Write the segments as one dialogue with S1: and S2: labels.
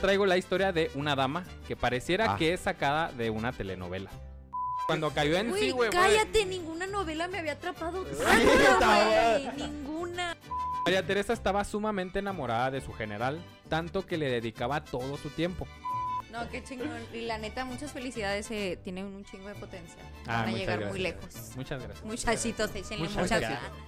S1: traigo la historia de una dama que pareciera
S2: Ah.
S1: que es sacada de una telenovela. Cuando cayó en
S3: Güey,
S1: sí, güey. fue-
S3: cállate, ninguna novela me había atrapado tanto,
S2: cabrón.
S3: güey. Ninguna.
S1: María Teresa estaba sumamente enamorada de su general, tanto que le dedicaba todo su tiempo.
S3: No, qué chingón. Y la neta, muchas felicidades. Eh, tienen un chingo de potencia.
S1: Ah,
S3: Van a
S1: muchas
S3: llegar muy lejos.
S1: gracias. Muchas gracias.
S3: Muchachitos, échenle
S1: Muchas
S3: muchas,
S1: gracias.
S3: ganas.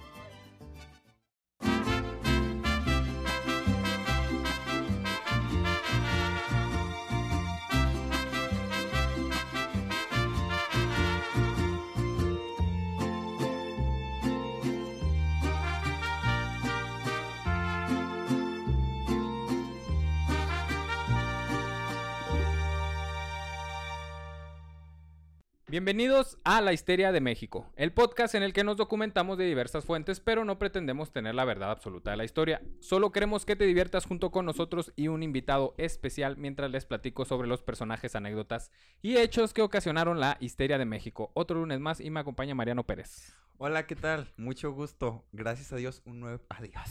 S1: Bienvenidos a La Histeria de México, el podcast en el que nos documentamos de diversas fuentes, pero no pretendemos tener la verdad absoluta de la historia. Solo queremos que te diviertas junto con nosotros y un invitado especial mientras les platico sobre los personajes, anécdotas y hechos que ocasionaron la Histeria de México. Otro lunes más y me acompaña Mariano Pérez.
S2: Hola, ¿qué tal? Mucho gusto. Gracias a Dios, un nuevo. Adiós.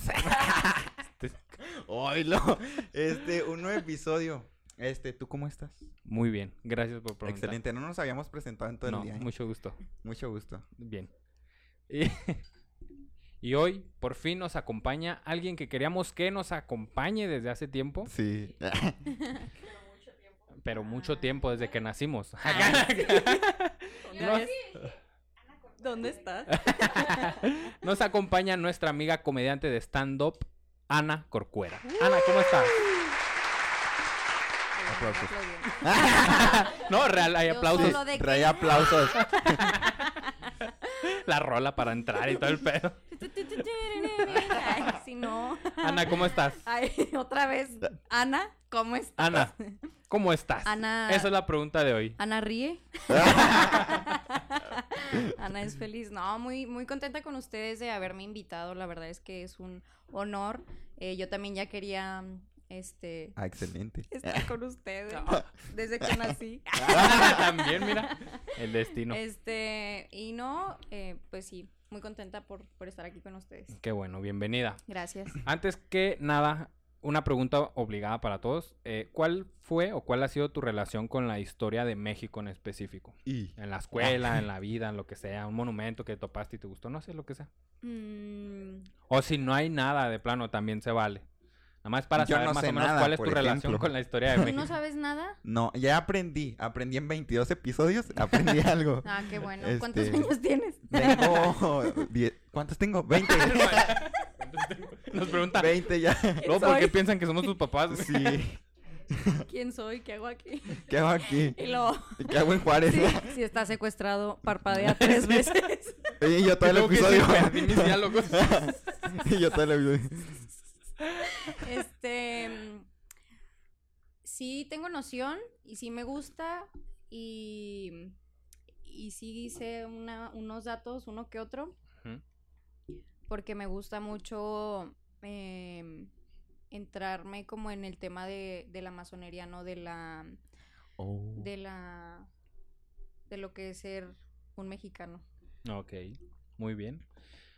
S2: Oilo. Este, un nuevo episodio. Este, ¿tú cómo estás?
S1: Muy bien, gracias por preguntar.
S2: Excelente. No nos habíamos presentado en todo
S1: No,
S2: el día. ¿eh?
S1: mucho gusto.
S2: Mucho gusto.
S1: Bien. Y, y hoy, por fin, nos acompaña alguien que queríamos que nos acompañe desde hace tiempo,
S2: Sí.
S1: pero mucho
S3: Ah.
S1: tiempo desde que nacimos.
S3: Una
S1: No.
S3: vez-
S4: ¿Dónde estás?
S1: Nos acompaña nuestra amiga comediante de stand-up, Ana Corcuera.
S3: Uh.
S1: Ana, ¿cómo estás?
S2: Aplausos.
S3: Aplausos.
S1: No, real, hay
S3: Yo
S1: aplausos.
S3: solo- Lo de
S2: Trae
S3: que-
S2: aplausos.
S1: La rola para entrar y todo el pedo.
S3: Ay, si no.
S1: Ana, ¿cómo estás?
S3: Ay, otra vez. Ana, ¿cómo estás?
S1: Ana, ¿cómo estás?
S3: Ana-
S1: Esa es la pregunta de hoy.
S3: Ana ríe. Ana es feliz. No, muy, muy contenta con ustedes de haberme invitado. La verdad es que es un honor. Eh, yo también ya quería este,
S2: Ah, excelente.
S3: estar con ustedes desde que nací.
S1: También, mira, el destino.
S3: Este, y no, eh, pues sí, muy contenta por, por estar aquí con ustedes.
S1: Qué bueno, bienvenida.
S3: Gracias.
S1: Antes que nada, una pregunta obligada para todos. Eh, ¿Cuál fue o cuál ha sido tu relación con la historia de México en específico?
S2: Y.
S1: En la escuela, en la vida, en lo que sea, un monumento que topaste y te gustó, no sé, lo que sea.
S3: Mm,
S1: O si no hay nada de plano, también se vale. Nada más para
S2: Yo
S1: saber
S2: no
S1: más
S2: sé
S1: o menos
S2: nada,
S1: cuál es tu
S2: por
S1: relación
S2: ejemplo.
S1: con la historia de
S3: ¿Tú
S1: México.
S3: no sabes nada?
S2: No, ya aprendí. Aprendí en 22 episodios. Aprendí algo.
S3: Ah, qué bueno. ¿Cuántos
S2: Este-
S3: años tienes?
S2: Tengo. die- ¿Cuántos tengo? 20.
S1: Nos preguntan,
S2: 20 ya.
S1: "No, ¿por qué
S3: soy?"
S1: piensan que somos tus papás? güey?
S2: Sí.
S3: ¿Quién soy? ¿Qué hago aquí?
S2: ¿Qué hago aquí?
S3: Y luego,
S2: ¿Qué hago en Juárez?
S3: sí, si está secuestrado, parpadea tres veces.
S2: Oye, y yo todo el
S1: Creo que sí,
S2: episodio.
S1: perdí mis diálogos.
S2: y yo todo el episodio.
S3: Este. mm, Sí, tengo noción y sí me gusta y. Y sí hice una- unos datos, uno que otro,
S1: Ujú.
S3: porque me gusta mucho eh, entrarme como en el tema de, de la masonería, ¿no? De la. De la. De lo que es ser un mexicano.
S1: Ok, muy bien.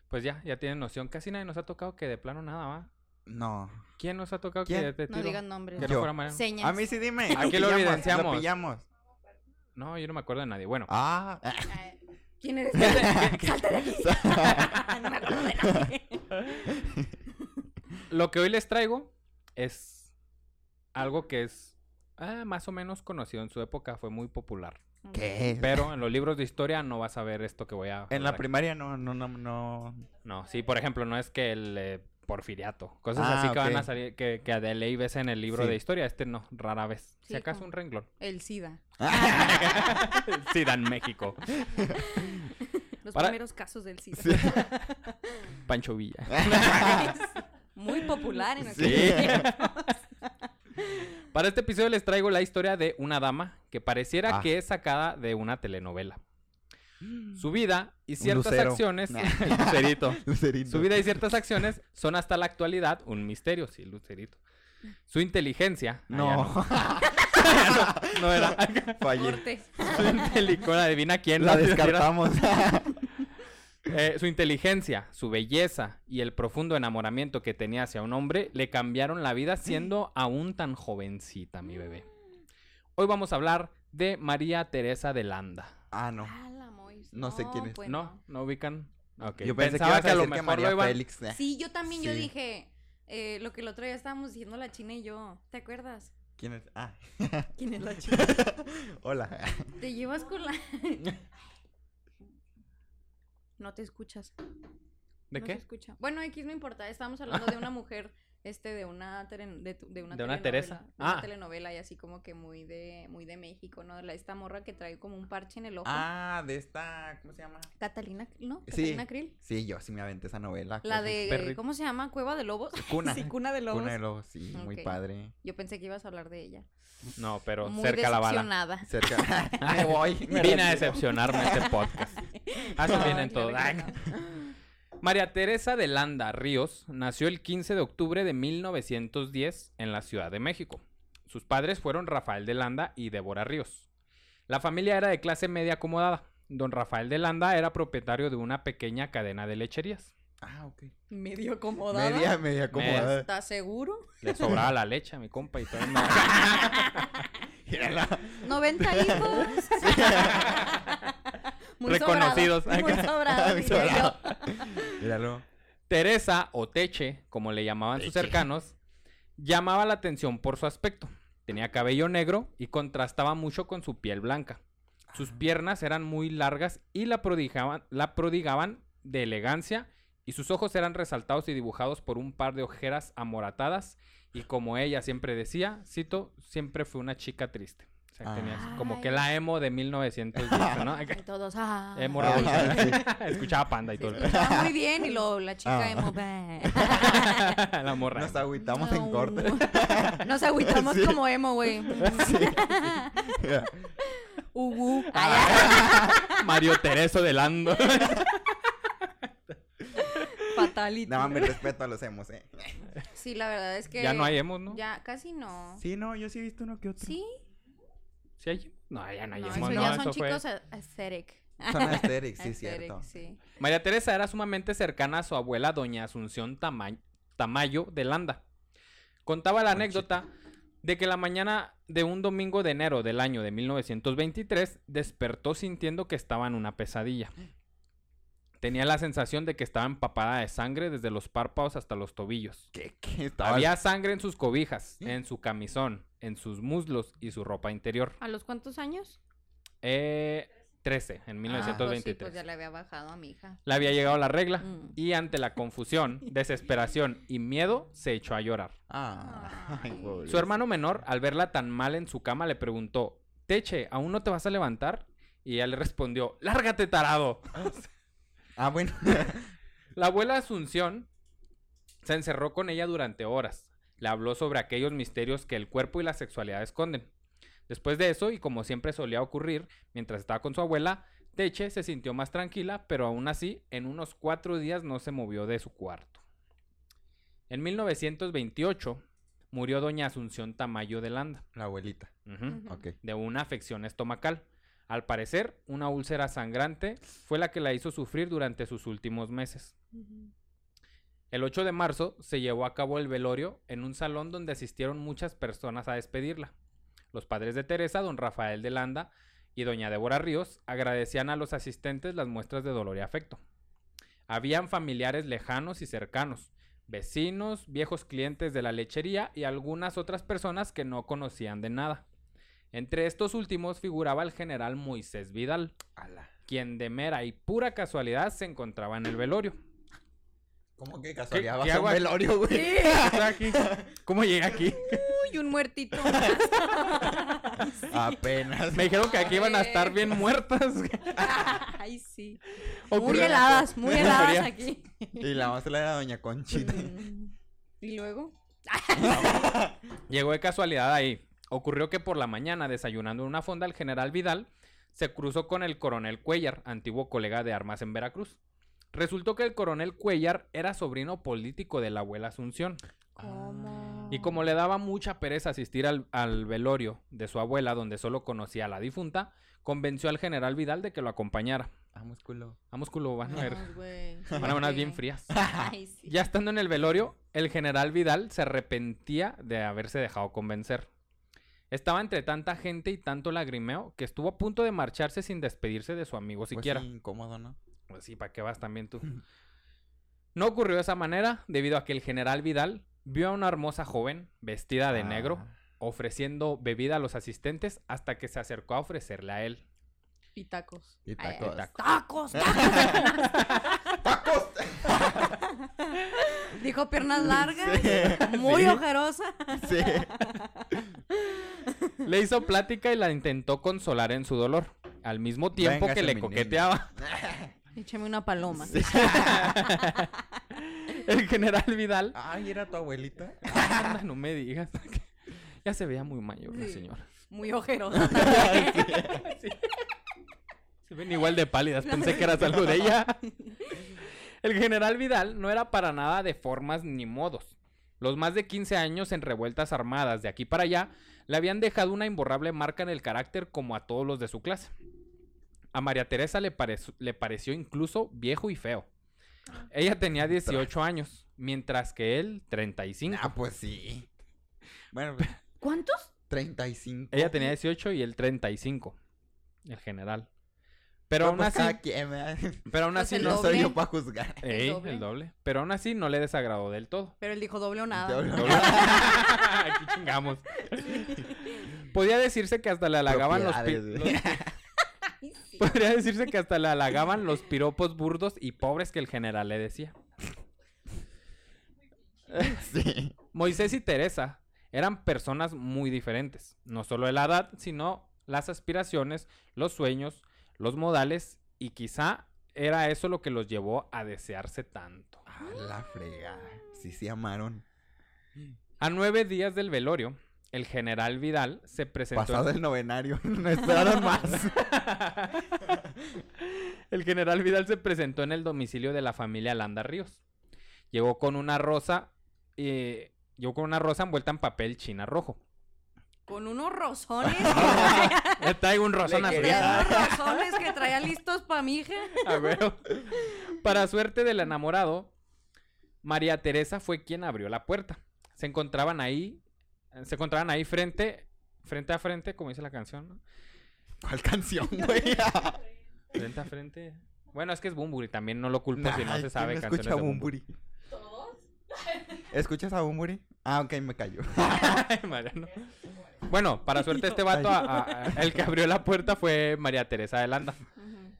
S1: Pues ya, ya tienen noción. Casi nadie nos ha tocado que de plano nada va.
S2: No.
S1: ¿Quién nos ha tocado
S2: ¿Quién?
S1: que te
S3: No
S1: tiro?
S3: digan nombres.
S1: Que no
S2: Yo.
S1: fuera Mariano.
S3: Señas.
S2: A mí sí dime.
S1: Aquí lo
S2: pillamos,
S1: evidenciamos.
S2: Lo pillamos.
S1: No, yo no me acuerdo de nadie. Bueno,
S2: Ah.
S3: Ah, ¿Quién eres? Salte de aquí. no me acuerdo de nadie.
S1: lo que hoy les traigo es algo que es ah, más o menos conocido en su época, fue muy popular.
S2: ¿Qué es?
S1: Pero en los libros de historia no vas a ver esto que voy a...
S2: En la
S1: hablar.
S2: primaria no, no, no, no.
S1: No, sí, por ejemplo, no es que el eh, porfiriato. Cosas
S2: Ah,
S1: así que van
S2: ok.
S1: a salir, que, que de ley ves en el libro
S2: Sí.
S1: de historia. Este no, rara vez. si
S3: Sí,
S1: acaso
S3: como- Ah.
S1: un renglón.
S3: El SIDA.
S1: sí, dan México.
S3: Los
S1: Para-
S4: primeros casos del SIDA.
S2: Sí.
S1: Pancho Villa.
S3: Muy popular en
S2: Sí.
S3: aquel tiempo.
S1: Para este episodio les traigo la historia de una dama que pareciera
S2: Ah.
S1: que es sacada de una telenovela. Su vida y
S2: Un
S1: ciertas
S2: lucero.
S1: acciones.
S2: Nah.
S1: Lucerito.
S2: Lucerito.
S1: Su vida y ciertas acciones son hasta la actualidad un misterio, sí, Lucerito. Su inteligencia. ah, ya
S2: No.
S1: no, no era.
S2: Fallé.
S3: Corte.
S1: Su inteligencia. Adivina quién
S2: La
S1: no, sí, era.
S2: descartamos.
S1: Eh, su inteligencia, su belleza y el profundo enamoramiento que tenía hacia un hombre le cambiaron la vida siendo aún tan jovencita, mi bebé. Hoy vamos a hablar de María Teresa de Landa.
S2: Ah, no.
S3: Ah, la Mois.
S2: No sé quién es.
S3: pues
S1: ¿No? ¿No ubican? Ok.
S2: Yo pensé
S1: Pensaba
S2: que, ibas a, decir que María
S1: iban-
S2: Félix. eh.
S3: Sí, yo también, yo
S2: Sí.
S3: dije, eh, lo que el otro día estábamos diciendo la China y yo, ¿te acuerdas?
S2: ¿Quién es? Ah.
S5: ¿Quién es la chica?
S2: Hola.
S3: Te llevas con la... No te escuchas.
S1: ¿De
S3: no
S1: qué?
S3: Se escucha. Bueno, X no importa, estábamos hablando de una mujer, este, de una, telen- de, tu- de una
S1: De una
S3: telenovela,
S1: Teresa.
S3: de una
S1: Ah.
S3: telenovela y así como que muy de, muy de México, ¿no? La- Esta morra que trae como un parche en el ojo.
S2: Ah, de esta. ¿Cómo se llama?
S3: Catalina, ¿no?
S2: Sí.
S3: Catalina Krill.
S2: Sí, yo sí me aventé esa novela.
S3: La
S2: pues,
S3: de,
S1: perri-
S3: ¿cómo se llama? Cueva de Lobos.
S2: Cuna.
S5: Sí, cuna de lobos.
S2: Cuna de lobos, sí, muy
S3: Ok.
S2: padre.
S3: Yo pensé que ibas a hablar de ella.
S1: No, pero
S3: Muy
S1: cerca la bala.
S3: decepcionada.
S2: Cerca. me voy. me
S1: Vine a
S2: retiro.
S1: decepcionarme este podcast. Así
S3: No,
S1: Ah, vienen
S3: claro
S1: todos.
S3: que no.
S1: María Teresa de Landa Ríos nació el 15 de octubre de 1910 en la Ciudad de México. Sus padres fueron Rafael de Landa y Débora Ríos. La familia era de clase media acomodada. Don Rafael de Landa era propietario de una pequeña cadena de lecherías.
S2: Ah, ok.
S5: Medio acomodada.
S2: Media, media acomodada.
S3: ¿Estás seguro?
S1: Le sobraba la leche a mi compa y todo. no.
S2: Mírala.
S3: 90 hijos. Muy
S1: Reconocidos.
S3: sobrado, Muy sobrado,
S2: Muy
S3: diría yo.
S2: sobrado. Míralo.
S1: Teresa o Teche, como le llamaban sus
S2: Teche.
S1: cercanos, llamaba la atención por su aspecto. Tenía cabello negro y contrastaba mucho con su piel blanca. Sus piernas eran muy largas y la prodigaban, la prodigaban de elegancia y sus ojos eran resaltados y dibujados por un par de ojeras amoratadas y como ella siempre decía, cito, siempre fue una chica triste. O sea, tenía así como que
S3: Ay.
S1: la emo de 1910, ¿no?
S3: Y todos, ah.
S1: Emo
S2: Ah,
S1: revolucionaria. Escuchaba panda y todo. el pedo.
S3: Está muy bien. Y luego la chica
S2: Ah.
S3: emo. bah.
S1: la morra.
S2: Nos agüitamos en
S3: No.
S2: corte.
S3: Nos agüitamos
S2: Sí.
S3: como emo, güey. Uh, uh.
S2: Ah,
S3: Ay,
S1: Mario Tereso Ah. de Lando.
S5: Fatality.
S2: Nada más mi respeto a los hemos, eh.
S3: ay. ah, Sí, la verdad es que.
S1: Ya no hay emos, ¿no?
S3: Ya casi no. Sí.
S2: Sí, no, yo sí he visto uno que otro.
S1: ¿Sí hay emo? No, ya no
S3: No,
S1: hay
S3: eso
S1: emos.
S3: ya
S1: no,
S3: son
S1: eso fue-
S3: chicos a- aesthetic.
S2: Son aesthetics, sí, cierto.
S3: Aesthetic, sí.
S1: María Teresa era sumamente cercana a su abuela, doña Asunción Tama- Tamayo de Landa. Contaba la
S2: Muy
S1: anécdota de que la mañana de un domingo de enero del año de 1923 despertó sintiendo que estaba en una pesadilla. Tenía la sensación de que estaba empapada de sangre desde los párpados hasta los tobillos.
S2: ¿Qué? ¿Qué? Estaba-
S1: Había sangre en sus cobijas, en su camisón, en sus muslos y su ropa interior.
S3: ¿A los cuántos
S1: Ah,
S3: años?
S1: pues Eh, 13, en
S3: Ah, pues sí,
S1: 1923.
S3: pues ya le había bajado a mi hija.
S1: Le había llegado la regla
S3: Mm.
S1: y ante la confusión, desesperación y miedo se echó a llorar.
S2: Ah,
S3: Ay.
S2: ay, pobre.
S1: Su hermano menor, al verla tan mal en su cama, le preguntó, Teche, ¿aún no te vas a levantar? Y ella le respondió, lárgate tarado.
S2: Ah, bueno.
S1: La abuela Asunción se encerró con ella durante horas. Le habló sobre aquellos misterios que el cuerpo y la sexualidad esconden. Después de eso, y como siempre solía ocurrir, mientras estaba con su abuela, Teche se sintió más tranquila, pero aún así, en unos cuatro días no se movió de su cuarto. En 1928 murió doña Asunción Tamayo de Landa,
S2: La abuelita.
S1: ujú,
S3: Ujú.
S2: Ok.
S1: de una afección estomacal. Al parecer, una úlcera sangrante fue la que la hizo sufrir durante sus últimos meses. El 8 de marzo se llevó a cabo el velorio en un salón donde asistieron muchas personas a despedirla. Los padres de Teresa, don Rafael de Landa y doña Débora Ríos agradecían a los asistentes las muestras de dolor y afecto. Habían familiares lejanos y cercanos, vecinos, viejos clientes de la lechería y algunas otras personas que no conocían de nada. Entre estos últimos figuraba el general Moisés Vidal,
S2: Ala.
S1: quien de mera y pura casualidad se encontraba en el velorio.
S2: ¿Cómo que casualidad?
S1: ¿Qué-
S2: Vas
S1: qué
S2: a
S1: hago
S2: un
S1: aquí?
S2: velorio, güey.
S1: ¿Qué está aquí? ¿Cómo llegué aquí?
S3: Uy, un muertito más.
S2: Apenas.
S1: Me dijeron que aquí iban a estar bien muertas.
S3: Ay, sí. Muy
S1: Ocurrió-
S3: heladas, muy
S2: Ocurrió.
S3: heladas aquí.
S2: Y la más la era Doña Conchita.
S3: Mm. ¿Y luego?
S1: Llegó de casualidad ahí. Ocurrió que por la mañana, desayunando en una fonda, el general Vidal se cruzó con el coronel Cuellar, antiguo colega de armas en Veracruz. Resultó que el coronel Cuellar era sobrino político de la abuela Asunción.
S2: Ah,
S3: ¿Cómo?
S1: Y como le daba mucha pereza asistir al, al velorio de su abuela, donde solo conocía a la difunta, convenció al general Vidal de que lo acompañara.
S2: Vamos, culo.
S1: A músculo van a ver.
S3: Vamos, güey.
S1: Van a ver unas bien frías.
S6: Ay, sí.
S1: Ya estando en el velorio, el general Vidal se arrepentía de haberse dejado convencer. Estaba entre tanta gente y tanto lagrimeo que estuvo a punto de marcharse sin despedirse de su amigo
S2: Pues
S1: siquiera.
S2: sí, incómodo, ¿no?
S1: Pues sí, ¿para qué vas también tú? No ocurrió de esa manera debido a que el general Vidal vio a una hermosa joven vestida de negro
S2: Ah,
S1: ofreciendo bebida a los asistentes hasta que se acercó a ofrecerle a él.
S3: Y tacos.
S2: Y
S6: Ay,
S2: tacos.
S1: tacos.
S3: ¡Tacos!
S2: Ah. ¡Tacos!
S3: Dijo piernas largas.
S2: Sí,
S3: muy
S2: sí.
S3: ojerosa.
S2: Sí.
S1: Le hizo plática y la intentó consolar en su dolor, al mismo tiempo
S2: Véngase,
S1: que le
S2: mi
S1: coqueteaba.
S3: Échame una paloma.
S1: El general Vidal.
S2: Ay, ¿era tu abuelita?
S1: Anda, no me digas. Ya se veía muy mayor la
S3: Sí.
S1: señora.
S3: Muy ojerosa.
S1: Se ven igual de pálidas, pensé que era algo de ella. El general Vidal no era para nada de formas ni modos. Los más de 15 años en revueltas armadas de aquí para allá le habían dejado una imborrable marca en el carácter como a todos los de su clase. A María Teresa le, pareció- le pareció incluso viejo y feo. Ella tenía 18 años, mientras que él 35.
S2: Ah, pues sí. Bueno, pues,
S6: ¿Cuántos?
S2: 35.
S1: Ella tenía 18 y él 35. El general. Pero
S2: No,
S1: aún
S2: pues,
S1: así,
S2: cada quien, ¿verdad?
S1: pero aún
S3: Pues
S1: así
S3: el
S1: no,
S2: No soy yo
S3: doble.
S2: para juzgar.
S1: Ey, el, doble.
S3: doble.
S1: Pero aún así no le desagradó del todo.
S3: Pero él dijo doble o
S2: Te
S3: nada.
S2: hablo-
S1: Doble. Aquí chingamos. Podía decirse que hasta le halagaban los, pi-
S2: Propiedades,
S1: los-
S3: Ay, sí.
S1: Podría decirse que hasta le halagaban los piropos burdos y pobres que el general le decía.
S2: Sí.
S1: Moisés y Teresa eran personas muy diferentes, no solo de la edad, sino las aspiraciones, los sueños, los modales y quizá era eso lo que los llevó a desearse tanto.
S2: A la fregada. Sí, sí, amaron.
S1: A nueve días del velorio, el general Vidal se presentó.
S2: Pasado el novenario. No esperaron más.
S1: el general Vidal se presentó en el domicilio de la familia Landa Ríos. Llegó con una rosa, eh, llegó con una rosa envuelta en papel china rojo.
S3: Con unos rosones.
S1: Le traigo un rosón
S2: Le
S1: a su
S2: quería
S1: hija.
S3: Traía unos rosones que traía listos para mi hija.
S1: A huevo. Para suerte del enamorado, María Teresa fue quien abrió la puerta. Se encontraban ahí, se encontraban ahí frente, frente a frente, como dice la canción, ¿no?
S2: ¿Cuál canción, güey?
S1: Frente a frente. Bueno, es que es Bumburi, también no lo culpo si no
S2: Ay,
S1: se
S2: ¿quién
S1: sabe
S2: no
S1: canciones
S2: escucha
S1: de Bumburi.
S2: Bumburi? ¿Escuchas a Bumburi? Ah, ok, me cayó.
S1: Ay, Mariano. Bueno, para suerte este vato, a- a- a- el que abrió la puerta fue María Teresa de Landa.
S3: Ujú.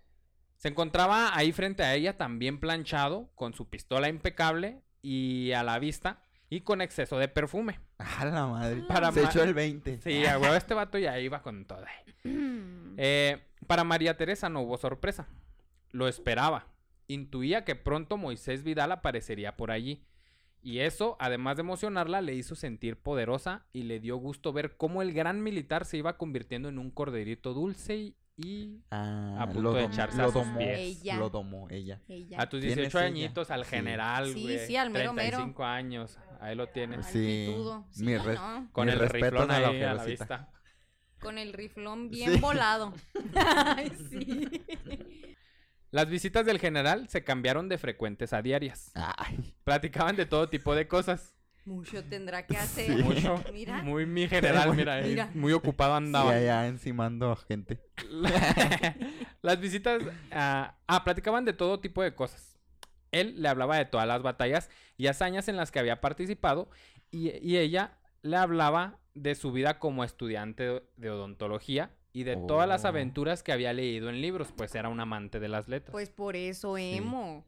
S1: Se encontraba ahí frente a ella, también planchado, con su pistola impecable y a la vista, y con exceso de perfume.
S2: A la madre.
S1: Para
S2: Se
S1: ma-
S2: echó el Ah, 20.
S1: Sí, a huevo, este vato ya iba con toda. Eh, para María Teresa no hubo sorpresa. Lo esperaba. Intuía que pronto Moisés Vidal aparecería por allí. Y eso, además de emocionarla, le hizo sentir poderosa y le dio gusto ver cómo el gran militar se iba convirtiendo en un corderito dulce y... y
S2: Ah,
S1: A punto
S2: lo
S1: de
S2: domó,
S1: echarse
S2: lo
S1: a sus
S2: domó,
S1: pies.
S6: Ella.
S2: Lo domó ella.
S6: Ella.
S1: a tus
S2: ¿Quién es
S1: 18
S2: ella?
S1: años, al
S2: Sí.
S1: general,
S3: Sí,
S1: güey.
S3: sí, al mero mero.
S1: 35 años. Ahí lo tienes.
S2: Sí.
S3: Pitudo. Sí,
S2: Mi res-
S3: ¿no?
S1: Con
S2: Mis
S1: el
S2: respetos
S1: riflón
S2: a la
S1: ahí a la
S2: ojerosita.
S1: vista.
S3: Con el riflón bien
S2: Sí.
S3: volado. Ay, sí.
S1: Las visitas del general se cambiaron de frecuentes a diarias.
S2: Ay,
S1: Platicaban de todo tipo de cosas.
S3: Mucho tendrá que hacer.
S2: Sí.
S1: Mucho.
S3: Mira.
S1: Muy mi general,
S2: Muy-
S1: mira, eh,
S3: Mira.
S1: muy ocupado
S2: sí,
S1: andaba.
S2: allá encimando a gente.
S1: La- Las visitas ah, ah, platicaban de todo tipo de cosas. Él le hablaba de todas las batallas y hazañas en las que había participado y, y ella le hablaba de su vida como estudiante de odontología y de todas las
S2: Oh.
S1: aventuras que había leído en libros, pues era un amante de las letras.
S3: Pues por eso emo.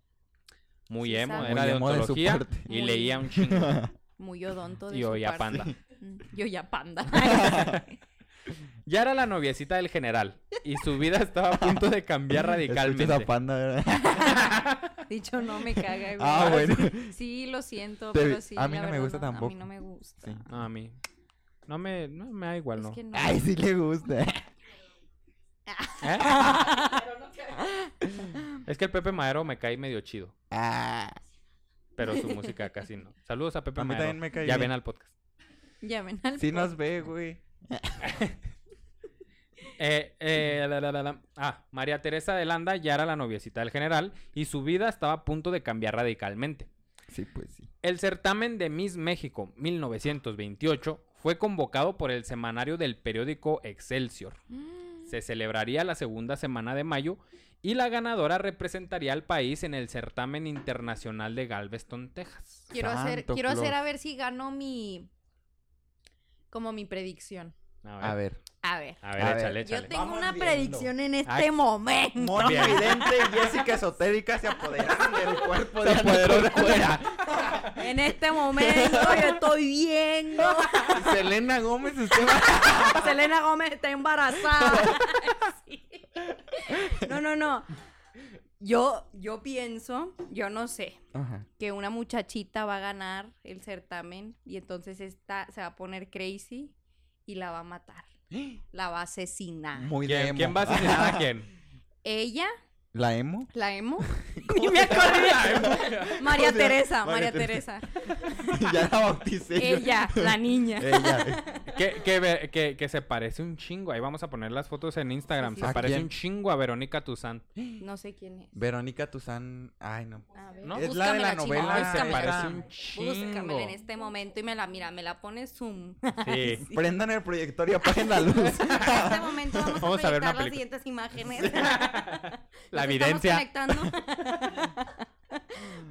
S1: muy
S3: sí
S1: emo,
S3: sabe.
S1: era
S2: Muy
S1: de
S2: emo de su
S1: odontología
S2: parte.
S1: y
S3: Muy-
S1: leía un chingo
S3: Muy odonto de
S1: y
S3: su
S1: oía
S3: parte.
S1: panda.
S3: Mm, Yo ya panda.
S1: Ya era la noviecita del general y su vida estaba a punto de cambiar radicalmente.
S2: Escuchas a Panda, ¿verdad?
S3: Dicho no me caga, güey.
S2: Ah, bueno.
S3: Sí, lo siento,
S2: Te-
S3: pero sí.
S2: a mí
S3: la
S2: no me
S3: verdad,
S2: gusta
S3: A mí
S2: tampoco.
S3: no me gusta.
S2: Sí.
S1: No, a mí. No me, no me da igual,
S3: Es
S1: ¿no?
S3: que no.
S2: Ay, sí le gusta.
S1: ¿Eh? es que el Pepe Madero me cae medio chido,
S2: Ah,
S1: pero su música casi no. Saludos a Pepe
S2: A mí
S1: Madero.
S2: también me cae
S1: ya
S2: bien.
S3: pues.
S1: ven al podcast.
S3: Llamen al
S2: sí nos ve, güey.
S1: Eh, eh, la, la, la, la. Ah, María Teresa de Landa ya era la noviecita del general y su vida estaba a punto de cambiar radicalmente.
S2: Sí, pues sí.
S1: El certamen de Miss México 1928 fue convocado por el semanario del periódico Excelsior.
S3: Mm.
S1: Se celebraría la segunda semana de mayo y la ganadora representaría al país en el certamen internacional de Galveston, Texas.
S3: Quiero hacer,
S2: Santo
S3: quiero hacer
S2: Claus.
S3: a ver si gano mi. Como mi predicción.
S2: A ver.
S3: A ver.
S1: A ver,
S2: A ver.
S1: échale,
S3: Yo
S1: échale.
S3: tengo
S2: Vamos
S3: una
S2: viendo.
S3: predicción en este
S1: Ay.
S3: momento.
S2: Moni
S1: Bien.
S2: Vidente y Jessica Esotérica se apoderaron del cuerpo de
S1: Poderón fuera.
S3: En este momento yo estoy viendo.
S2: Y Selena Gómez usted va-
S3: Selena Gómez está embarazada. Sí. No, no, no. Yo, yo pienso, yo no sé,
S2: Ajá.
S3: que una muchachita va a ganar el certamen y entonces esta se va a poner crazy y la va a matar. La va a asesinar.
S2: Muy de
S1: ¿Quién,
S2: emo.
S1: quién va a asesinar a quién?
S3: Ella,
S2: ¿La emo?
S3: la emo. Ni me acordé. María
S2: ¿Cómo se llama?
S3: Teresa,
S2: María
S3: María Teresa.
S2: ya la bauticé. yo.
S3: Ella, la niña.
S2: Ella.
S1: Que, que ve- que- que se parece un chingo. Ahí vamos a poner las fotos en Instagram.
S3: Sí,
S1: Se
S2: sí. ¿A
S1: parece
S2: quién?
S1: un chingo a Verónica Tuzán.
S3: No sé quién es.
S2: Verónica Tuzán. Ay, no.
S3: A ver,
S1: ¿No?
S2: Es la de la
S3: búscamela, chingada,
S2: novela.
S1: Ay, se
S2: Búscamela.
S1: parece un
S3: Búscamela
S1: chingo.
S3: en este momento y me la mira, me la pone zoom.
S1: Sí.
S2: Prendan el proyector y apaguen la luz.
S3: En este momento vamos,
S1: Vamos
S3: a,
S1: a ver
S3: proyectar
S1: una
S3: las
S1: película.
S3: siguientes imágenes.
S1: La
S3: Nos
S1: evidencia.
S3: estamos conectando.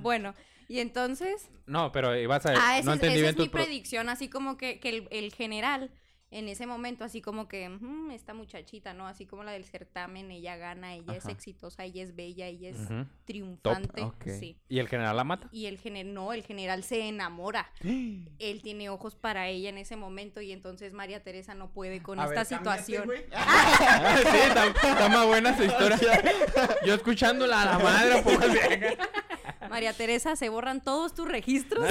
S3: bueno, y entonces,
S1: No, pero ibas a
S3: ah, esa,
S1: no
S3: es-
S1: entendí
S3: esa
S1: bien
S3: es
S1: tus
S3: mi
S1: pro-
S3: predicción, así como que, que el, el general en ese momento, así como que "Mm, esta muchachita, ¿no? Así como la del certamen, ella gana, ella es
S2: Ajá.
S3: exitosa, ella es bella, ella es
S1: Ujú.
S3: triunfante.
S2: ok.
S3: Sí.
S1: ¿Y el general la mata?
S3: Y el general, no, el general se enamora. Él tiene ojos para ella en ese momento y entonces María Teresa no puede con
S2: A
S3: esta
S2: ver,
S3: situación.
S2: cámbiate, güey.
S1: Ah, sí, está, está más buena su historia. Yo escuchándola a la madre, pues.
S3: María Teresa, se borran todos tus registros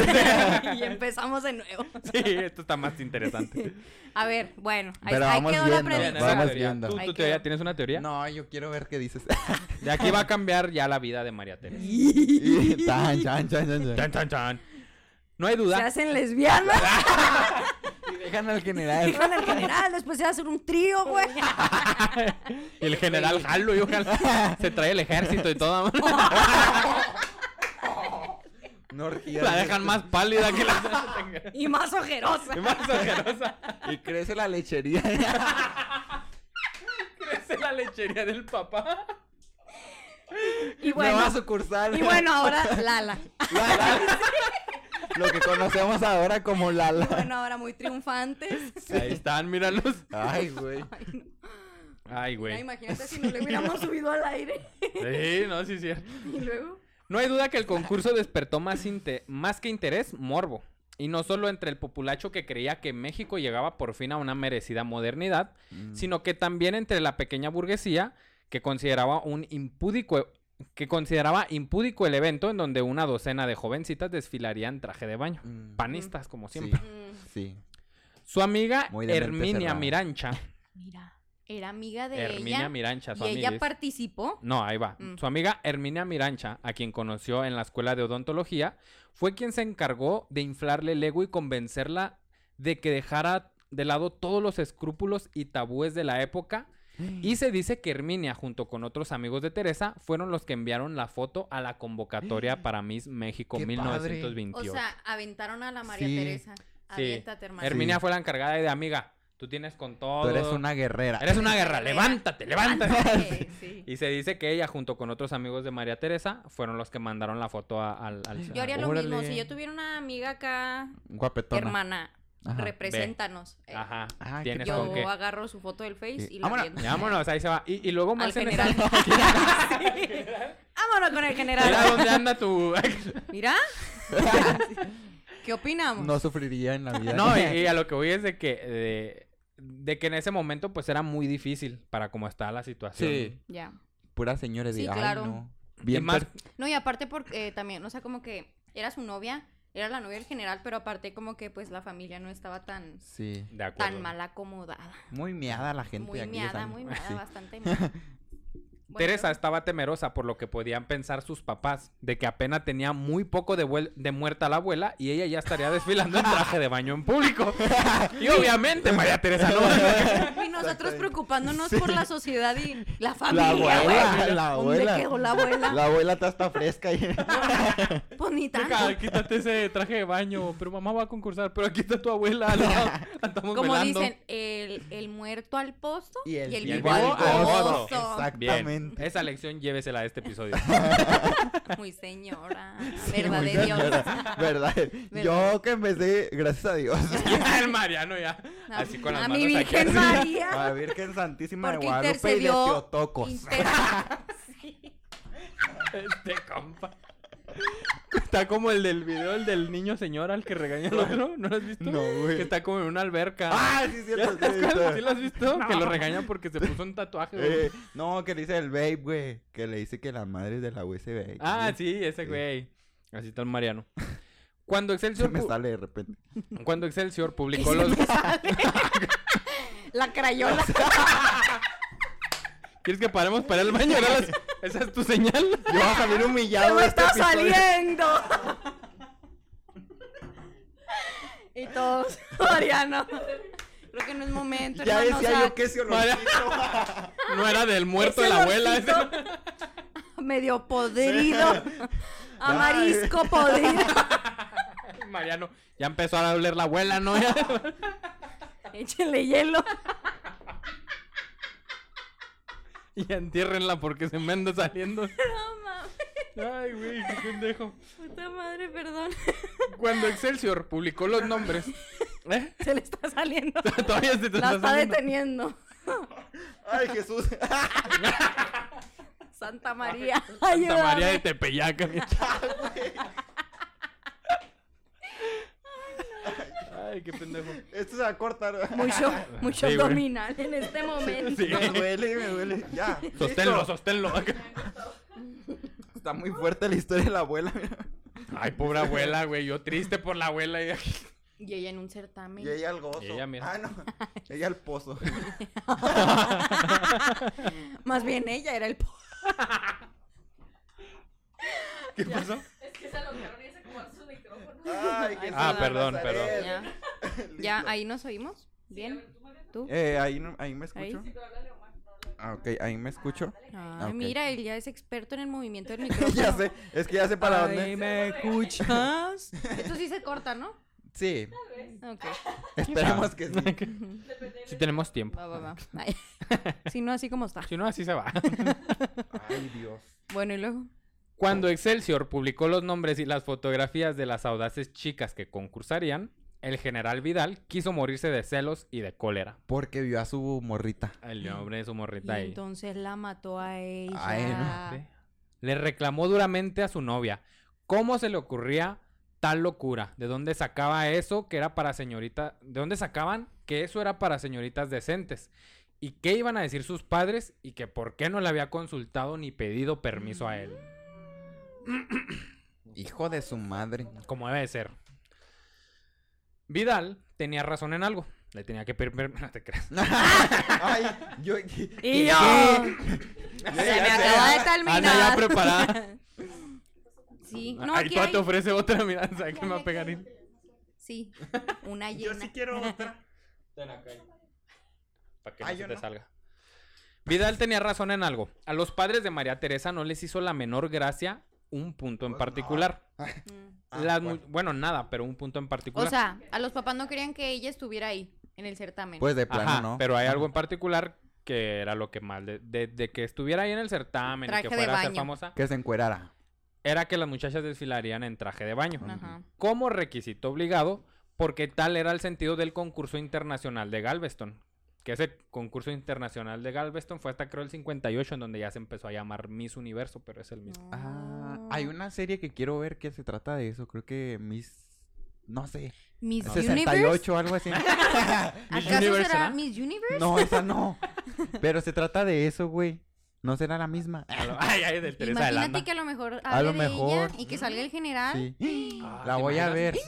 S3: y empezamos de nuevo.
S1: Sí, esto está más interesante.
S3: A ver, bueno, ahí,
S2: Pero
S3: ahí
S2: vamos
S3: quedó la
S1: Bien,
S2: viendo,
S3: predicción.
S1: esa es la
S2: Vamos
S1: teoría.
S2: viendo.
S1: ¿Tú,
S3: Ahí
S1: tu
S3: quedó.
S1: teoría? ¿Tienes una teoría?
S2: No, yo quiero ver qué dices.
S1: De aquí va a cambiar ya la vida de María Teresa.
S2: Y- tan, chan, chan, chan,
S1: Chan,
S2: chan.
S1: chan, chan. No hay
S3: Se
S1: duda.
S3: hacen lesbianas,
S2: Y Dejan al general.
S3: con el general, después se hacen un trío, güey.
S1: Y el general jalo y ojalá se trae el ejército y todo.
S2: No orgías.
S1: La dejan más pálida que la.
S3: Y más ojerosa.
S1: Y más ojerosa.
S2: Y crece la lechería.
S1: Crece la lechería del papá.
S3: Y
S2: Nueva
S3: bueno,
S2: sucursal.
S3: y bueno, ahora Lala.
S2: La- la- Lo que conocemos ahora como Lala.
S3: Bueno, ahora muy triunfantes.
S1: Ahí están, míralos.
S2: Ay, güey.
S3: Ay, no.
S1: Ay, güey.
S3: Imagínate si no le hubiéramos subido al aire.
S1: Sí, no, sí, es cierto.
S3: Y luego.
S1: No hay duda que el concurso despertó más, inte- más que interés, morbo. Y no solo entre el populacho que creía que México llegaba por fin a una merecida modernidad,
S2: Mm.
S1: sino que también entre la pequeña burguesía que consideraba un impúdico que consideraba impúdico el evento en donde una docena de jovencitas desfilarían traje de baño,
S2: Mm.
S1: panistas como
S2: Sí,
S1: siempre.
S3: mm,
S2: Sí.
S1: Su amiga
S2: Muy de mente
S1: Herminia
S2: cerrada.
S1: Mirancha,
S3: Mira, era amiga de
S1: Herminia
S3: ella.
S1: Mirancha, su
S3: y ella
S1: amiguis.
S3: participó.
S1: No, ahí va.
S3: Mm.
S1: Su amiga Herminia Mirancha, a quien conoció en la escuela de odontología, fue quien se encargó de inflarle el ego y convencerla de que dejara de lado todos los escrúpulos y tabúes de la época.
S2: Mm.
S1: Y se dice que Herminia, junto con otros amigos de Teresa, fueron los que enviaron la foto a la convocatoria para Miss México
S2: ¡Qué padre!
S3: O
S1: 1928.
S3: sea, aventaron a la María
S2: Sí.
S3: Teresa. Aviéntate, hermana.
S1: Herminia
S2: Sí.
S1: fue la encargada de amiga. Tú tienes con todo.
S2: Tú eres una guerrera.
S1: Eres una guerra.
S3: Guerrera.
S1: Levántate, levántate.
S3: Ándale, sí.
S1: Y se dice que ella, junto con otros amigos de María Teresa, fueron los que mandaron la foto a- al... al-
S3: Yo haría lo
S2: Órale.
S3: mismo. Si yo tuviera una amiga acá,
S2: Guapetona.
S3: hermana,
S2: Ajá.
S3: represéntanos. Eh,
S1: Ajá,
S2: Ah, qué
S1: tienes
S3: Yo
S1: con qué.
S3: agarro su foto del Face
S2: Sí.
S3: y la
S1: Vámonos,
S3: aviento.
S1: ya vámonos, ahí se va. Y, y luego
S3: Al
S1: más en esa-
S3: general. Sí. Vámonos con el
S1: Mira
S3: general.
S1: dónde anda tu...
S3: Mira. ¿Qué opinamos?
S2: No sufriría en la vida.
S1: no, y, ah, y a lo que voy es de que... De, de que en ese momento pues era muy difícil para cómo estaba la situación.
S2: Sí.
S3: Ya.
S2: Puras señores de.
S3: Sí,
S2: ay,
S3: claro.
S2: no.
S1: Y
S2: Bien
S1: más,
S2: per-
S3: No, y aparte porque eh, también, o sea, como que era su novia, era la novia del general, pero aparte como que pues la familia no estaba tan,
S2: Sí.
S1: de acuerdo.
S3: tan mal acomodada.
S2: Muy miada la gente
S3: Muy
S2: aquí.
S3: miada,
S2: ¿saben?
S3: muy miada,
S2: Sí.
S3: bastante miada. Bueno,
S1: Teresa estaba temerosa por lo que podían pensar sus papás, de que apenas tenía muy poco de, vuel- de muerta la abuela y ella ya estaría desfilando en traje de baño en público. y obviamente María Teresa no.
S3: Y no nosotros
S2: Exactamente.
S3: preocupándonos
S2: Sí.
S3: por la sociedad y la
S2: La
S3: familia.
S2: abuela,
S3: güey.
S2: la
S3: ¿Dónde
S2: abuela.
S3: quedó la abuela?
S2: La abuela está hasta fresca. Y...
S3: Pues ni tanto.
S1: Chica, quítate ese traje de baño, pero mamá va a concursar, pero aquí está tu abuela. la- la estamos
S3: Como
S1: velando.
S3: dicen, el, el muerto al posto
S2: Y el
S1: vivo
S3: vivo
S1: al
S3: al
S1: pozo.
S3: pozo.
S1: Bien.
S2: Exactamente.
S1: Esa lección llévesela a este episodio.
S3: Muy señora,
S2: Sí,
S3: verdad
S2: muy
S3: de Dios.
S2: señora, Verdad. Yo que empecé, gracias a Dios.
S1: Ya, el Mariano ya.
S3: No,
S1: Así con las
S3: a
S1: manos
S3: mi
S1: aquí
S3: Virgen
S1: así.
S3: María.
S2: A la Virgen Santísima
S3: Porque
S2: de Guadalupe y de
S3: intercedió-
S2: Teotocos.
S3: Inter-
S1: Este compa. Está como el del video, el del niño señor al que regaña al otro. ¿No lo has visto?
S2: No, güey.
S1: Que está como en una alberca.
S2: Ah, sí, es cierto. sí,
S1: ¿Sí
S2: está.
S1: lo has visto? Que lo regaña porque se puso un tatuaje. güey.
S2: Eh, no, que le dice el babe, güey. Que le dice que la madre es de la USB.
S1: ah, sí, ese
S2: Sí.
S1: güey. Así está el Mariano. Cuando
S2: Se
S1: Excelsior,
S2: me
S1: pu-
S2: sale de repente.
S1: cuando Excelsior publicó los...
S3: La crayola.
S1: ¿Quieres que paremos para el baño? Ahora las- ¿Esa es tu señal?
S2: Yo voy a salir humillado
S3: ¡Me
S2: de este
S3: está
S2: episodio.
S3: saliendo! y todos, Mariano. Creo que no es momento.
S2: Ya
S3: hermano, o
S2: decía
S3: sea,
S2: yo que se olorcito.
S1: No era del muerto de
S3: Ese
S1: la abuela. ese-
S3: olorcito Medio podrido. A marisco podrido.
S1: Mariano, ya empezó a oler la abuela, ¿no? Ya-
S3: Échenle hielo.
S1: Y entiérrenla porque se me anda saliendo. Ay, güey, qué pendejo.
S3: Puta madre, perdón.
S1: Cuando Excelsior publicó los nombres. ¿Eh?
S3: Se le está saliendo.
S1: Todavía se te
S3: La
S1: está
S3: está
S1: saliendo.
S3: deteniendo.
S2: Ay, Jesús.
S3: Santa María.
S1: Santa María Ah, de
S3: Ayúdame.
S1: Tepeyac. Ay, qué pendejo.
S2: Esto se va a cortar.
S3: Mucho, mucho
S1: Sí, güey.
S3: abdominal en este momento.
S1: Sí.
S2: Me duele, me duele. Ya.
S1: Sosténlo,
S2: listo.
S1: sosténlo.
S2: Está muy fuerte la historia de la abuela. mira.
S1: Ay, pobre abuela, güey. Yo triste por la abuela. y-
S3: Y ella en un certamen.
S2: Y ella al gozo.
S1: Y ella, mira.
S2: Ah, no. Ella al pozo.
S3: Más bien ella era el po-
S1: ¿Qué pasó?
S2: Ay, Jesús.
S1: Ah,
S2: de
S1: perdón,
S2: Nazaret.
S3: Ya,
S2: Listo.
S3: ya, ahí nos oímos. Bien. ¿Tú?
S2: Eh, ahí, no- ahí me
S3: Ahí.
S2: escucho. Ah, ok, ahí me escucho.
S1: Ah,
S3: Ay,
S2: ok.
S3: Ah, mira, él ya es experto en el movimiento del micrófono.
S2: ya sé, es que ya sé para dónde.
S1: me escuchas.
S3: Esto sí se corta, ¿no?
S2: Sí,
S3: Ok.
S2: esperemos que sí.
S1: Si tenemos tiempo.
S3: Va, va, va. Ay. Si no, así como está.
S1: Si no, así se va.
S2: Ay, Dios.
S3: Bueno, y luego.
S1: Cuando Excelsior publicó los nombres y las fotografías de las audaces chicas que concursarían, el general Vidal quiso morirse de celos y de cólera.
S2: Porque vio a su morrita.
S1: El nombre de su
S3: Y
S1: morrita ahí.
S3: entonces la mató a ella.
S2: A él, ¿no?
S1: Sí. Ah. Le reclamó duramente a su novia. ¿Cómo se le ocurría tal locura? ¿De dónde sacaba eso que era para señorita? ¿De dónde sacaban que eso era para señoritas decentes? ¿Y qué iban a decir sus padres? ¿Y que por qué no le había consultado ni pedido permiso a él?
S2: Hijo de su madre.
S1: Como debe de ser. Vidal tenía razón en algo. Le tenía que pedir permiso. No te creas.
S2: Ay, yo.
S3: Y yo.
S2: Ya,
S3: Se me
S2: ya sé.
S3: acaba
S1: Ana
S3: de
S1: Ah, ya
S3: terminar.
S1: preparada.
S3: Sí, no,
S1: Ahí
S3: aquí hay...
S1: te ofrece otra mirada. ¿Sabes qué me va a pegar?
S3: Sí, una
S2: Yo
S3: llena.
S2: sí quiero otra.
S1: Para que no
S2: Ah,
S1: se
S2: yo
S1: te
S2: no.
S1: salga. Vidal tenía razón en algo. A los padres de María Teresa no les hizo la menor gracia un punto en
S2: Pues no.
S1: particular.
S3: Mm.
S2: Ah,
S1: Las mu-
S2: bueno.
S1: bueno. nada, pero un punto en particular.
S3: O sea, a los papás no querían que ella estuviera ahí, en el certamen.
S2: Pues de plano,
S1: Ajá,
S2: ¿no?
S1: pero hay algo en particular que era lo que mal de, de- de que estuviera ahí en el certamen y
S3: Traje
S1: que
S3: de
S1: fuera a ser
S3: baño.
S1: famosa,
S2: Que se encuerara.
S1: era que las muchachas desfilarían en traje de baño.
S3: Ajá.
S1: como requisito obligado, porque tal era el sentido del concurso internacional de Galveston. Que ese concurso internacional de Galveston fue hasta creo el 58, en donde ya se empezó a llamar Miss Universo, pero es el mismo.
S2: Ah,
S3: Oh.
S2: hay una serie que quiero ver que se trata de eso. Creo que Miss. No sé.
S3: Miss 68.
S2: 68 o algo así.
S1: Miss
S3: ¿Acaso
S1: Universe,
S3: será
S1: ¿verdad?
S3: Miss Universe?
S2: No, esa no. Pero se trata de eso, güey. No será la misma.
S1: A lo- Ay, ay, del Teresa de Landa.
S3: Imagínate que a lo mejor hable
S2: lo
S3: de
S2: mejor.
S3: ella y que salga el general.
S2: Sí.
S1: Ah,
S2: La
S1: ¿te
S2: voy a
S1: imaginas?
S2: ver.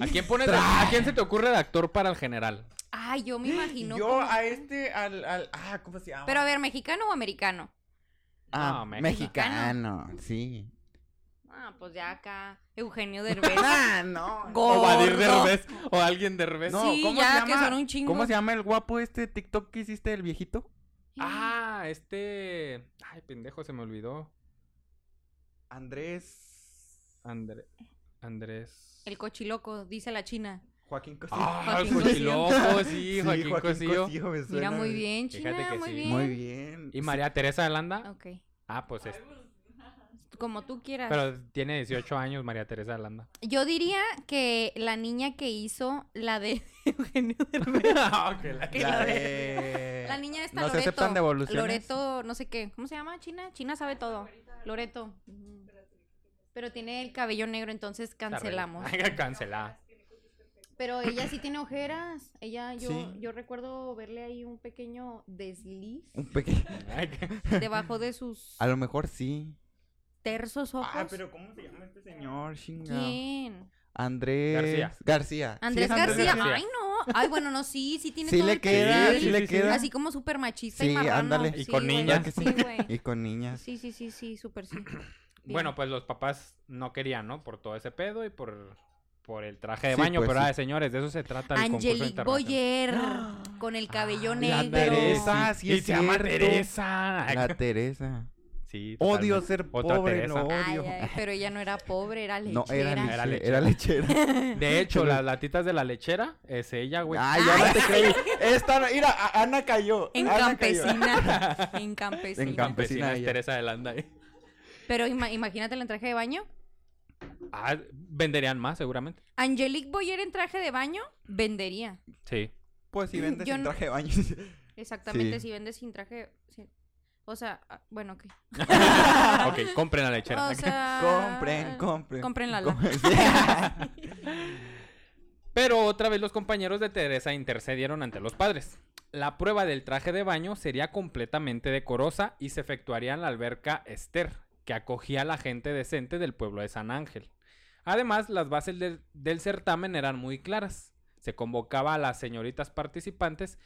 S1: ¿A quién pones de- a quién se te ocurre de actor para el general?
S3: Ay, yo me imagino.
S2: Yo
S3: como-
S2: a este, al, al. Ah, ¿cómo se llama?
S3: Pero a ver, ¿mexicano o americano?
S2: Ah,
S1: No,
S2: mexicano. Sí.
S3: Ah, pues ya acá, Eugenio Derbez.
S2: Ah, no.
S1: O Vadir
S3: Gordo.
S1: Derbez. O alguien Derbez.
S2: No,
S3: sí,
S2: ¿cómo
S3: ya
S2: se llama?
S3: que son un chingo.
S2: ¿Cómo se llama el guapo este TikTok que hiciste del viejito?
S1: Ah, este. Ay, pendejo, se me olvidó.
S2: Andrés.
S1: Andre- Andrés.
S3: El cochiloco, dice la China.
S2: Joaquín Cosío.
S1: Ah, el
S3: Joaquín Cosío.
S1: cochiloco, sí, Joaquín Cosío.
S2: me
S3: Mira,
S2: suena,
S3: muy
S2: güey.
S3: bien,
S1: Fíjate
S3: China,
S1: que
S3: muy
S1: sí.
S3: bien.
S2: Muy bien.
S1: Y María Teresa de Landa.
S3: Ok.
S1: Ah, pues es.
S3: Como tú quieras.
S1: Pero tiene 18 años María Teresa de Landa.
S3: Yo diría que la niña que hizo la de Eugenio Derbez.
S1: Ah, ok, la-
S3: la
S2: La
S3: de-
S2: de-
S3: La niña está
S2: No se
S3: Loreto.
S2: Eh, aceptan devoluciones.
S3: Loreto, no sé qué. ¿Cómo se llama? China. China sabe todo. Loreto. Ujú. Pero tiene el cabello negro, entonces cancelamos.
S1: Ay, Cancelada.
S3: Pero ella sí tiene ojeras. Ella, yo,
S2: Sí.
S3: yo recuerdo verle ahí un pequeño desliz
S2: Un pequeño.
S1: Ay, qué-
S3: debajo de sus
S2: A lo mejor sí. Ah,
S3: tersos ojos.
S2: ¿cómo se llama este señor? Chinga.
S3: ¿Quién?
S2: Andrés
S1: García.
S2: García. Sí
S3: Andrés
S2: es
S3: García.
S1: García.
S3: Ay, no. Ay, bueno, no, sí, sí tiene
S2: Sí
S3: todo
S2: le
S3: el
S2: queda,
S3: perfil.
S2: sí
S1: Sí, sí,
S2: le
S1: sí.
S2: queda.
S3: Así como súper machista
S2: Sí,
S3: y marrano.
S2: ándale.
S1: Y con
S3: güey,
S1: niñas.
S3: Sí, güey.
S2: Y con niñas.
S3: Sí, sí, sí, sí, súper sí.
S1: Bueno, pues los papás no querían, ¿no? Por todo ese pedo y por, por el traje de
S2: Sí,
S1: baño.
S2: pues,
S1: pero,
S2: sí.
S1: ay, señores, de eso se trata el concurso
S3: Angelique
S1: internacional. Ah,
S3: Boyer con eh, el cabello
S1: La
S3: negro.
S1: Teresa, sí
S2: Y
S1: es
S2: se llama
S1: cierto.
S2: Teresa.
S1: Ay,
S2: La Teresa.
S1: Sí,
S2: Odio
S1: totalmente.
S2: ser
S1: Otra
S2: pobre,
S1: Teresa.
S2: lo
S3: Ay,
S2: odio.
S3: ay, pero ella no era pobre, era lechera.
S2: No, era
S1: leche. Era
S2: lechera. Era lechera.
S1: De hecho, las latitas de la lechera es ella, güey.
S2: Ay, ya no te creí. Esta, no- mira, a- Ana cayó.
S3: En
S2: Ana cayó.
S3: campesina. En campesina.
S2: En campe- campesina
S1: es
S2: ella.
S1: Teresa de Landa. eh.
S3: Pero ima- imagínate el traje de baño.
S1: Ah, venderían más, seguramente.
S3: Angelique Boyer en traje de baño vendería.
S1: Sí.
S2: Pues si vendes
S3: Yo
S2: sin
S3: no-
S2: traje de baño.
S3: Exactamente,
S2: Sí.
S3: si vende sin traje. sí. O sea, ah, bueno, ok.
S1: ok, compren la lechera.
S3: O sea,
S2: Compren, compren.
S3: Ah, Compren la
S2: Compren.
S1: Pero otra vez los compañeros de Teresa intercedieron ante los padres. La prueba del traje de baño sería completamente decorosa y se efectuaría en la alberca Esther, que acogía a la gente decente del pueblo de San Ángel. Además, las bases del, del certamen eran muy claras. Se convocaba a las señoritas participantes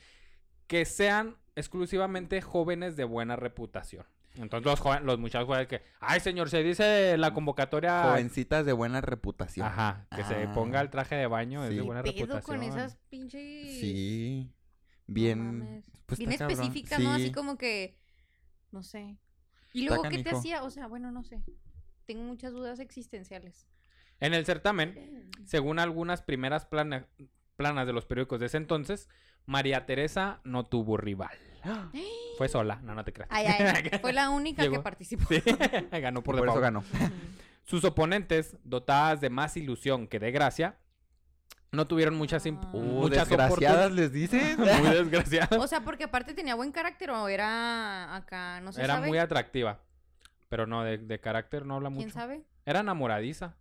S1: que sean exclusivamente jóvenes de buena reputación. Entonces los, joven- los muchachos jóvenes que, ay señor, se dice la convocatoria...
S2: Jovencitas de buena reputación.
S1: Ajá, que se
S2: Ah.
S1: ponga el traje de baño, es de
S2: Sí.
S1: buena
S3: pedo
S1: reputación.
S3: con esas pinches.
S2: Sí.
S3: No
S2: Bien.
S3: mames.
S2: pues,
S3: bien
S2: está cabrón.
S3: específica, ¿no? Así
S2: Sí.
S3: como que, no sé. Y
S2: Está
S3: luego, ¿qué te
S2: canijo.
S3: hacía? O sea, bueno, no sé. Tengo muchas dudas existenciales.
S1: En el certamen, según algunas primeras plana- planas de los periódicos de ese entonces, María Teresa no tuvo rival. Fue sola, no, no te creas.
S3: Ay, ay, fue la única
S1: Llegó.
S3: que participó.
S1: Sí, ganó por,
S2: Por, eso
S1: default.
S2: ganó.
S1: Sus oponentes, dotadas de más ilusión que de gracia, no tuvieron muchas, imp-
S3: Ah.
S2: Uh,
S1: muchas
S2: desgraciadas les dices.
S1: oportun- Muy desgraciadas.
S3: O sea, porque aparte tenía buen carácter o era acá, no sé.
S1: Era
S3: sabe.
S1: muy atractiva. Pero no, de, de carácter no habla
S3: ¿Quién
S1: mucho.
S3: sabe?
S1: Era enamoradiza.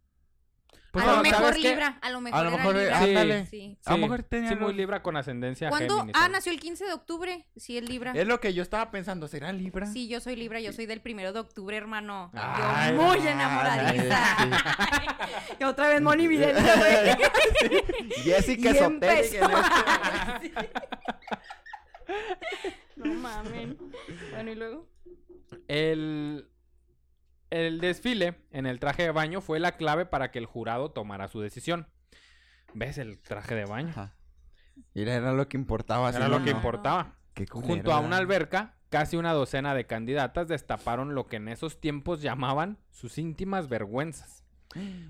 S2: Pues,
S3: a lo
S1: no, ¿sabes
S3: mejor
S1: qué?
S3: Libra, a lo mejor
S2: lo
S3: era
S2: mejor,
S3: Libra.
S2: ándale.
S3: Sí.
S2: A lo
S1: Sí,
S2: mejor tenía
S1: sí, muy
S2: los-
S1: libra con ascendencia
S3: ¿Cuándo?
S1: Géminis,
S3: Ah,
S1: algo.
S3: nació el 15 de octubre. Sí, es Libra.
S2: Es lo que yo estaba pensando. ¿Será Libra?
S3: Sí, yo soy Libra, yo soy del primero de octubre, hermano.
S1: Ay,
S3: yo muy
S2: ay,
S3: enamoradiza. Y Otra vez Moni Vidente, güey.
S2: Jessica
S3: Y
S2: Soteri.
S3: empezó. No mamen. Bueno, y luego.
S1: El, el desfile en el traje de baño fue la clave para que el jurado tomara su decisión. ¿Ves el traje de baño?
S2: Ajá. Mira, era lo que importaba.
S1: Era
S2: Ah, sí,
S1: lo
S2: no,
S1: que
S2: no.
S1: importaba.
S2: Qué
S1: Junto
S2: culero,
S1: a una
S2: ¿verdad?
S1: alberca, casi una docena de candidatas destaparon lo que en esos tiempos llamaban sus íntimas vergüenzas.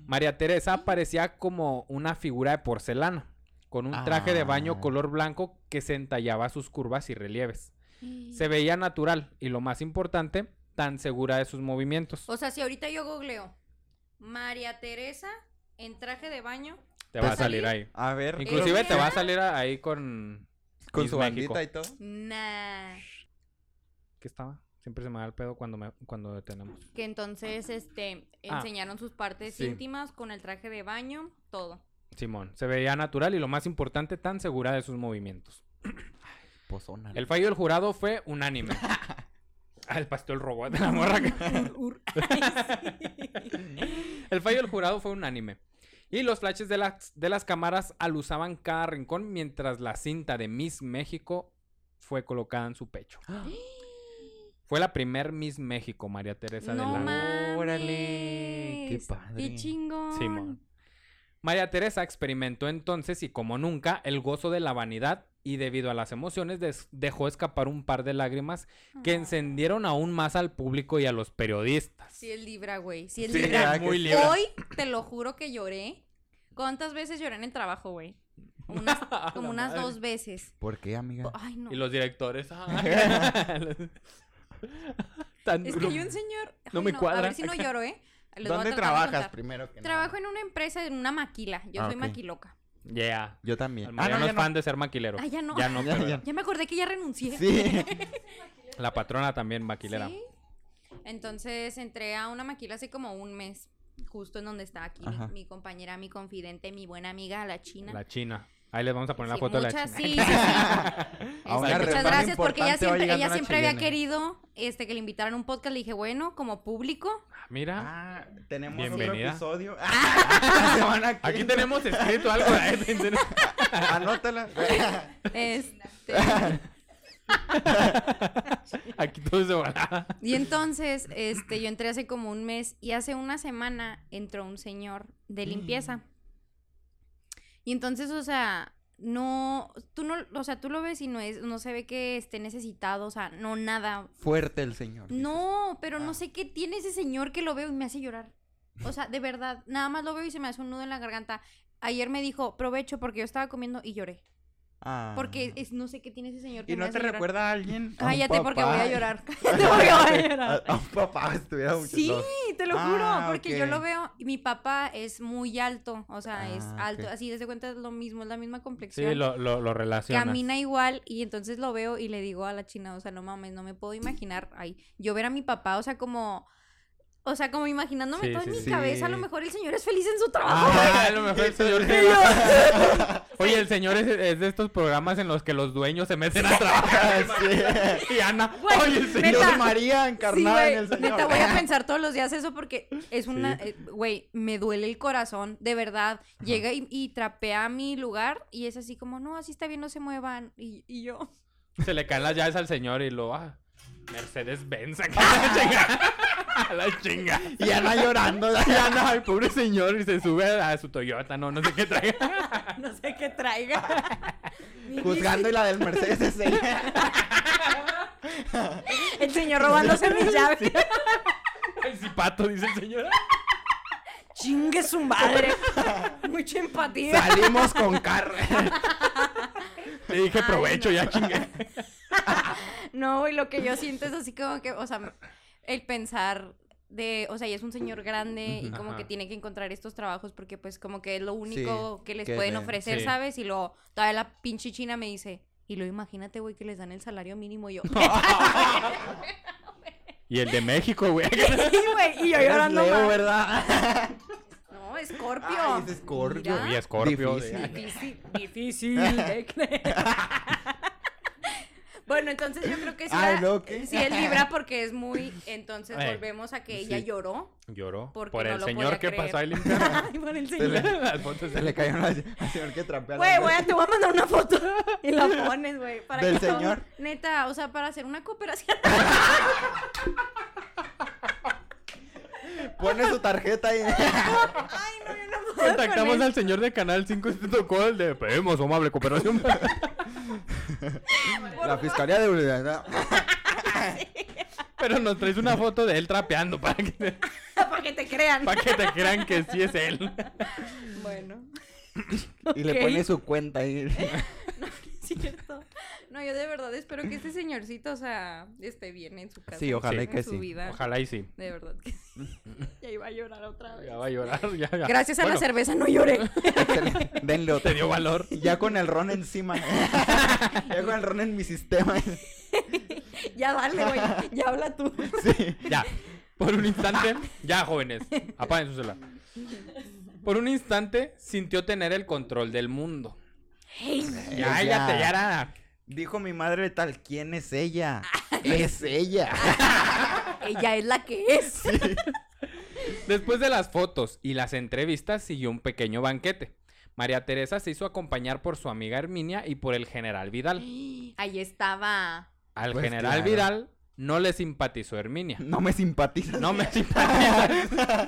S1: María Teresa parecía como una figura de porcelana, con un traje de baño
S2: Ah.
S1: color blanco que se entallaba sus curvas y relieves. Se veía natural y lo más importante, tan segura de sus movimientos.
S3: O sea, si ahorita yo googleo María Teresa en traje de baño,
S1: Te va a
S2: Pues-
S1: salir ahí.
S2: A ver,
S1: Inclusive te
S3: Pero-
S1: va a salir a- ahí con...
S2: con
S1: Miss
S2: su
S1: México.
S2: bandita y todo.
S3: nah.
S1: ¿Qué estaba? Siempre se me da el pedo cuando, me, cuando tenemos.
S3: Que entonces, este,
S1: Ah.
S3: enseñaron sus partes
S2: Sí.
S3: íntimas con el traje de baño, todo.
S1: Simón, se veía natural y lo más importante, tan segura de sus movimientos.
S2: Pozona.
S1: El fallo del jurado fue unánime. Ah, el pastor robot de la morra. que- el fallo del jurado fue unánime. Y los flashes de las, de las cámaras aluzaban cada rincón mientras la cinta de Miss México fue colocada en su pecho. Fue la primer Miss México, María Teresa de
S3: No
S1: la...
S3: mames.
S2: Órale, qué padre.
S3: Y chingón.
S1: Simón. María Teresa experimentó entonces y como nunca el gozo de la vanidad y debido a las emociones des- dejó escapar un par de lágrimas
S3: Ah.
S1: que encendieron aún más al público y a los periodistas.
S3: Sí es Libra, güey. Sí es
S2: Sí,
S3: Libra.
S2: ¿verdad que
S1: muy ah,
S2: sí?
S1: Libra.
S3: Hoy te lo juro que lloré. ¿Cuántas veces lloré en el trabajo, güey? Unas-
S1: A Ah, la
S3: como unas
S1: madre.
S3: dos veces.
S2: ¿Por qué, amiga?
S3: Ay, no.
S1: Y los directores. ay. Tan
S3: Es
S1: duro.
S3: que yo un señor.
S1: No
S3: ay,
S1: me cuadra.
S3: A ver si no lloro, ¿eh? Les voy a
S2: ¿Dónde
S3: tratar de
S2: trabajas
S3: contar.
S2: primero que nada?
S3: Trabajo en una empresa, en una maquila. Yo
S2: Ah,
S3: soy
S2: ok.
S3: maquiloca.
S1: Yeah. Ah,
S2: Yo también. Ah,
S1: El Mariano
S2: ya
S1: es fan de ser maquilero.
S3: Ah, ya no.
S1: Ya no,
S2: Ya,
S1: pero
S2: ya.
S3: Ya me acordé que ya renuncié.
S2: Sí.
S1: la patrona también maquilera.
S3: Sí. Entonces entré a una maquila hace como un mes, justo en donde está aquí mi-
S2: Ajá.
S3: mi, compañera, mi confidente, mi buena amiga, la china.
S1: La china. Ahí les vamos a poner la
S3: Sí,
S1: foto de la
S3: muchas-
S1: china.
S3: sí, sí, sí. Este,
S2: A una
S3: muchas
S2: reunión
S3: gracias porque ella
S2: importante va
S3: siempre,
S2: llegando
S3: ella
S2: una
S3: siempre había
S2: chilena.
S3: querido este, que le invitaran a un podcast. Le dije, bueno, como público,
S1: Ah, Mira.
S2: Ah, tenemos
S1: Bienvenida.
S2: otro episodio. Ah, la semana que
S1: Aquí
S2: entra.
S1: tenemos escrito algo. ¿eh?
S2: Anótala.
S3: este,
S1: Aquí todo se volaba.
S3: Y entonces, este, yo entré hace como un mes y hace una semana entró un señor
S2: Mm.
S3: de limpieza. Y entonces, o sea, no, tú no, o sea, tú lo ves y no es, no se ve que esté necesitado, o sea, no nada.
S2: Fuerte el señor. dices.
S3: No, pero
S2: Ah.
S3: no sé qué tiene ese señor que lo veo y me hace llorar. O sea, de verdad, nada más lo veo y se me hace un nudo en la garganta. Ayer me dijo, provecho, porque yo estaba comiendo y lloré.
S2: Ah.
S3: Porque es, no sé qué tiene ese señor que
S2: ¿Y
S3: me
S2: no
S3: hace
S2: te
S3: llorar.
S2: recuerda a alguien? A un
S3: Cállate porque voy
S2: papá. Ah,
S3: a llorar. Cállate porque voy a llorar.
S2: A, a un papá estuviera mucho.
S3: Sí, te lo
S2: Ah,
S3: juro, porque yo
S2: ok.
S3: lo veo. y Mi papá es muy alto, o sea, es
S2: Ah,
S3: alto.
S2: ok.
S3: Así, desde cuenta es lo mismo, es la misma complexión.
S1: Sí, lo, lo, lo relaciona.
S3: Camina igual y entonces lo veo y le digo a la china, o sea, no mames, no me puedo imaginar. Ay, yo ver a mi papá, o sea, como. O sea, como imaginándome
S1: Sí,
S3: todo
S1: sí,
S3: en mi
S2: sí.
S3: cabeza, a lo mejor el señor es feliz en su trabajo.
S1: Ah, a lo mejor el señor se- Oye, el señor es, es de estos programas en los que los dueños se meten a trabajar. Y Ana,
S3: Güey,
S1: oye, el señor.
S3: Neta.
S2: Dios María encarnada
S3: güey,
S2: en el señor.
S3: neta, voy a pensar todos los días eso porque es una... eh, Güey, me duele el corazón, de verdad. Llega y, y trapea a mi lugar y es así como, no, así está bien, no se muevan. Y, y yo...
S1: Se le caen las llaves al señor y lo ah, Mercedes Benz acá a la chinga. A la chinga.
S2: Y Ana llorando.
S1: Y Ana, el pobre señor, y se sube a su Toyota, no, no sé qué trae.
S3: No sé qué traiga.
S2: Juzgando y la del Mercedes ese.
S3: El señor robándose mis llaves.
S1: El cipato, dice el señor.
S3: Chingue su madre. Mucha empatía.
S2: Salimos con carro.
S1: Le dije,
S3: Ay,
S1: provecho,
S3: no.
S1: ya chingué.
S3: No, y lo que yo siento es así como que, o sea, el pensar de, o sea, y es un señor grande y
S2: Ujú.
S3: como que
S1: Ajá.
S3: tiene que encontrar estos trabajos porque pues como que es lo único que les
S2: que
S3: pueden
S2: ven,
S3: ofrecer,
S1: sí.
S3: ¿sabes? Y luego todavía la pinche china me dice, y luego imagínate, güey, que les dan el salario mínimo y yo.
S1: Y el de México, güey.
S3: sí, güey, y yo llorando
S2: Eres Leo,
S3: más.
S2: ¿verdad?
S3: No, Scorpio.
S2: Ay, es Scorpio.
S3: Mira.
S1: Y Scorpio.
S2: Difícil.
S1: de-
S3: Difícil, difícil de creer. Bueno, entonces yo creo que sí,
S2: Ay,
S3: era-
S2: Ah, ¿no? ¿Qué?
S3: sí es Libra porque es muy... Entonces
S1: Eh,
S3: volvemos a que ella
S2: sí.
S3: lloró.
S1: Lloró.
S3: Porque
S1: Por
S3: no
S1: el
S3: lo
S1: señor
S3: podía
S1: que
S3: creer.
S1: pasó ahí limpiando.
S3: Ay, por el
S2: le-
S3: señor.
S1: Las fotos
S2: Se le cayó al al señor que trapea.
S3: Güey,
S2: las-
S3: güey, te voy a mandar una foto y la pones, güey. para
S2: ¿Del
S3: que todo-
S2: señor?
S3: Neta, o sea, para hacer una cooperación.
S2: Pone su tarjeta ahí.
S3: Ay, no, yo no puedo con
S1: Contactamos
S3: él.
S1: al señor de Canal 5 y te tocó el de pedimos su amable cooperación.
S2: La fiscalía de Uruguay.
S1: Pero nos traes una foto de él trapeando para que,
S3: Para que te crean.
S1: para que te crean que sí es él.
S3: Bueno,
S2: Y le
S3: Ok.
S2: pone su cuenta ahí.
S3: cierto. No, yo de verdad espero que este señorcito, o sea, esté bien en su casa.
S2: Sí, ojalá y
S1: Sí.
S2: que
S3: en su
S2: sí.
S3: vida.
S1: Ojalá y sí.
S3: De verdad que sí. ya iba a llorar otra vez.
S1: Ya va a llorar. ya, ya.
S3: Gracias a
S1: Bueno,
S3: la cerveza no lloré.
S2: Excelente. Denle
S1: Te
S2: otro.
S1: dio valor.
S2: Ya con el ron encima. ya con el ron en mi sistema.
S3: ya dale, güey. Ya habla tú.
S2: sí.
S1: Ya. Por un instante. Ya, jóvenes. Apaguen su celular. Por un instante sintió tener el control del mundo. Ya,
S2: Ya.
S1: ya te ya era.
S2: Dijo mi madre tal, ¿quién es ella? es ella.
S3: Ella es la que es.
S1: Después de las fotos y las entrevistas siguió un pequeño banquete. María Teresa se hizo acompañar por su amiga Herminia y por el general Vidal.
S3: Ahí estaba.
S1: Al
S2: Pues
S1: general
S2: claro.
S1: Vidal No le simpatizó Herminia.
S2: No me simpatiza.
S1: No me simpatiza.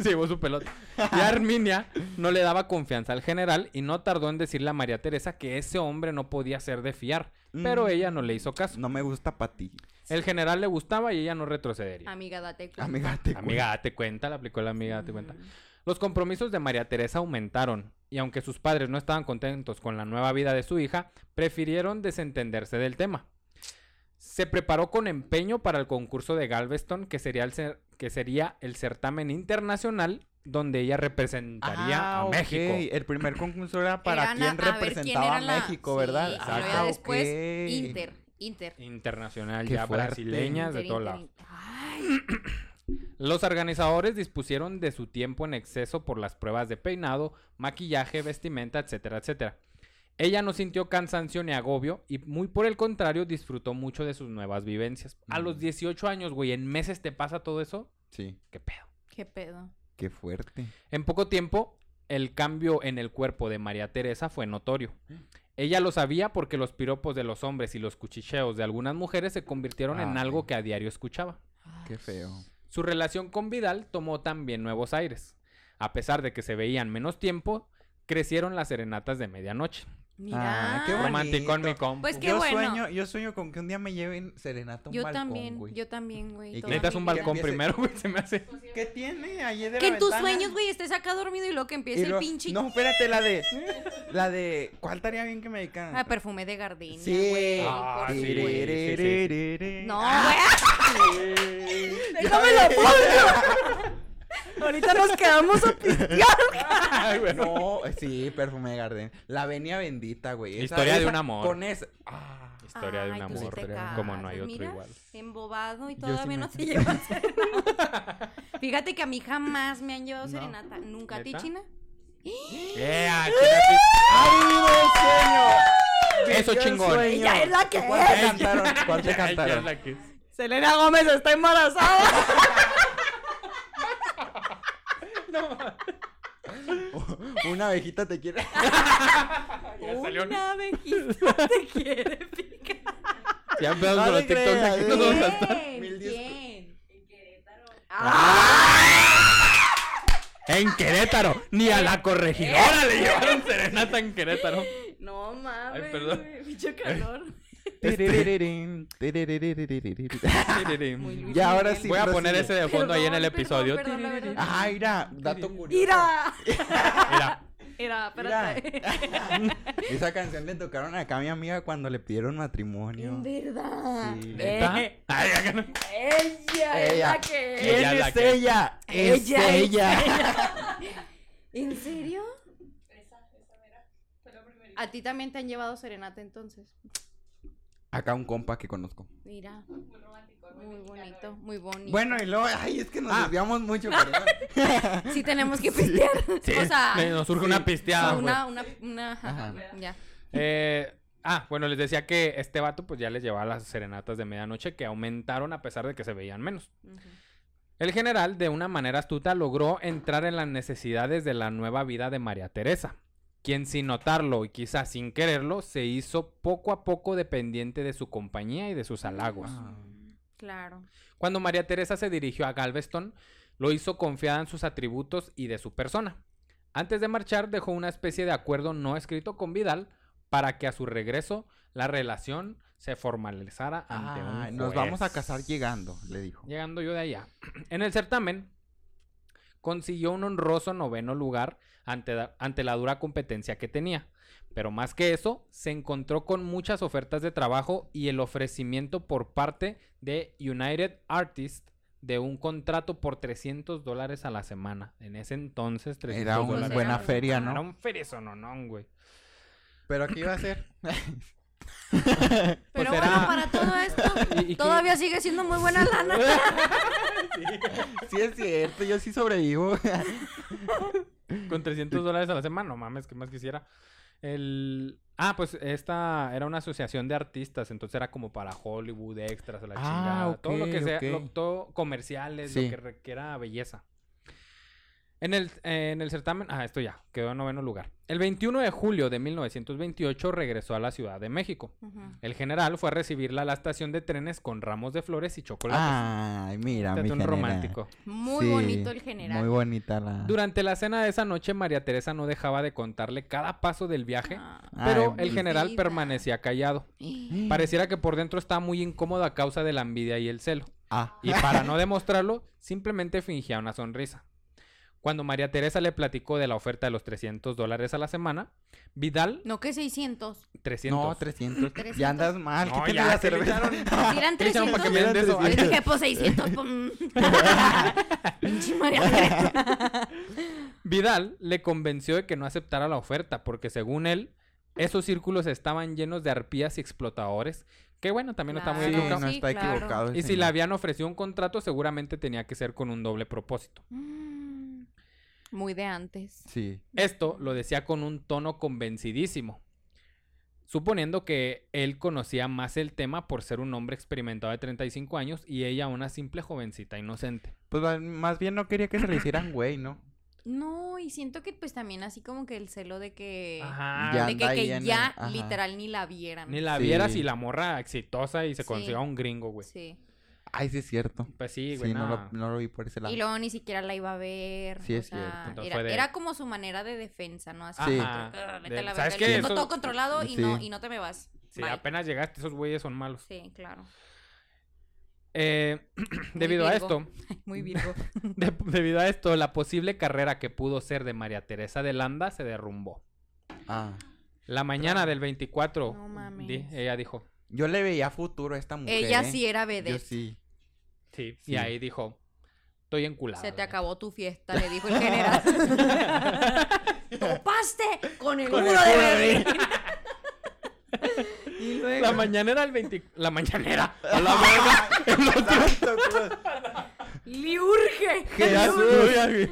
S1: Se llevó su pelota. Y a Herminia no le daba confianza al general y no tardó en decirle a María Teresa que ese hombre no podía ser de fiar. Pero
S2: Mm.
S1: ella no le hizo caso.
S2: No me gusta para ti.
S1: El general le gustaba y ella no retrocedería.
S3: Amiga, date cuenta.
S2: Amiga, te
S1: Amiga, date cuenta, le aplicó la amiga, date cuenta.
S3: Ujú.
S1: Los compromisos de María Teresa aumentaron, y aunque sus padres no estaban contentos con la nueva vida de su hija, prefirieron desentenderse del tema. Se preparó con empeño para el concurso de Galveston, que sería el, cer- que sería el certamen internacional donde ella representaría a
S2: Ah, ok.
S1: México.
S2: El primer concurso era para
S3: Eran a-
S2: quién
S3: a ver quién
S2: representaba a,
S3: era la-
S2: México,
S3: sí,
S2: ¿verdad?
S3: y luego
S1: ya
S2: Ah,
S3: después,
S2: ok.
S3: Inter, Inter.
S1: Internacional,
S2: Qué
S1: ya
S2: fuerte.
S1: brasileñas, de
S3: Inter,
S1: todos
S3: Inter,
S1: lados.
S3: Inter. Ah, Ay,
S1: Los organizadores dispusieron de su tiempo en exceso por las pruebas de peinado, maquillaje, vestimenta, etcétera, etcétera. Ella no sintió cansancio ni agobio y muy por el contrario disfrutó mucho de sus nuevas vivencias. A los
S2: Mm.
S1: 18 años, güey, en meses te pasa todo eso.
S2: Sí,
S1: ¿Qué pedo?
S3: qué pedo.
S2: qué fuerte.
S1: En poco tiempo, el cambio en el cuerpo de María Teresa fue notorio. Ella lo sabía porque los piropos de los hombres y los cuchicheos de algunas mujeres se convirtieron en
S2: Ah,
S1: algo
S2: ok.
S1: que a diario escuchaba.
S2: Qué feo.
S1: Su relación con Vidal tomó también nuevos aires. A pesar de que se veían menos tiempo, crecieron las serenatas de medianoche.
S3: Mira.
S2: Ah, qué bueno.
S1: Romántico en mi
S2: bonito.
S1: compu.
S3: Pues qué
S2: yo
S3: bueno.
S2: sueño, yo sueño con que un día me lleven serenata a un
S3: Yo
S2: balcón,
S3: también,
S2: güey.
S3: yo también,
S2: Y
S3: güey. toda
S1: Necesitas
S3: mi
S1: un
S3: vida.
S1: balcón
S2: empiece-
S1: primero, güey, se me hace.
S2: ¿Qué tiene ahí de la
S3: Que en tus
S2: ventana?
S3: sueños, güey, estés acá dormido y luego que
S2: Y
S3: empiece
S2: luego-
S3: el pinche...
S2: No, espérate, la de la de ¿cuál estaría bien que me dedicaran?
S3: Ah, perfume de gardenia,
S2: Sí.
S3: güey.
S1: Ah,
S3: por
S1: sí.
S3: supuesto.
S1: sí,
S3: No,
S2: Ah,
S3: güey.
S2: ya ves.
S3: Ahorita nos quedamos a pistear.
S1: Ay, güey, no.
S2: No, sí, perfume de Garden. La Avenida Bendita, güey. Esa-
S1: Historia de
S2: esa-
S1: un amor.
S2: Con esa. Ah.
S1: Historia de un
S3: Ay, tú sí
S1: amor,
S3: te
S1: como no hay
S3: casas,
S1: otro
S3: ¿eh? mira.
S1: igual.
S3: Embobado y
S2: Yo
S3: todavía
S2: sí me-
S3: no te llevan serenata. Fíjate que a mí jamás me han llevado
S2: No.
S3: serenata. Nunca a ti,
S1: ¿Neta?
S3: China.
S1: Eh, aquí la-
S2: ¡Ay, mi sueño!
S1: Eso
S2: Vivió el
S1: chingón.
S2: sueño.
S3: Ella es la que
S2: ¿Cuál te
S1: es.
S2: cantaron? ¿Cuál te
S1: Ay, ya
S2: cantaron?
S1: la que-
S3: Selena Gómez está embarazada.
S2: Una abejita te quiere.
S1: Ya salió.
S3: Una abejita te quiere picar.
S1: Ya empezamos
S2: No
S1: con los
S2: te
S1: TikToks
S2: creas,
S1: aquí
S2: ¿eh?
S1: todos
S2: ¿Dónde
S1: hasta-
S2: Mil
S3: Bien,
S2: discos.
S3: bien.
S1: En Querétaro, ni a la
S2: Eh.
S1: corregidora le llevaron serenata en Querétaro.
S3: No mames.
S1: Ay, perdón.
S3: güey, Mucho calor.
S1: Este.
S2: Tiririrín, tiririrín.
S3: Muy Luis
S2: Y ahora
S3: Miguel.
S2: sí.
S1: Voy a
S2: prosigue.
S1: poner ese de fondo ahí en el
S3: Perdón,
S1: episodio.
S3: perdón, perdón, la verdad.
S2: Ah, mira, dato curioso.
S3: Ira.
S1: Mira,
S3: Ira, espérate.
S2: Mira. Esa canción le tocaron acá a mi amiga cuando le pidieron matrimonio.
S3: En verdad.
S2: Sí.
S1: ¿neta?
S3: Eh,
S1: Ay, acá no.
S3: ella, es
S2: Ella.
S3: la que.
S1: ¿Quién Ella es la
S2: es
S1: que-
S2: ella? Es
S3: Ella es
S2: ella.
S3: ¿En serio? A ti también te han llevado serenata entonces.
S2: Acá un compa que conozco.
S3: Mira. Muy romántico. Muy bonito, muy bonito.
S2: Bueno, y luego, ay, es que
S1: Ah.
S2: nos desviamos mucho, perdón.
S3: sí tenemos que pistear.
S1: Sí,
S3: o sea,
S1: me- nos surge
S2: sí.
S1: una pisteada. güey.
S3: una, una, una,
S2: Ajá.
S3: ya.
S1: Eh, ah, bueno, les decía que este vato pues ya les llevaba las serenatas de medianoche que aumentaron a pesar de que se veían menos.
S3: Ujú.
S1: El general, de una manera astuta, logró entrar en las necesidades de la nueva vida de María Teresa, quien sin notarlo y quizás sin quererlo, se hizo poco a poco dependiente de su compañía y de sus halagos.
S2: Ah.
S3: Claro.
S1: Cuando María Teresa se dirigió a Galveston, lo hizo confiada en sus atributos y de su persona. Antes de marchar, dejó una especie de acuerdo no escrito con Vidal para que a su regreso la relación se formalizara ante un
S2: Ah,
S1: juez.
S2: nos vamos a casar llegando, le dijo.
S1: Llegando yo de allá. En el certamen, consiguió un honroso noveno lugar ante, da- ante la dura competencia que tenía. Pero más que eso, se encontró con muchas ofertas de trabajo y el ofrecimiento por parte de United Artists de un contrato por 300 dólares a la semana. En ese entonces, 300
S2: Era una
S1: dólares.
S3: Pues
S2: buena
S3: era-
S2: feria,
S1: Era
S2: ¿no?
S1: un ferezononón, güey.
S2: Pero aquí iba a ser.
S3: Pero
S1: será.
S3: bueno, para todo esto,
S1: Pues ¿Y- y qué?
S3: todavía sigue siendo muy buena lana.
S2: Sí, es cierto, yo sí sobrevivo.
S1: Con 300 dólares a la semana, no mames, ¿qué más quisiera? El... Ah, pues esta era una asociación de artistas, entonces era como para Hollywood, extras, a la
S2: Ah,
S1: chingada. todo lo
S2: ok,
S1: que sea,
S2: ok.
S1: lo- todo comerciales,
S2: Sí.
S1: lo que requiera belleza. En el, eh, en el certamen, ah, esto ya, quedó en noveno lugar. El 21 de julio de 1928 regresó a la Ciudad de México.
S3: Ujú.
S1: El general fue a recibirla a la estación de trenes con ramos de flores y chocolates.
S2: Ay,
S1: Fíjate,
S2: mira, Ah,
S1: Este
S2: mi
S1: un
S2: genera. Ah.
S1: romántico.
S3: Muy
S2: Sí,
S3: bonito el general.
S2: Muy bonita la.
S1: Durante la cena de esa noche, María Teresa no dejaba de contarle cada paso del viaje,
S3: Ah.
S1: pero
S2: Ay,
S1: el general
S3: vida.
S1: permanecía callado. Pareciera que por dentro estaba muy incómodo a causa de la envidia y el celo.
S2: Ah,
S1: Y para no demostrarlo, simplemente fingía una sonrisa. Cuando María Teresa le platicó de la oferta de los 300 dólares a la semana, Vidal,
S3: No que 600.
S1: 300.
S2: no, 300. Ya andas mal.
S1: No,
S2: quítale
S1: ya,
S2: la
S1: ¿qué le
S2: cerveza.
S3: Si eran
S1: ¿Qué hicieron
S3: 300.
S1: para que me den de eso?
S3: Yo dije, pues 600. pues, mm. Pinche María Teresa.
S1: Vidal le convenció de que no aceptara la oferta, porque según él, esos círculos estaban llenos de arpías y explotadores, que bueno, también no está muy
S2: Sí,
S3: Claro.
S1: equivocado.
S2: no
S3: Sí,
S2: está
S3: claro.
S2: equivocado.
S1: Y
S2: ese
S1: si le
S2: no.
S1: habían ofrecido un contrato, seguramente tenía que ser con un doble propósito.
S3: Mm. Muy de antes.
S2: Sí.
S1: Esto lo decía con un tono convencidísimo, suponiendo que él conocía más el tema por ser un hombre experimentado de 35 años y ella una simple jovencita inocente.
S2: Pues va- más bien no quería que se le hicieran güey, ¿no?
S3: No, y siento que pues también así como que el celo de que...
S2: Ya.
S3: De que,
S2: anda ahí
S3: que
S2: en el-
S3: ya
S2: ajá.
S3: literal ni la vieran.
S1: Ni la
S2: Sí.
S1: vieras y la morra exitosa y se
S3: Sí.
S1: consiga un gringo, güey.
S3: Sí.
S2: Ay, sí es cierto.
S1: Pues sí,
S2: Sí,
S1: güey.
S2: no,
S1: nada.
S2: lo, no lo vi por ese lado.
S3: Y luego ni siquiera la iba a ver.
S2: Sí,
S3: o
S2: es cierto.
S3: sea,
S1: Entonces
S3: Era,
S1: fue de-
S3: era como su manera de defensa, ¿no? Así,
S2: Sí.
S1: Ajá.
S3: "Ah, vete
S1: De-
S3: a la
S1: ¿sabes
S3: verga,
S1: qué?
S3: tengo
S1: Eso-
S3: todo controlado y,
S2: Sí.
S3: no, y no te me vas.
S1: Sí,
S3: Bye".
S1: apenas llegaste, esos güeyes son malos.
S3: Sí, claro.
S1: Eh, debido a
S3: virgo.
S1: esto,
S3: Muy virgo.
S1: de- debido a esto, la posible carrera que pudo ser de María Teresa de Landa se derrumbó.
S2: Ah.
S1: La mañana del 24,
S3: No
S1: di-
S3: mames.
S1: ella dijo,
S2: Yo le veía futuro a esta mujer.
S3: Ella
S2: ¿eh?
S3: sí era
S2: Yo
S3: vedette.
S2: sí.
S1: sí, y
S2: Sí.
S1: ahí dijo, estoy enculada.
S3: Se te
S1: la neta".
S3: acabó tu fiesta, le dijo el general. ¡Topaste con el muro de Berlín! Y luego-
S1: La mañanera del 20... La mañanera. A la verga.
S3: ¡Liurge!
S1: Ya
S3: ¡Liurge!
S1: estoy, ya, güey.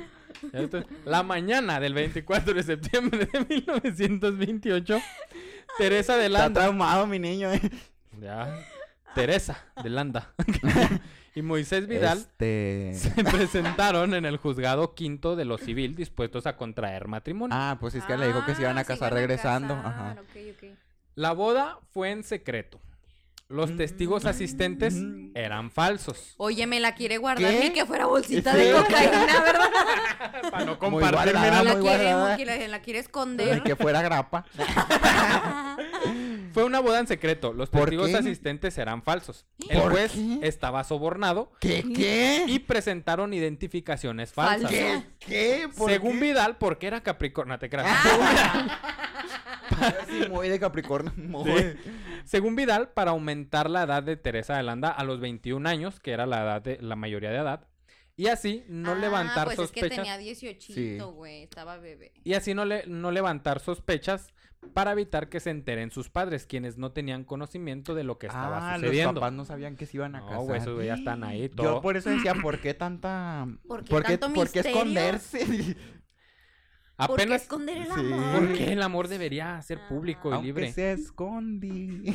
S1: Ya estoy. La mañana del 24 de septiembre de 1928, Teresa de
S2: Está
S1: Landa...
S2: traumado mi niño, ¿eh?
S1: Ya. Teresa de Landa. y Moisés Vidal...
S2: Este...
S1: se presentaron en el juzgado quinto de lo civil dispuestos a contraer matrimonio.
S2: Ah, pues es que le dijo que se iban
S3: Ah,
S2: a casar
S3: iban
S2: regresando.
S3: casar,
S2: Ajá.
S3: ok, ok.
S1: La boda fue en secreto.
S2: Mm.
S1: Los testigos asistentes eran falsos.
S3: Oye, me la quiere guardar
S2: ¿Qué?
S3: ni que fuera bolsita
S2: Sí.
S3: de cocaína, ¿verdad?
S1: Para no
S2: Muy
S1: compartir,
S2: guardada,
S1: mira,
S3: la,
S2: muy
S3: quiere,
S2: guardada.
S3: mo- la- la quiere
S2: Ni
S3: esconder.
S2: que fuera grapa.
S1: Fue una boda en secreto. Los
S2: ¿Por
S1: testigos
S2: qué?
S1: asistentes eran falsos. El
S2: ¿Por
S1: juez
S2: qué?
S1: estaba sobornado
S2: ¿Qué? ¿Qué?
S1: y presentaron identificaciones falsas.
S2: ¿Qué? ¿Qué? ¿Por
S1: Según
S2: qué? Ah.
S1: Vidal, porque era Capricornio. No, te creas.
S3: Ah.
S2: Sí, muy de Capricornio. muy.
S1: Sí. Según Vidal, para aumentar la edad de Teresa de Landa a los 21 años, que era la edad de la mayoría de edad, y así no
S3: Ah,
S1: levantar
S3: pues
S1: sospechas.
S3: es que tenía 18,
S2: Sí.
S3: güey. Estaba bebé.
S1: Y así no, le, no levantar sospechas para evitar que se enteren sus padres, quienes no tenían conocimiento de lo que estaba
S2: Ah, los
S1: sucediendo.
S2: papás no sabían que se iban a
S1: No,
S2: casar.
S1: güey, esos güey ya están ahí.
S2: Yo
S1: Todo.
S2: por eso decía, ¿por qué tanta...
S3: ¿Por qué
S2: qué,
S3: tanto
S2: por qué
S3: misterio?
S2: esconderse?
S3: ¿Por qué Ah.
S1: Apenas.
S3: esconder el
S2: Sí.
S3: amor?
S1: ¿Por qué el amor debería ser público y
S2: Aunque
S1: libre?
S2: se escondi.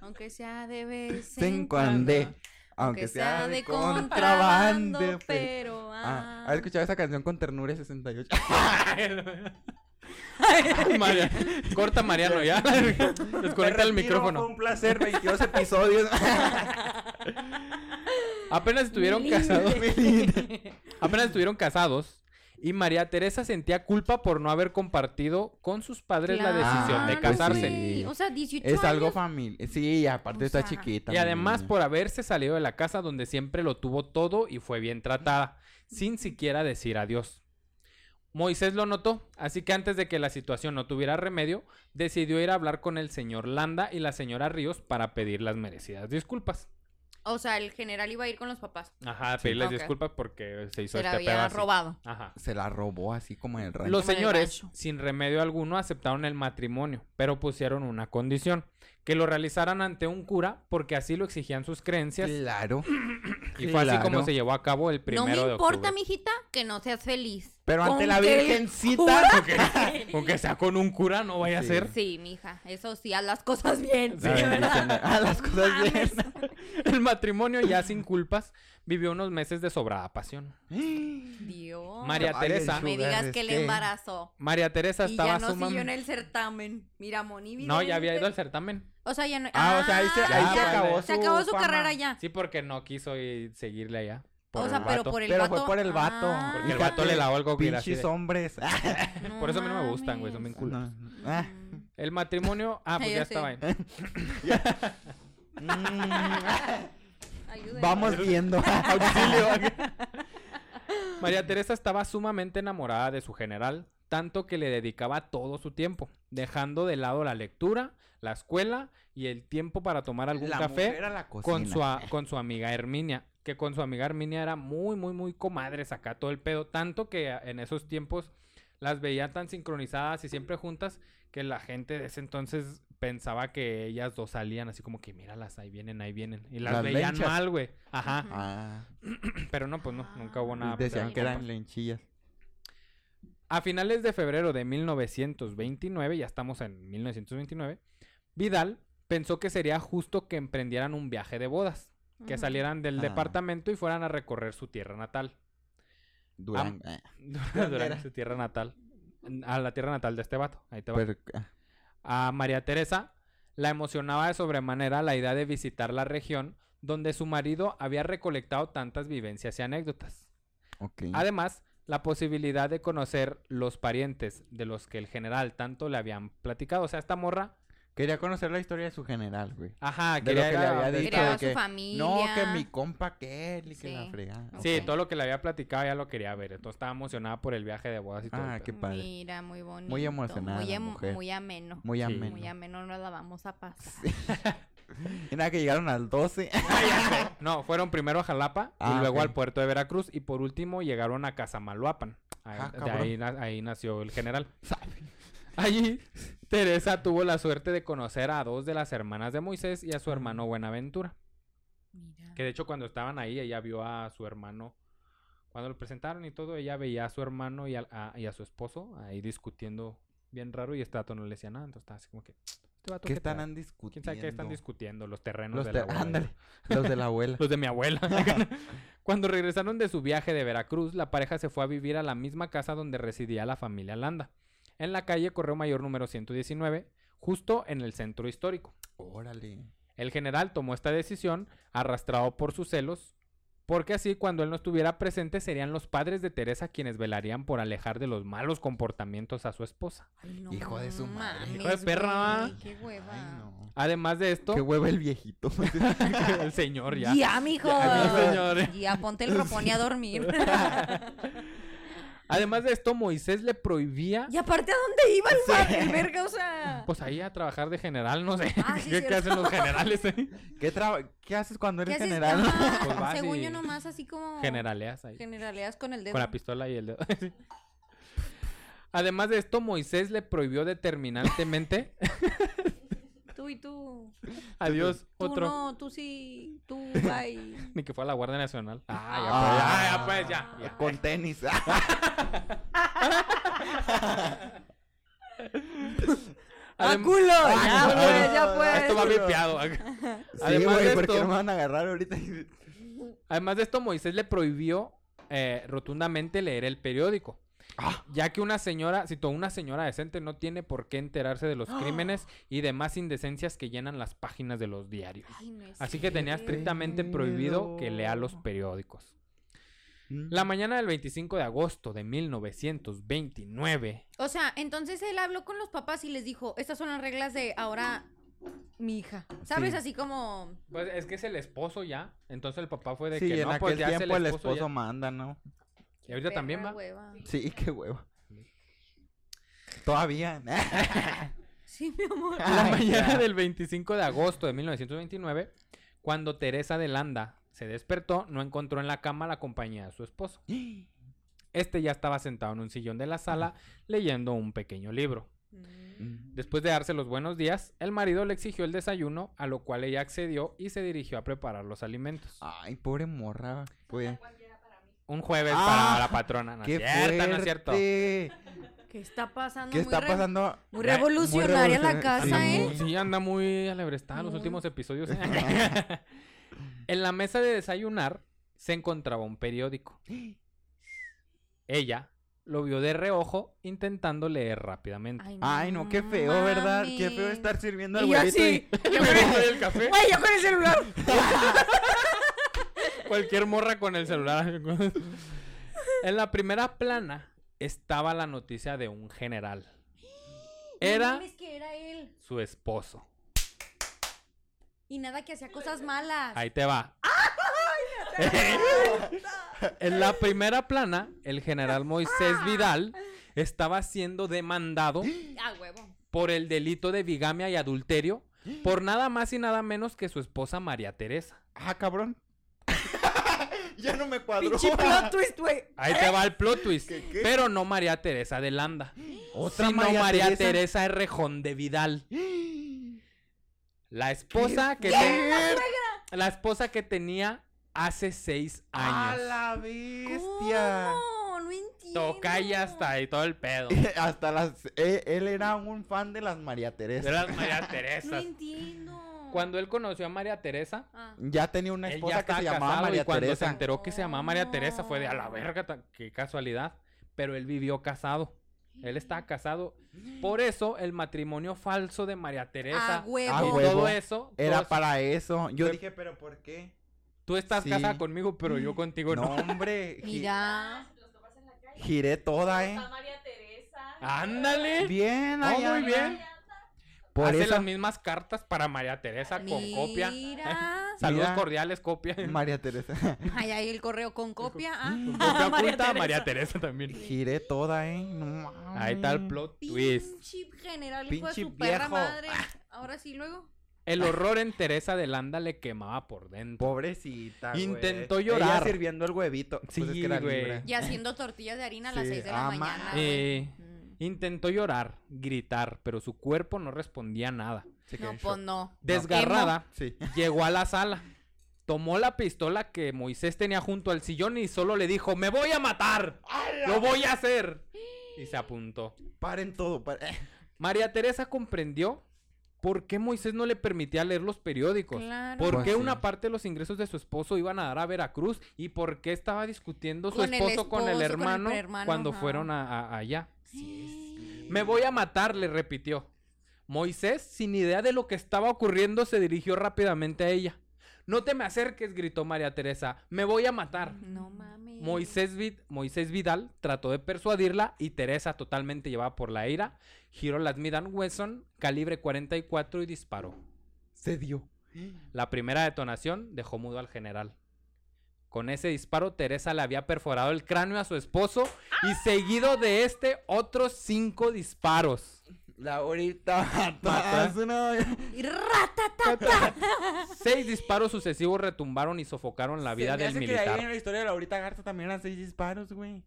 S3: Aunque sea de vez
S2: Se
S3: en cuando.
S2: encuande. Aunque sea de contrabando. pero-
S3: pero...
S2: Ah,
S3: Ah,
S2: ¿Has escuchado esa canción con ternura 68?
S1: María- Corta Mariano ya. Desconecta el micrófono.
S2: un placer, 22 episodios.
S1: Apenas estuvieron
S3: Libre.
S1: casados. Apenas estuvieron casados. Y María Teresa sentía culpa por no haber compartido con sus padres la decisión de
S3: Claro, pues
S1: casarse.
S3: güey. O sea, 18
S2: Ah, pues es algo
S3: años.
S2: familiar. Sí, y aparte
S3: O
S2: está
S3: sea.
S2: chiquita.
S1: Y
S2: mi
S1: además
S2: niña.
S1: por haberse salido de la casa donde siempre lo tuvo todo y fue bien tratada, sin siquiera decir adiós. Moisés lo notó, así que antes de que la situación no tuviera remedio, decidió ir a hablar con el señor Landa y la señora Ríos para pedir las merecidas disculpas.
S3: O sea, el general iba a ir con los papás.
S1: Ajá, pedirles
S3: Ok.
S1: disculpas porque se hizo
S3: Se la
S1: este pedo
S3: había
S1: así.
S3: robado.
S1: Ajá.
S2: Se la robó así como en el rancho.
S1: Los
S3: Como en el
S1: señores,
S3: rancho.
S1: sin remedio alguno, aceptaron el matrimonio, pero pusieron una condición, que lo realizaran ante un cura porque así lo exigían sus creencias
S2: Claro.
S1: y fue así como
S2: claro.
S1: se llevó a cabo el primero
S3: No me
S1: de
S3: importa,
S1: octubre.
S3: mijita, que no seas feliz.
S2: Pero ante
S3: ¿Con
S2: la
S3: qué
S2: virgencita.
S3: cura?
S1: Aunque sea con un cura, no vaya
S2: Sí.
S1: a ser.
S3: Sí, mija, eso sí, haz las cosas bien.
S2: La
S3: sí,
S2: bendición de-
S3: ¿verdad?
S2: Ah, las cosas bien.
S3: Mames.
S1: El matrimonio ya sin culpas vivió unos meses de sobrada pasión.
S3: Dios.
S1: María
S2: Ay, el
S1: Teresa.
S2: sugar
S3: me digas
S2: es
S3: que le embarazó.
S1: María Teresa
S3: Y
S1: estaba
S3: ya no siguió en
S1: sumamente.
S3: el certamen. Mira, Moni. mira,
S1: No, ya había
S3: mira.
S1: ido al certamen.
S3: O sea, ya no.
S2: Ah, o sea, ahí se, ahí
S1: ya,
S2: se
S1: vale.
S2: acabó su
S3: se acabó su
S2: fama.
S3: carrera ya.
S1: Sí, porque no quiso ir- seguirle allá. por
S3: O sea,
S1: el
S3: pero
S1: vato.
S3: por el
S2: Pero
S3: vato.
S2: fue por el vato.
S3: Ah,
S1: Porque el vato le lavó el goglir así
S2: Pinches
S1: de-
S2: hombres. Ah,
S3: no
S1: Por eso a mí no me gustan, güey, son bien
S3: mames.
S1: culos.
S2: No. Ah.
S3: Mm.
S1: El matrimonio. Ah, pues
S3: Ya
S1: ya
S3: sé.
S1: estaba ahí.
S3: Ayúdenme.
S2: Vamos viendo.
S1: María Teresa estaba sumamente enamorada de su general, tanto que le dedicaba todo su tiempo, dejando de lado la lectura, la escuela y el tiempo para tomar algún
S2: La
S1: café
S2: mujer a la cocina.
S1: con su, a- con su amiga Herminia. Que con su amiga Herminia era muy, muy, muy comadres acá todo el pedo. Tanto que a- en esos tiempos las veían tan sincronizadas y siempre juntas que la gente de ese entonces pensaba que ellas dos salían así como que míralas, ahí vienen, ahí vienen. Y las,
S2: Las
S1: veían
S2: lenchas.
S1: mal, güey. Ajá.
S2: Ah,
S1: Pero no, pues no, nunca hubo nada. pues,
S2: decían
S1: eran
S2: que
S1: compas. Ah,
S2: eran lenchillas.
S1: A finales de febrero de 1929, ya estamos en 1929, Vidal pensó que sería justo que emprendieran un viaje de bodas, que
S3: Ujú.
S1: salieran del
S2: Ah.
S1: departamento y fueran a recorrer su tierra natal.
S2: Durango. Ah,
S1: Durante su tierra natal. A la tierra natal de este vato. Ahí te va.
S2: pero- ah,
S1: A María Teresa la emocionaba de sobremanera la idea de visitar la región donde su marido había recolectado tantas vivencias y anécdotas.
S2: ok.
S1: Además, la posibilidad de conocer los parientes de los que el general tanto le habían platicado. O sea, esta morra.
S2: Quería conocer la historia de su general, güey.
S1: Ajá,
S2: De lo que
S1: ir
S2: le
S1: a-
S2: había
S1: de-
S2: dicho.
S3: Creaba
S2: de
S3: su
S2: que,
S3: familia.
S2: No, que mi compa aquel y que la
S3: Sí.
S2: fregada.
S1: Sí,
S3: Ok.
S1: todo lo que le había platicado ya lo quería ver. Entonces estaba emocionada por el viaje de bodas y todo. el
S2: Ah,
S1: pedo.
S2: qué padre.
S3: Mira, muy bonito.
S2: emocionada
S3: Muy,
S2: la
S3: am-
S2: mujer.
S3: muy ameno.
S2: Muy
S1: Sí.
S2: ameno.
S3: Muy ameno nos la vamos a pasar.
S2: Y nada, que llegaron al 12.
S1: No, fueron primero a Jalapa y
S2: Ah,
S1: luego
S2: ok.
S1: al puerto de Veracruz y por último llegaron a Casamaluapan. Ahí-
S2: Ah,
S1: de
S2: cabrón.
S1: ahí, na- ahí nació el general. Allí, Teresa tuvo la suerte de conocer a dos de las hermanas de Moisés y a su
S2: Ah.
S1: hermano Buenaventura.
S3: Mira.
S1: Que de hecho cuando estaban ahí, ella vio a su hermano. Cuando lo presentaron y todo, ella veía a su hermano y al- a, y a su esposo ahí discutiendo bien raro y este vato no le decía nada. Entonces estaba así como que... "Este vato,
S2: ¿Qué
S1: ¿qué pedo?
S2: están discutiendo?
S1: ¿Quién sabe qué están discutiendo? Los terrenos
S2: Los
S1: de
S2: de,
S1: la abuela".
S2: ándale, los de la abuela.
S1: Los de mi abuela. Cuando regresaron de su viaje de Veracruz, la pareja se fue a vivir a la misma casa donde residía la familia Landa, en la calle Correo Mayor número 119, justo en el centro histórico.
S2: Órale.
S1: El general tomó esta decisión arrastrado por sus celos, porque así cuando él no estuviera presente serían los padres de Teresa quienes velarían por alejar de los malos comportamientos a su esposa.
S3: Ay, no
S2: Hijo de su madre.
S3: mames,
S1: Hijo de perra,
S3: güey,
S1: ¿va?
S3: Qué hueva.
S2: Ay, no.
S1: Además de esto,
S2: Qué hueva el viejito.
S1: el señor ya.
S3: Ya, mijo.
S1: Ya,
S3: Ya,
S1: señor.
S3: ponte el ropón y a dormir.
S1: Además de esto, Moisés le prohibía
S3: y aparte, ¿a dónde iba el, pa- el verga? O sea.
S1: Pues ahí a trabajar de general, no sé.
S3: Ah, sí,
S1: ¿Qué, qué
S3: cierto.
S1: hacen los generales? eh?
S2: ¿Qué, traba- ¿Qué haces cuando
S3: ¿Qué
S2: eres
S3: haces?
S2: general?
S3: Ajá,
S1: Pues vas
S3: Según
S1: y-
S3: yo, nomás así como.
S1: Generaleas ahí.
S3: Generaleas con el dedo.
S1: Con la pistola y el dedo. Sí. Además de esto, Moisés le prohibió determinantemente.
S3: Tú y tú.
S1: Adiós,
S3: Tú
S1: otro.
S3: no, tú sí. Tú, bye.
S1: Ni que fue a la Guardia Nacional.
S2: Ah.
S1: Ah, ya pues, ya, ya, pues,
S2: Con tenis.
S1: ya.
S3: ¡A
S1: Adem-
S3: culo!
S2: Ah,
S3: Ya,
S2: no,
S3: pues,
S2: no, no,
S3: ya, pues.
S1: Esto va vipeado.
S2: sí,
S1: Además de
S2: güey, porque
S1: esto-
S2: no me van a agarrar ahorita.
S1: Además de esto, Moisés le prohibió eh, rotundamente leer el periódico.
S2: Ah.
S1: Ya que una señora, citó una señora decente, no tiene por qué enterarse de los crímenes y demás indecencias que llenan las páginas de los diarios.
S3: Ay, no es
S1: Así que tenía
S3: cierto.
S1: estrictamente prohibido que lea los
S2: Pero-
S1: periódicos. La mañana del 25 de agosto de 1929,
S3: O sea, entonces él habló con los papás y les dijo, estas son las reglas de ahora mi hija. ¿Sabes?
S2: Sí.
S3: Así como...
S1: pues es que es el esposo ya, entonces el papá fue de
S2: Sí,
S1: que
S2: en
S1: no, pues
S2: aquel
S1: ya es
S2: tiempo el
S1: ya".
S2: esposo, manda, ¿no?
S1: Y ahorita también
S3: perra
S1: va.
S3: hueva.
S2: Sí, qué hueva. Todavía.
S3: Sí, mi amor.
S1: La
S2: Ay,
S1: mañana
S2: ya.
S1: del 25 de agosto de 1929, cuando Teresa de Landa se despertó, no encontró en la cama la compañía de su esposo. Este ya estaba sentado en un sillón de la sala leyendo un pequeño libro.
S2: Mm.
S1: Después de darse los buenos días, el marido le exigió el desayuno, a lo cual ella accedió y se dirigió a preparar los alimentos.
S2: Ay, pobre morra. Pues,
S1: Ah, Un jueves
S2: Ah,
S1: para la patrona, ¿no es
S2: qué
S1: cierto? ¿No es cierto?
S2: fuerte.
S3: ¿Qué está pasando?
S2: ¿Qué
S3: Ah, Muy
S2: está
S3: re-
S2: pasando?
S3: Muy
S1: Ay, muy
S3: revolucionaria la
S2: revolucionaria.
S3: casa,
S1: Anda
S3: ¿eh?
S1: muy- Sí, anda muy alebrestada en los
S3: Muy.
S1: últimos episodios. en la mesa de desayunar se encontraba un periódico. Ella lo vio de reojo intentando leer rápidamente.
S2: Ay, no, qué feo, ¿verdad? Qué feo
S3: mames.
S2: estar sirviendo al
S3: Y yo
S2: güerito
S3: así,
S1: ¿Qué me el café?
S3: ¡Güey, yo con el celular!
S1: Cualquier morra con el celular. en la primera plana estaba la noticia de un general. Era
S3: Es que era él.
S1: su esposo.
S3: Y nada que hacía cosas malas.
S1: Ahí te va. en la primera plana, el general Moisés Vidal estaba siendo demandado
S3: Ah, huevo.
S1: por el delito de bigamia y adulterio por nada más y nada menos que su esposa María Teresa.
S2: Ah, cabrón. ya no me cuadró.
S3: Pinche plot twist, güey.
S1: Ahí te va el plot twist.
S2: ¿Qué, qué?
S1: Pero no María Teresa de Landa,
S2: Otra
S1: sino María, Teresa Errejón de Vidal. La esposa que te- la esposa que tenía hace seis
S2: A
S1: años.
S2: la bestia.
S3: No, no entiendo.
S1: Toca y hasta ahí todo el pedo.
S2: Hasta las. eh, él era un fan de las María
S1: De
S2: Teresa.
S1: las María
S3: No
S1: Teresa.
S3: entiendo.
S1: Cuando él conoció a María Teresa,
S3: Ah.
S2: Ya tenía una
S1: él
S2: esposa
S1: ya
S2: que
S1: estaba
S2: se
S1: casado
S2: llamaba María
S1: y cuando se
S2: Teresa.
S1: enteró que se llamaba María Teresa fue de a la
S3: No.
S1: verga, tan- qué casualidad. Pero él vivió casado. Él estaba casado. Por eso el matrimonio falso de María Teresa
S3: Ah, huevo.
S2: Ah,
S1: y
S2: huevo.
S1: todo eso.
S2: Era
S1: todo eso-
S2: para eso. Yo
S1: Fue-
S2: dije, pero ¿por qué?
S1: Tú estás
S2: Sí.
S1: casada conmigo, pero yo contigo
S2: No,
S1: no.
S2: hombre. gi-
S3: Mira.
S7: Los topas en la calle.
S2: Giré toda, eh.
S7: Está María Teresa.
S1: Ándale.
S2: Bien,
S1: Oh,
S2: ahí
S1: muy
S2: anda.
S1: bien.
S2: Por
S1: Hace
S2: eso
S1: las mismas cartas para María Teresa con copia.
S3: Mira.
S1: Saludos
S2: Mira.
S1: cordiales, copia.
S2: María Teresa.
S3: Ay, ahí el correo con copia. Ah.
S1: Copia
S3: María
S1: oculta a
S3: Teresa. Mm.
S1: María Teresa también.
S2: Giré toda, eh. No
S1: Ahí está el
S2: mames.
S1: plot twist.
S3: Pinche general, hijo de
S2: Pinche
S3: su perra
S2: viejo.
S3: madre.
S1: Ah.
S3: Ahora sí, luego.
S1: El horror en Teresa de Landa le quemaba por dentro.
S2: Pobrecita. güey.
S1: Intentó
S2: Ella
S1: llorar.
S2: sirviendo el huevito.
S1: Sí,
S2: Pues es que era
S1: güey.
S2: libre.
S3: Y haciendo tortillas de harina a las
S2: Sí,
S3: 6 de la
S2: ah,
S3: mañana.
S2: ma-
S3: güey.
S1: Eh,
S3: Mm.
S1: intentó llorar, gritar, pero su cuerpo no respondía a nada.
S2: Se quedó
S3: No,
S2: en
S3: pues
S2: shock.
S3: no.
S1: Desgarrada,
S2: Sí.
S1: llegó a la sala. Tomó la pistola que Moisés tenía junto al sillón y solo le dijo, me voy a matar. Lo voy a hacer. Y se apuntó.
S2: Paren todo. paren.
S1: María Teresa comprendió por qué Moisés no le permitía leer los periódicos.
S3: Claro.
S1: ¿Por
S2: Pues
S1: qué
S2: sí.
S1: una parte de los ingresos de su esposo iban a dar a Veracruz? ¿Y por qué estaba discutiendo su
S3: Con el
S1: esposo, con el
S3: esposo, con el
S1: hermano,
S3: hermano,
S1: cuando
S3: ajá.
S1: fueron a- a- allá? Me voy a matar, le repitió. Moisés, sin idea de lo que estaba ocurriendo, se dirigió rápidamente a ella. No te me acerques, gritó María Teresa. Me voy a matar.
S3: No mames.
S1: Moisés, Vid- Moisés Vidal trató de persuadirla y Teresa, totalmente llevada por la ira, giró la Smith Wesson calibre 44 y disparó.
S2: Se dio.
S1: La primera detonación dejó mudo al general. Con ese disparo, Teresa le había perforado el cráneo a su esposo y seguido de este, otros cinco disparos.
S2: Laurita, matas una.
S3: Y ratatá.
S1: Seis disparos sucesivos retumbaron y sofocaron la vida
S2: Se me
S1: del
S2: hace que ahí
S1: militar.
S2: en la historia de Laurita Garza también eran seis disparos, güey.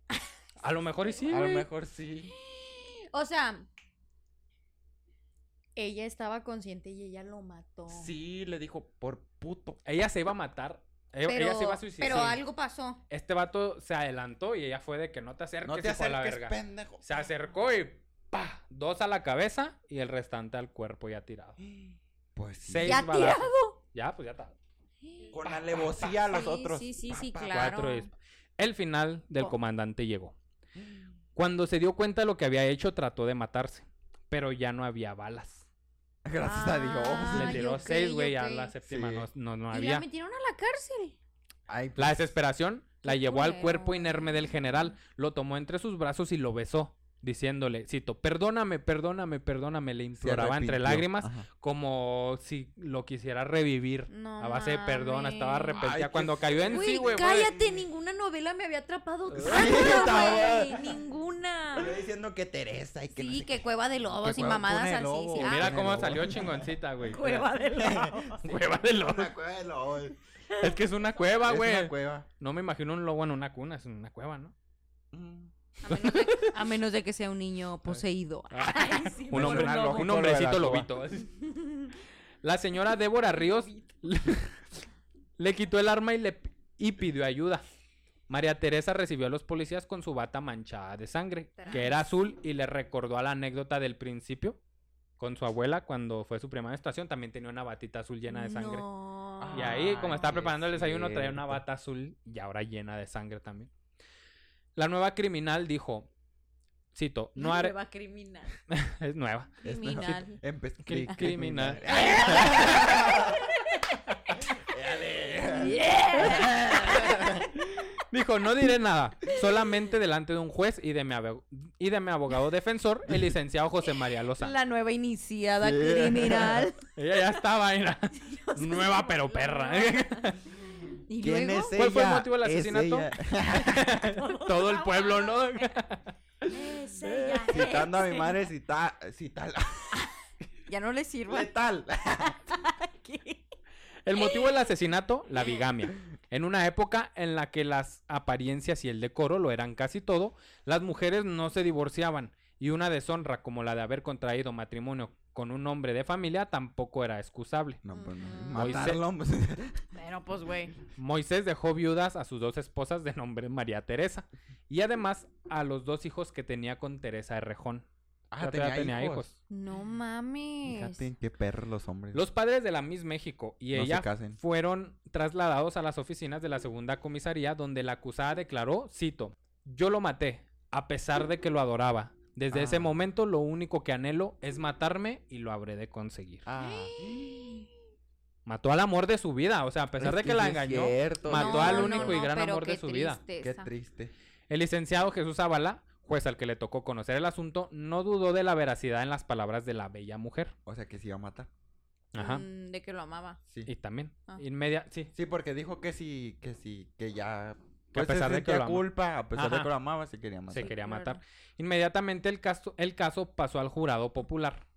S1: A lo mejor y sí,
S2: A lo
S1: güey.
S2: mejor sí.
S3: O sea, ella estaba consciente y ella lo mató.
S2: Sí, le dijo por puto.
S1: Ella se iba a matar. Ella,
S3: Pero,
S1: ella se iba a suicidar.
S3: pero algo pasó.
S1: Este vato se adelantó y ella fue de que no te acerques,
S2: No te
S1: hijo de la
S2: acerques,
S1: verga.
S2: pendejo.
S1: Se acercó y ¡pa! Dos a la cabeza y el restante al cuerpo ya tirado.
S2: Pues sí.
S1: Seis
S3: Ya
S1: balazos. Ya, pues ya está.
S2: Con alevosía a los
S3: Sí,
S2: otros.
S3: sí, sí, sí,
S2: Pa, pa,
S3: claro.
S1: Cuatro disparos. El final del
S3: Oh.
S1: comandante llegó. Cuando se dio cuenta de lo que había hecho, trató de matarse. Pero ya no había balas.
S2: Gracias a Dios.
S3: Ah,
S1: Le tiró
S3: ok,
S1: seis, güey,
S3: ok.
S1: a la séptima
S2: Sí.
S1: no, no, no
S3: Y
S1: había.
S3: la metieron a la cárcel.
S2: Ay, pues,
S1: La desesperación la
S3: Qué
S1: llevó al
S3: culero,
S1: cuerpo
S3: güey.
S1: inerme del general, lo tomó entre sus brazos y lo besó, diciéndole, cito, perdóname, perdóname, perdóname, le
S2: se
S1: imploraba entre
S2: arrepintió. Ah.
S1: lágrimas,
S2: Ajá.
S1: como si lo quisiera revivir.
S3: No
S1: a base de perdón, estaba
S3: mames.
S1: arrepentida.
S2: Ay, qué
S1: Cuando cayó en
S3: Güey,
S1: sí, güey. fue de-
S3: cállate, ninguna novela me había atrapado tanto,
S2: estaba-
S3: güey.
S2: Yo
S3: Ninguna.
S2: diciendo que Teresa y que no
S3: Ah. Sí,
S2: sé
S3: que cueva de
S2: Que
S3: lobos y
S2: Cueva-
S3: mamadas
S2: Cuna de
S3: así.
S2: Lobos.
S3: sí.
S1: Y
S3: Ah,
S1: mira
S2: Cueva
S1: cómo
S2: de
S1: salió
S2: lobo.
S1: chingoncita, güey.
S3: cueva de lobos.
S1: Cueva de lobo.
S2: Una cueva de lobos.
S1: Es que es una cueva,
S2: Es
S1: güey.
S2: una cueva.
S1: No me imagino un lobo en una cuna, es una cueva, ¿no?
S2: Mm.
S3: A menos, de, a menos de que sea un niño poseído. Ay,
S1: Ah.
S3: sí,
S1: Un,
S3: por
S1: hombre,
S2: suena
S3: lobo.
S2: lógico
S1: un
S2: lo de
S1: hombrecito
S2: la
S1: lobito. La señora Débora Ríos le, le quitó el arma y, le, p- y pidió ayuda. María Teresa recibió a los policías con su bata manchada de sangre, que era azul, y le recordó a la anécdota del principio con su abuela cuando fue su primera estación. También tenía una batita azul llena de sangre.
S3: No,
S1: Y ahí, como
S2: Ah,
S1: estaba
S2: sí,
S1: preparando el
S2: es
S1: desayuno, traía una
S2: cierto.
S1: bata azul y ahora llena de sangre también. La nueva criminal dijo, cito, no haré...
S7: Nueva criminal.
S1: Es nueva.
S2: Es mejor-
S7: Criminal.
S2: Empe-
S1: Cri-
S2: cri-
S1: criminal.
S3: Ah,
S2: Dale.
S1: Dijo, no diré nada, solamente delante de un juez y de mi, abo- y de mi abogado defensor, el licenciado José María Lozano.
S3: La nueva iniciada
S2: Sí.
S3: criminal.
S1: Ella ya estaba, mira. Nueva pero perra.
S3: ¿Y
S2: ¿Quién
S3: luego?
S2: es
S1: ¿Cuál fue el
S2: ella?
S1: motivo del
S2: Es
S1: asesinato?
S2: ella.
S1: Todo el pueblo, ¿no?
S7: Es ella.
S2: Citando a mi madre, cita, cital.
S3: Ya no le sirvo.
S2: Letal.
S1: El motivo del asesinato, la bigamia. En una época en la que las apariencias y el decoro lo eran casi todo, las mujeres no se divorciaban y una deshonra como la de haber contraído matrimonio con un hombre de familia tampoco era excusable.
S2: No, pues no.
S1: Moisés.
S2: Matarlo. pues.
S3: Pero pues, güey.
S1: Moisés dejó viudas a sus dos esposas de nombre María Teresa y además a los dos hijos que tenía con Teresa Herrejón.
S2: Ah,
S1: Ya
S2: tenía, hijos.
S1: hijos.
S3: No mames.
S2: Fíjate, qué perros los hombres.
S1: Los padres de la Miss México y
S2: No se
S1: ella
S2: casen.
S1: fueron trasladados a las oficinas de la segunda comisaría donde la acusada declaró, cito, yo lo maté, a pesar de que lo adoraba. Desde ese
S2: Ah.
S1: momento lo único que anhelo es matarme y lo habré de conseguir.
S2: Ah.
S1: Mató al amor de su vida, o sea, a pesar
S2: Es
S1: de que, la
S2: sí es
S1: engañó,
S2: cierto.
S1: mató
S3: No,
S1: al
S3: no,
S1: único y
S3: no,
S1: gran
S3: pero
S1: amor de
S3: qué
S1: su vida.
S2: Qué
S3: tristeza.
S2: triste.
S1: El licenciado Jesús Zavala, juez al que le tocó conocer el asunto, no dudó de la veracidad en las palabras de la bella mujer.
S2: O sea que se iba a matar.
S1: Ajá.
S3: Mm, De que lo amaba.
S2: Sí.
S1: Y también,
S3: Ah.
S1: inmedia, sí,
S2: Sí, porque dijo que sí, que sí, que ya.
S1: Que a
S2: pues, se
S1: pesar de que
S2: sentía
S1: lo ama.
S2: culpa, a pesar de
S1: Ajá.
S2: que lo amaba, se quería matar.
S1: se quería
S3: claro.
S1: matar. Inmediatamente el caso, el caso pasó al jurado popular.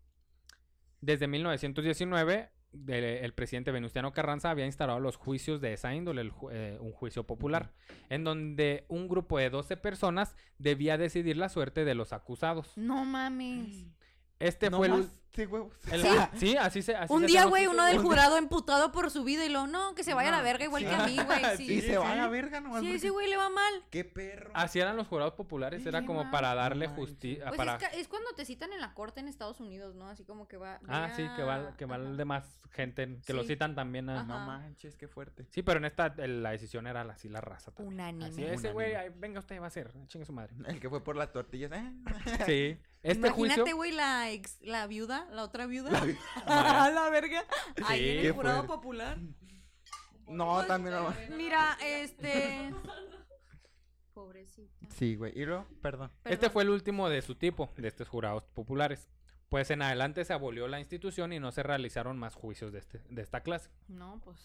S1: Desde 1919, de- el presidente Venustiano Carranza había instaurado los juicios de esa índole, el ju- eh, un juicio popular, en donde un grupo de 12 personas debía decidir la suerte de los acusados.
S3: No mames.
S1: Este
S2: No
S1: fue el,
S2: más, sí, huevos.
S1: el-
S3: ¿Sí?
S1: sí, así se así
S3: Un
S1: se
S3: día,
S1: llama.
S3: güey, uno del jurado emputado por su vida y lo, no, que se vaya a la
S1: No,
S3: verga igual
S1: sí.
S3: que a mí, güey.
S2: Sí,
S3: Sí,
S2: se va a la verga nomás.
S3: Sí,
S2: porque-
S3: ese güey le va mal.
S2: Qué perro.
S1: Así eran los jurados populares, era
S3: Sí,
S1: como
S3: ma.
S1: para darle
S2: No manches.
S1: justicia,
S3: Pues
S1: Ah, para
S3: es, ca- es cuando te citan en la corte en Estados Unidos, ¿no? Así como que va.
S1: Ah, sí, que va,
S3: vea-
S1: que va
S3: ajá.
S1: el demás gente, que lo
S3: Sí.
S1: citan también a...
S3: Ajá.
S2: No manches, qué fuerte.
S1: Sí, pero en esta el- la decisión era la- así la raza también.
S3: Unánime.
S1: Así ese güey,
S2: Unánime.
S1: ay, venga usted, va a ser, chinga su madre.
S2: El que fue por las tortillas. ¿eh?
S1: Sí. Este
S3: Imagínate,
S1: juicio...
S3: güey, la ex, la viuda, la otra viuda.
S1: Ah,
S3: A la verga. Ahí en
S1: Sí,
S3: el jurado
S2: fuerte.
S3: popular.
S2: No, también no.
S3: Mira, este. Pobrecita.
S2: Sí, güey. Y luego, perdón.
S1: Este fue el último de su tipo, de estos jurados populares. Pues en adelante se abolió la institución y no se realizaron más juicios de, este, de esta clase.
S3: No, pues.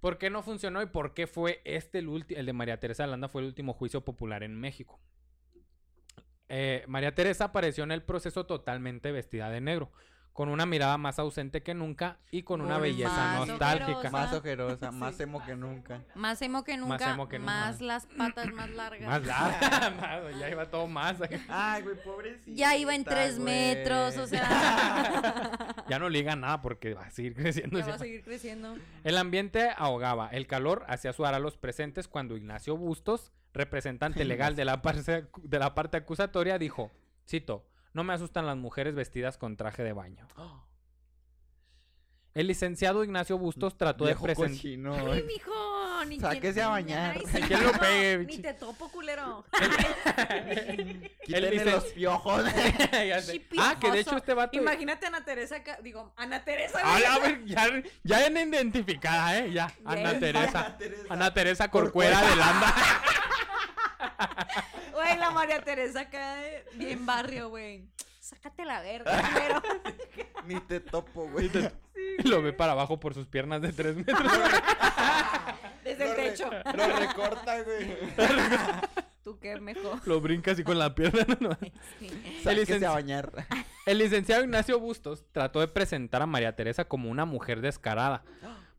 S1: ¿Por qué no funcionó y por qué fue este el último? El de María Teresa de Landa fue el último juicio popular en México. Eh, María Teresa apareció en el proceso totalmente vestida de negro, con una mirada más ausente que nunca y con una
S3: Muy
S1: belleza
S3: más
S1: nostálgica.
S3: ojerosa.
S2: Más ojerosa, más emo que nunca.
S3: Más emo que nunca. Más
S1: emo que nunca.
S3: las patas más largas.
S1: Más larga, más, ya iba todo más.
S2: Ay, güey, pobrecito.
S3: ya iba en tres metros, o sea.
S1: Ya no liga nada porque va a seguir creciendo.
S3: ya va
S1: ya.
S3: a seguir creciendo.
S1: El ambiente ahogaba, el calor hacía sudar a los presentes cuando Ignacio Bustos, representante legal de la, parte, de la parte acusatoria, dijo, cito, no me asustan las mujeres vestidas con traje de baño. El licenciado Ignacio Bustos trató de presentar...
S2: cochino.
S3: ¡Ay, mijo! Ni
S2: Sáquese
S3: quien-
S2: a bañar.
S3: Ay,
S1: ¿Quién lo
S3: no,
S1: pegue,
S3: Ni
S1: bichi?
S3: te topo, culero.
S2: Quítenle
S1: Él dice-
S2: los piojos.
S1: Ya sé. ah, que de hecho este vato...
S3: Imagínate a Ana Teresa. acá- Digo, Ana Teresa.
S1: Ah, la ver- ya, ya en identificada, ¿eh? Ya, Ana Teresa. Ana Teresa Corcuera de Landa.
S3: Güey, la María Teresa acá, eh, bien barrio, güey. Sácate la verga, pero.
S2: Ni te topo, güey.
S1: Lo ve para abajo por sus piernas de tres metros.
S3: Desde el
S2: re-
S3: techo.
S2: Lo recorta, güey.
S3: Tú qué mejor.
S1: Lo brinca así con la pierna. ¿no?
S3: Sí.
S2: Sáquese
S1: licenci-
S2: a bañar.
S1: El licenciado Ignacio Bustos trató de presentar a María Teresa como una mujer descarada,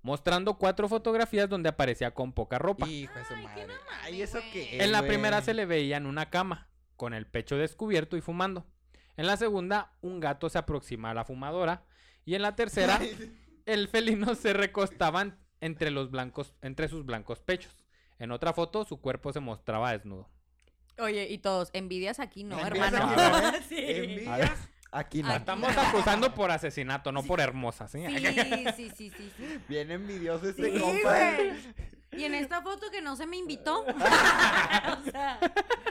S1: mostrando cuatro fotografías donde aparecía con poca ropa.
S2: Hijo de su madre. Ay, ¿eso qué es,
S1: en la
S2: güey?
S1: primera se le veía en una cama, con el pecho descubierto y fumando. En la segunda, un gato se aproxima a la fumadora. Y en la tercera, el felino se recostaban entre los blancos, entre sus blancos pechos. En otra foto, su cuerpo se mostraba desnudo.
S3: Oye, y todos, envidias aquí no,
S2: Envidias
S3: hermano.
S2: aquí no, ¿eh?
S3: Sí.
S2: Envidia. Aquí
S1: La
S2: la
S1: estamos acusando por asesinato, no por hermosa, ¿sí?
S3: Sí, sí, sí, sí. sí.
S2: Bien envidioso
S3: Sí,
S2: este compa.
S3: güey. Y en esta foto que no se me invitó. O sea,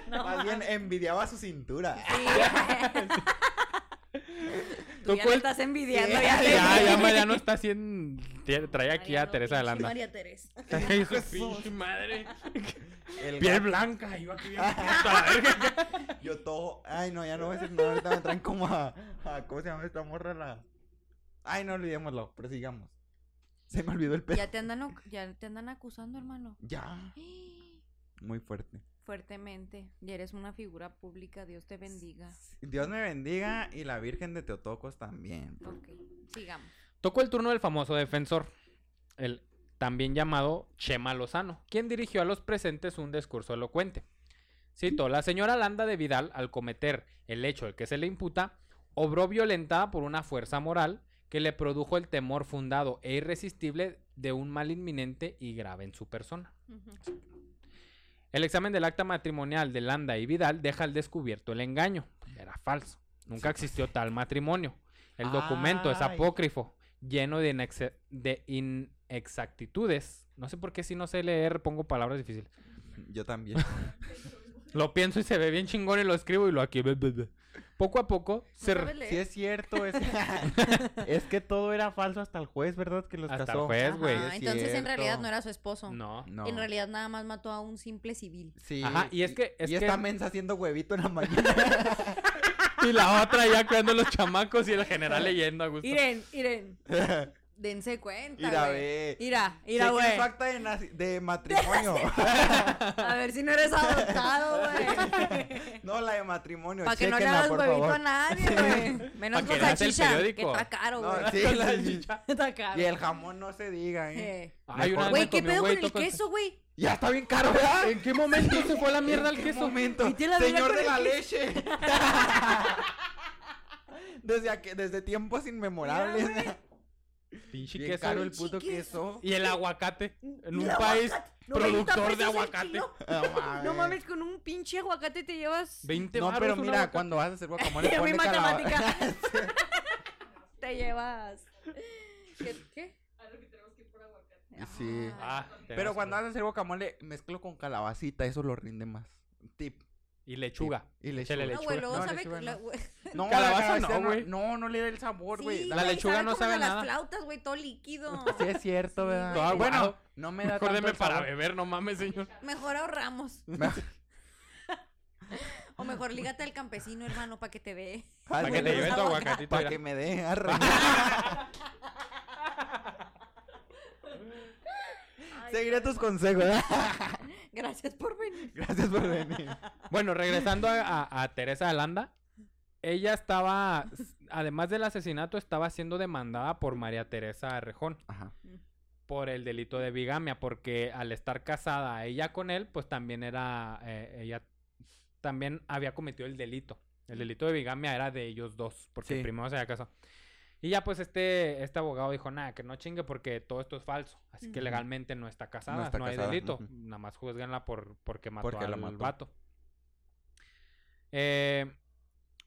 S3: no
S2: Más bien envidiaba su cintura.
S3: Tú ya
S1: cuál-
S3: le estás envidiando.
S2: Sí,
S3: ya te-
S1: Ya, ya Mariano está haciendo. Trae aquí a
S7: Mariano,
S1: Teresa de
S7: pinche
S1: Landa.
S7: María Teresa.
S1: Hijo de su pinche madre.
S2: El
S1: Piel
S2: gato-
S1: blanca, yo aquí bien puta, la verga.
S2: Yo todo. Ay, no, ya no voy a decir nada. Ahorita me traen como a, a- ¿Cómo se llama esta morra? La... Ay, no olvidémoslo. Prosigamos. Se me olvidó el pedo.
S3: Ya te andan, lo- ya te andan acusando, hermano.
S2: Ya. Muy fuerte.
S3: Fuertemente. Ya eres una figura pública. Dios te bendiga.
S2: Dios me bendiga y la Virgen de Teotocos también.
S3: Ok, sigamos.
S1: Tocó el turno del famoso defensor, el también llamado Chema Lozano, quien dirigió a los presentes un discurso elocuente. Cito, la señora Landa de Vidal, al cometer el hecho del que se le imputa, obró violentada por una fuerza moral que le produjo el temor fundado e irresistible de un mal inminente y grave en su persona. El examen del acta matrimonial de Landa y Vidal deja al descubierto el engaño. Era falso. Nunca existió tal matrimonio. El documento es
S2: pues. Ay.
S1: apócrifo, lleno de, inexe- de inexactitudes. No sé por qué si no sé leer pongo palabras difíciles.
S2: Yo también.
S1: Lo pienso y se ve bien chingón y lo escribo y lo aquí. be, be, be. Poco a poco se re-
S2: Sí es cierto, es, es que todo era falso hasta el juez, ¿verdad? Que los
S1: Hasta el
S2: casó.
S1: juez, güey.
S3: Ajá,
S2: es
S3: entonces en
S2: cierto.
S3: realidad no era su esposo.
S1: No.
S2: No.
S3: En realidad nada más mató a un simple civil.
S2: Sí.
S1: Ajá, y es que- es
S2: y
S1: que-
S2: esta mensa haciendo huevito en la mañana.
S1: Y la otra ya creando los chamacos y el general leyendo a gusto.
S3: Iren, Iren. Dense cuenta.
S2: Mira,
S3: güey.
S2: ve.
S3: Mira, mira,
S2: Chequen
S3: güey.
S2: su acta de, naci- de matrimonio.
S3: A ver si no eres adoptado, güey.
S2: no, la de matrimonio.
S3: Para que no le
S2: Chequenla,
S3: hagas
S2: por
S3: huevito a
S2: favor.
S3: nadie, güey. Menos
S1: Pa'
S3: con
S1: que leas el
S3: salchicha, que
S1: periódico.
S3: está caro,
S2: No,
S3: güey.
S2: sí,
S1: Con la
S2: sí.
S1: chicha.
S3: Está caro.
S2: Y el jamón no se diga, ¿eh?
S3: Eh.
S1: Ay, una vez
S3: Güey,
S1: me
S3: ¿qué
S1: comí un
S3: pedo con
S1: huevito
S3: el queso, güey?
S2: Ya está bien caro, ¿verdad?
S1: ¿En qué momento se fue a la mierda el
S2: ¿En qué
S1: queso?
S2: momento?
S3: Vete a la verga
S2: Señor
S3: con
S2: de
S3: el
S2: la
S3: queso.
S2: leche. desde, aquí- desde tiempos inmemorables.
S1: Pinche
S2: Bien
S1: queso.
S2: caro el puto queso.
S1: Y el aguacate. En un
S3: el
S1: país
S3: No, 90
S1: productor
S3: pesos
S1: de
S3: el
S1: aguacate.
S3: kilo.
S2: No mames.
S3: No mames, con un pinche aguacate te llevas.
S1: 20
S2: No,
S1: varos
S2: pero
S1: un
S2: mira,
S1: aguacate.
S2: cuando vas a hacer guacamole,
S3: Yo
S2: ponle
S3: vi
S2: calab-
S3: matemática. Te llevas. ¿Qué? ¿Qué?
S2: Sí.
S1: Ah,
S2: Pero cuando
S1: tenés-
S2: vas a hacer guacamole, mezclo con calabacita, eso lo rinde más. Tip.
S1: Y lechuga.
S2: Y lechuga.
S1: Échale
S3: No,
S1: lechuga.
S3: güey, luego
S2: No,
S3: sabe
S2: lechuga
S3: que.
S2: no.
S3: la- güey,
S2: No,
S1: Calabaza
S2: la
S1: no, güey.
S2: No, no, le da el sabor, güey.
S3: sí,
S2: La
S1: la
S3: güey,
S1: lechuga
S3: sabe
S1: no
S3: como
S1: sabe
S3: a
S1: nada.
S3: Las flautas, güey, todo líquido.
S2: Sí es cierto,
S3: Sí,
S2: ¿verdad?
S3: güey. Todo
S1: aguado.
S2: Bueno, no me da tanto
S1: Acuérdeme
S2: el
S1: ah, para
S2: sabor.
S1: beber, no mames, señor.
S3: Mejor ahorramos.
S2: Me-
S3: O mejor lígate al campesino, hermano, para que te dé.
S1: Para que te
S2: Ándale,
S1: lleven tu aguacatito.
S2: Para
S1: mira.
S2: que me dé arre. Seguiré tus consejos. ¿eh?
S3: Gracias por venir.
S2: Gracias por venir.
S1: Bueno, regresando a, a- a Teresa de Landa. Ella estaba, además del asesinato, estaba siendo demandada por María Teresa Arrejón.
S2: Ajá.
S1: por el delito de bigamia, porque al estar casada ella con él, pues también era, eh, ella también había cometido el delito. El delito de bigamia era de ellos dos, porque
S2: Sí.
S1: primero se había casado. Y ya pues este, este abogado dijo, nada, que no chingue porque todo esto es falso. Así que
S3: Ujú.
S1: legalmente no está casada, no,
S2: está
S1: hay
S2: casada,
S1: delito.
S2: ujú.
S1: Nada más juzguenla por, porque mató
S2: Porque la
S1: al
S2: mató.
S1: vato. Eh,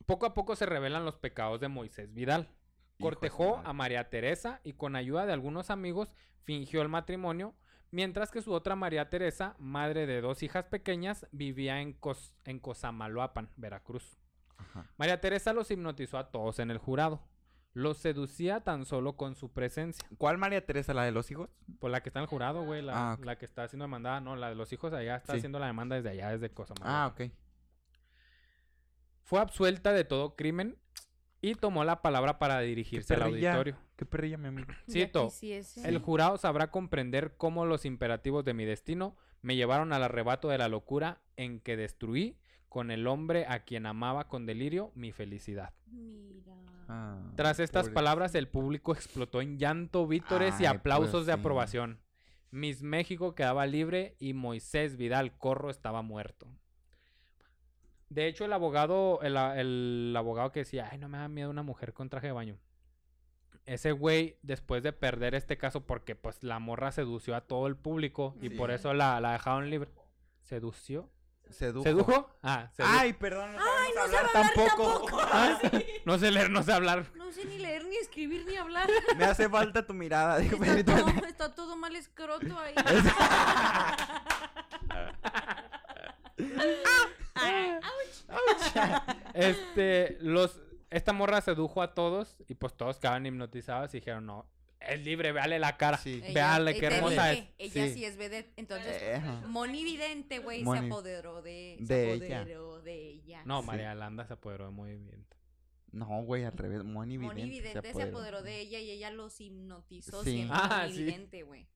S1: poco a poco se revelan los pecados de Moisés Vidal.
S2: Hijo de
S1: Cortejó
S2: madre.
S1: a María Teresa y con ayuda de algunos amigos fingió el matrimonio, mientras que su otra María Teresa, madre de dos hijas pequeñas, vivía en, Cos- en Cosamaloapan, Veracruz.
S2: Ajá.
S1: María Teresa los hipnotizó a todos en el jurado. Los seducía tan solo con su presencia.
S2: ¿Cuál María Teresa, la de los hijos?
S1: Por la que está en el jurado, güey, la,
S2: Ah, ok.
S1: la que está haciendo demandada, no, la de los hijos allá está
S2: Sí.
S1: haciendo la demanda desde allá, desde Cosamaloapan.
S2: Ah, ok.
S1: Fue absuelta de todo crimen y tomó la palabra para dirigirse al
S2: perrilla.
S1: auditorio.
S2: Qué perrilla, mi amigo.
S1: Cito. El
S3: El...
S1: jurado sabrá comprender cómo los imperativos de mi destino me llevaron al arrebato de la locura en que destruí con el hombre a quien amaba con delirio mi felicidad.
S7: Mira.
S2: Ah,
S1: Tras estas
S2: pobre.
S1: palabras, el público explotó en llanto, vítores y
S2: Ay,
S1: aplausos
S2: pues
S1: de
S2: sí.
S1: aprobación. Miss México quedaba libre y Moisés Vidal Corro estaba muerto. De hecho, el abogado, el, a- el abogado que decía, ay, no me da miedo una mujer con traje de baño. Ese güey, después de perder este caso, porque pues la morra sedució a todo el público y
S2: Sí.
S1: por eso la, la dejaron libre. ¿Sedució?
S2: Sedujo.
S1: ¿Sedujo? Ah, sedujo.
S2: Ay, ah, perdón, no Ay,
S7: no
S2: hablar
S7: sabe hablar
S2: tampoco.
S1: No sé leer, no sé hablar.
S3: No sé ni leer, ni escribir, ni hablar.
S2: Me hace falta tu mirada, dijo
S1: Pues,
S3: Está
S2: Pedrito.
S3: todo, está todo mal escroto ahí. Ah,
S1: Este, los, esta morra sedujo a todos y pues todos quedaban hipnotizados y dijeron, no, es libre, véale la cara,
S2: Sí. Ella-
S1: véale
S3: Ella-
S1: qué
S3: te
S1: hermosa es.
S3: dije, Ella
S2: Sí.
S3: sí, es vedette. Entonces,
S2: Eh, ajá.
S3: monividente, güey, se
S2: Moni-
S3: apoderó de,
S2: de
S3: se
S2: ella.
S3: apoderó de ella.
S1: No,
S2: Sí.
S1: María Landa se apoderó muy bien.
S2: No, güey, al revés. Moni Vidente.
S3: Monividente se apoderó. de ella y ella los hipnotizó
S2: Sí.
S3: siendo
S1: Ah, sí.
S3: monividente, güey.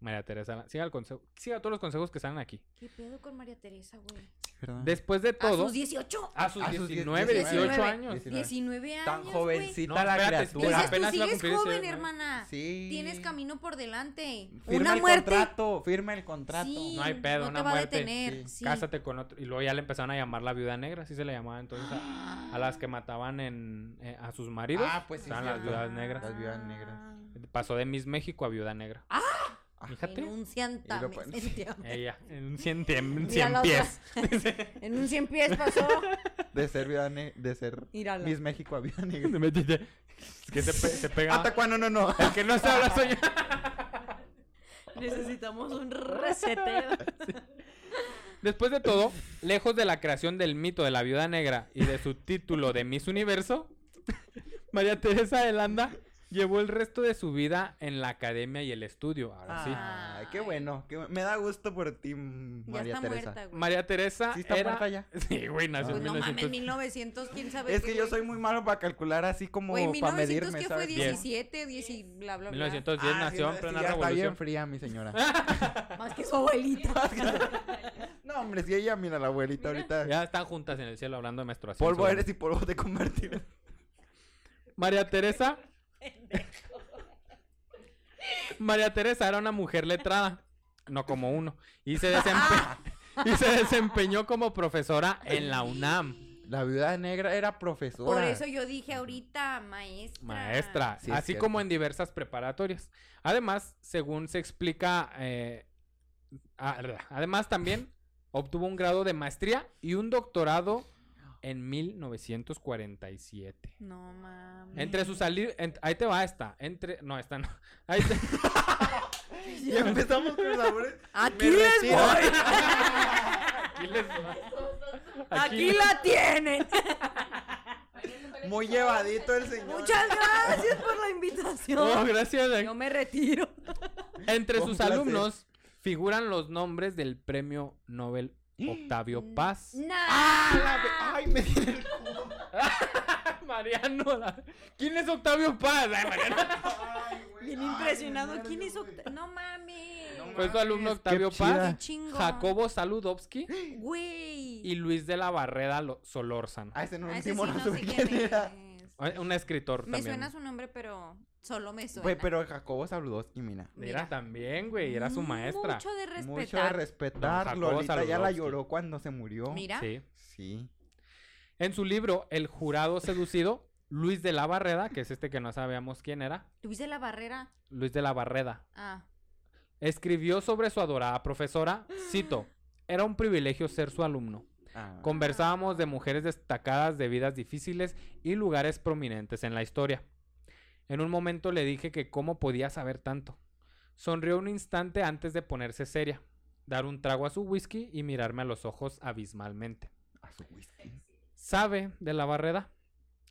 S1: María Teresa, Lan- siga, el consejo, siga todos los consejos que salen aquí.
S3: ¿Qué pedo con María Teresa, güey?
S2: Perdón.
S1: Después de
S3: A
S1: todo,
S3: sus 18.
S1: a sus,
S2: Ah. a sus
S1: 19, 18
S3: 19.
S1: años.
S3: 19 años.
S2: Tan
S3: güey.
S2: jovencita
S1: No,
S2: la
S1: espérate,
S2: criatura.
S3: Dices, tú
S1: Apenas iba a
S3: sigues
S1: cumplir
S3: joven,
S1: 19.
S3: hermana.
S2: Sí.
S3: Tienes camino por delante.
S2: Firma
S3: una
S2: el
S3: muerte.
S2: contrato, firma el contrato.
S3: Sí,
S1: No hay pedo,
S3: no
S1: una
S3: te va
S1: muerte.
S3: a detener.
S2: Sí.
S3: sí.
S1: Cásate con otro. Y luego ya le empezaron a llamar la viuda negra, así se le llamaba entonces a, a las que mataban en, eh, a sus maridos.
S2: Ah, pues sí,
S1: Estaban las
S2: cierto.
S1: viudas negras.
S2: Las viudas negras.
S1: Pasó de Miss México a viuda negra. Fíjate.
S3: ¡Ah!
S1: Eh.
S3: En un
S2: Y
S3: cianta,
S2: lo
S3: me
S2: ponen-
S3: sentía-
S1: Ella, en un cien, en un
S3: Mira
S1: cien
S3: la otra.
S1: pies. Dice,
S3: En un cien pies pasó.
S2: De ser viuda ne- de ser
S3: Mírala.
S2: Miss México a viuda negra.
S1: "Me metiste". Es que se, pe- se pega.
S2: ¿Hasta cuándo? No, no.
S1: El que no se habla soy yo.
S3: Necesitamos un reseteo.
S1: Después de todo, lejos de la creación del mito de la viuda negra y de su título de Miss Universo, María Teresa de Landa llevó el resto de su vida en la academia y el estudio. Ahora
S3: Ah.
S1: sí.
S2: Ay, qué bueno. qué bueno. Me da gusto por ti, mm,
S3: Ya
S2: María
S3: está
S2: Teresa.
S3: muerta, güey.
S1: María Teresa
S2: ¿Sí está
S1: era...
S2: muerta ya?
S1: Sí, güey, nació
S3: Pues
S1: en
S3: no
S1: 1900.
S3: mames, 1900, quién sabe
S2: Es que
S3: qué,
S2: yo
S3: güey.
S2: soy muy malo para calcular así como
S3: Güey,
S2: para
S3: 1900
S2: medirme,
S3: que fue
S2: ¿sabes?
S1: Diez.
S3: 17, 10 y bla bla bla.
S1: 1910
S2: Ah, sí,
S1: nació
S2: sí,
S1: en plena
S2: ya Está bien
S1: revolución.
S2: fría, mi señora.
S3: Más que su abuelita.
S2: no, hombre, si ella, mira, la abuelita ahorita.
S1: Ya están juntas en el cielo hablando de menstruación.
S2: Polvo
S1: seguramente.
S2: eres y polvo te convertirás.
S1: María Teresa. María Teresa era una mujer letrada, no como uno, y se, desempe- y se desempeñó como profesora en la UNAM,
S2: La viuda negra era profesora.
S3: Por eso yo dije ahorita, maestra.
S1: maestra,
S2: Sí, es
S1: así
S2: cierto.
S1: como en diversas preparatorias. Además, según se explica, eh, a- además también obtuvo un grado de maestría y un doctorado en 1947.
S3: No mames.
S1: Entre sus salir, ent- ahí te va esta, entre, no, esta no. Ahí te-
S2: Ya empezamos con los sabores.
S3: Aquí
S2: Me
S3: les
S2: retiro.
S3: voy.
S1: Aquí les va.
S3: Aquí la tienen.
S2: Muy llevadito el señor.
S3: Muchas gracias por la
S1: No,
S3: invitación.
S1: gracias. eh.
S3: Yo me retiro.
S1: Entre
S2: Con
S1: sus
S2: placer.
S1: alumnos figuran los nombres del premio Nobel
S3: Mm.
S1: Octavio Paz. Ah.
S3: Nah.
S2: Ay, me tiene el culo.
S1: Mariano. la- ¿Quién es Octavio Paz? Ay, Mariano.
S3: Bien impresionado. ¿Quién es Oct- No mames.
S1: Fue su alumno
S2: Mames, qué
S1: Octavio
S2: chida.
S1: Paz,
S3: Qué chingo.
S1: Jacobo Saludowski
S3: Güey.
S1: y Luis de la Barrera Lo- Solórzano.
S2: Ah, ese no
S3: Ah,
S2: lo
S3: ese sí,
S2: hicimos, no
S3: no
S2: supe
S3: sé
S2: quién era.
S3: es.
S1: Eh, Un escritor
S3: Me
S1: también.
S3: suena su nombre, pero solo me suena.
S2: Güey, pero Jacobo Sabludowski, mira.
S1: Mira, también, güey, era su maestra.
S3: Mm, Mucho de respetar.
S2: Mucho de respetar.
S1: Don Jacobo
S2: Lolita ya la
S1: Sabludowski.
S2: lloró cuando se murió.
S3: Mira.
S1: Sí.
S2: Sí.
S1: En su libro El jurado seducido, Luis de la Barrera, que es este que no sabíamos quién era,
S3: Tuviste la barrera.
S1: Luis de la Barrera,
S3: Ah.
S1: Escribió sobre su adorada profesora, cito, era un privilegio ser su alumno.
S2: Ah.
S1: Conversábamos de mujeres destacadas de vidas difíciles y lugares prominentes en la historia. En un momento le dije que cómo podía saber tanto. Sonrió un instante antes de ponerse seria, dar un trago a su whisky y mirarme a los ojos abismalmente.
S2: A su whisky.
S1: ¿Sabe de la barrera?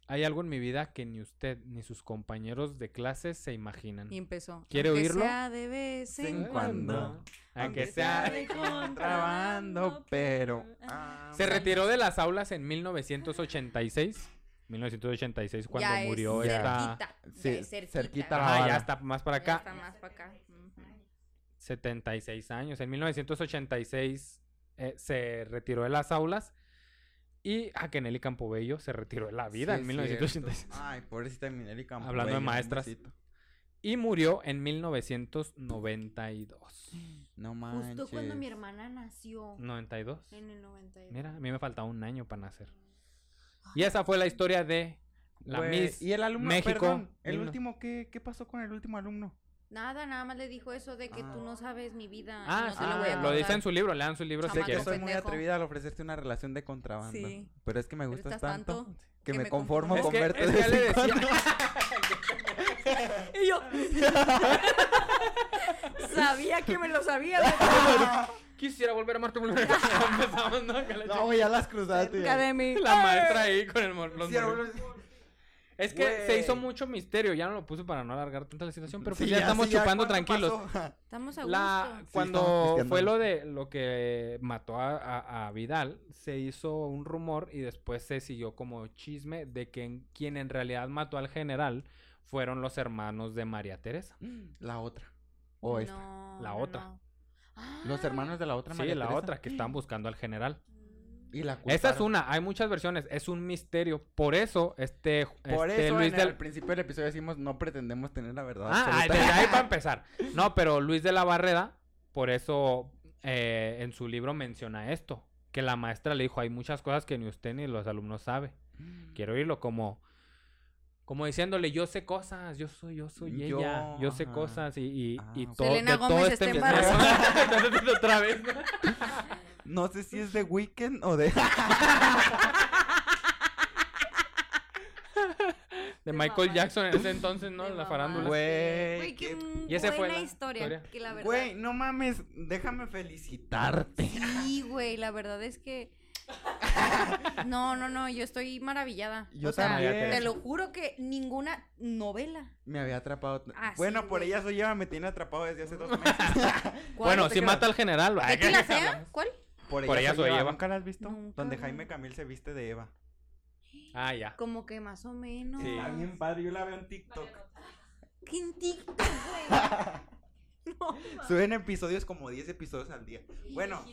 S1: Hay algo en mi vida que ni usted ni sus compañeros de clase se imaginan.
S3: Y empezó.
S1: ¿Quiere
S3: Aunque
S1: oírlo?
S3: sea de vez en
S2: En cuando,
S3: cuando.
S1: Aunque
S2: aunque
S1: sea
S2: sea de
S3: contrabando,
S2: Trabando, pero. ah,
S3: ah,
S1: Se retiró de las aulas en 1986. 1986 cuando
S3: ya
S1: murió
S3: es
S1: esta.
S3: cerquita.
S2: Sí,
S3: ya es cerquita.
S2: cerquita la-
S1: Ajá,
S2: Ahora.
S1: Ah, ya está más para
S3: Ya
S1: acá.
S3: está más para acá. Ujú.
S1: 76 años. En 1986 eh, se retiró de las aulas. Y a Kenelly Campobello se retiró de la vida
S2: Sí,
S1: en
S2: es
S1: 1986.
S2: cierto. Ay, pobrecita Minelli Campobello.
S1: Hablando de
S2: un
S1: maestras.
S2: besito.
S1: Y murió en 1992.
S2: No manches.
S3: Justo cuando mi hermana nació.
S1: ¿92?
S3: En el 92.
S1: Mm. Mira, a mí me faltaba un año para nacer. Y esa fue la historia de la
S2: Güey,
S1: Miss.
S2: Y el alumno,
S1: México,
S2: perdón, el
S1: mil no-
S2: último, ¿qué, ¿qué pasó con el último alumno?
S3: Nada, nada más le dijo eso de que
S2: Ah.
S3: tú no sabes mi vida.
S1: Ah,
S3: no
S1: sí,
S3: te la voy
S1: lo
S3: a contar.
S1: dice en su libro, lean su libro si
S2: Sé
S3: Chamaco
S2: que
S1: quieren.
S2: soy muy
S3: pendejo.
S2: atrevida al ofrecerte una relación de contrabando.
S3: Sí.
S2: Pero es que me
S3: Pero
S2: gustas
S3: estás
S2: tanto,
S3: tanto
S2: que,
S3: que
S2: me
S3: me
S2: conformo
S3: conformo.
S1: Es
S2: con
S1: que,
S2: verte
S1: es
S2: de
S1: que ya le
S2: vez en
S1: decía.
S2: cuando.
S3: Y yo. Sabía que me lo sabía.
S1: Quisiera volver a Marte. Empezamos, ¿no? Con la
S2: No, güey, ya las cruzaste.
S3: Cerca
S2: ya.
S3: de mí.
S1: La maestra ahí con el mor- los
S2: Sí, ahora-
S1: morrillos. Es que
S2: Güey.
S1: se hizo mucho misterio, ya no lo puse para no alargar tanta la situación, pero pues
S2: Sí,
S1: ya, estamos
S2: sí,
S1: chupando
S2: ¿cuánto
S1: tranquilos.
S2: pasó?
S3: Estamos a gusto.
S1: La,
S2: estamos
S1: cuando
S2: pisteando.
S1: fue lo de lo que mató a, a- a Vidal, se hizo un rumor y después se siguió como chisme de que en- quien en realidad mató al general fueron los hermanos de María Teresa.
S2: La otra. O esta.
S3: No,
S1: la
S3: no,
S1: otra.
S3: no. Ah,
S2: Oh, Los hermanos de la otra
S1: Sí,
S2: María
S1: la
S2: Teresa.
S1: otra que están buscando al general.
S2: Y la
S1: Esta es
S2: culparon.
S1: una, hay muchas versiones, es un misterio. Por eso, este,
S2: Por
S1: este
S2: eso
S1: Luis
S2: en
S1: del
S2: el principio del episodio decimos no pretendemos tener la verdad.
S1: Ah, ah,
S2: absoluta".
S1: desde ahí para empezar. No, pero Luis de la Barrera, por eso eh, en su libro menciona esto, que la maestra le dijo, hay muchas cosas que ni usted ni los alumnos sabe. Quiero oírlo como, como diciéndole, yo sé cosas, yo soy, yo soy
S2: Yo,
S1: ella, yo sé
S2: ajá.
S1: cosas y, y,
S2: Ah,
S1: y
S2: ok.
S1: todo,
S3: Selena
S1: de todo
S3: Gómez
S1: este
S3: está
S1: misterio- Otra vez.
S2: No sé si es de Weekend o de.
S1: De
S3: De
S1: Michael
S3: mamá.
S1: Jackson en ese entonces, ¿no?
S3: de
S1: En la
S3: mamá.
S1: farándula.
S2: Güey,
S3: Güey, qué
S2: qué-
S1: Y esa
S3: buena
S1: fue la
S3: historia,
S1: historia.
S3: Que la verdad.
S2: Güey, no mames, déjame felicitarte.
S3: Sí, güey, la verdad es que. No, no, no, yo estoy maravillada.
S2: Yo
S3: o sea,
S2: también.
S3: te lo juro que ninguna novela.
S2: Me había atrapado.
S3: Ah, sí,
S2: bueno, por
S3: güey.
S2: ella soy yo, me tiene atrapado desde hace dos meses.
S3: ¿Cuál?
S1: Bueno,
S2: No te
S1: si
S2: creas.
S1: mata al general.
S3: ¿De qué la sea? ¿Cuál?
S2: por,
S1: Por
S2: ella soy Eva. ¿Nunca la has visto?
S3: Nunca,
S2: Donde
S3: güey.
S2: Jaime Camil se viste de Eva.
S1: Ah, ya.
S3: Como que más o menos.
S1: Sí.
S2: Está bien padre, yo la veo en TikTok.
S3: ¿Qué en TikTok, güey?
S2: Suben episodios como 10 episodios al día. Bueno,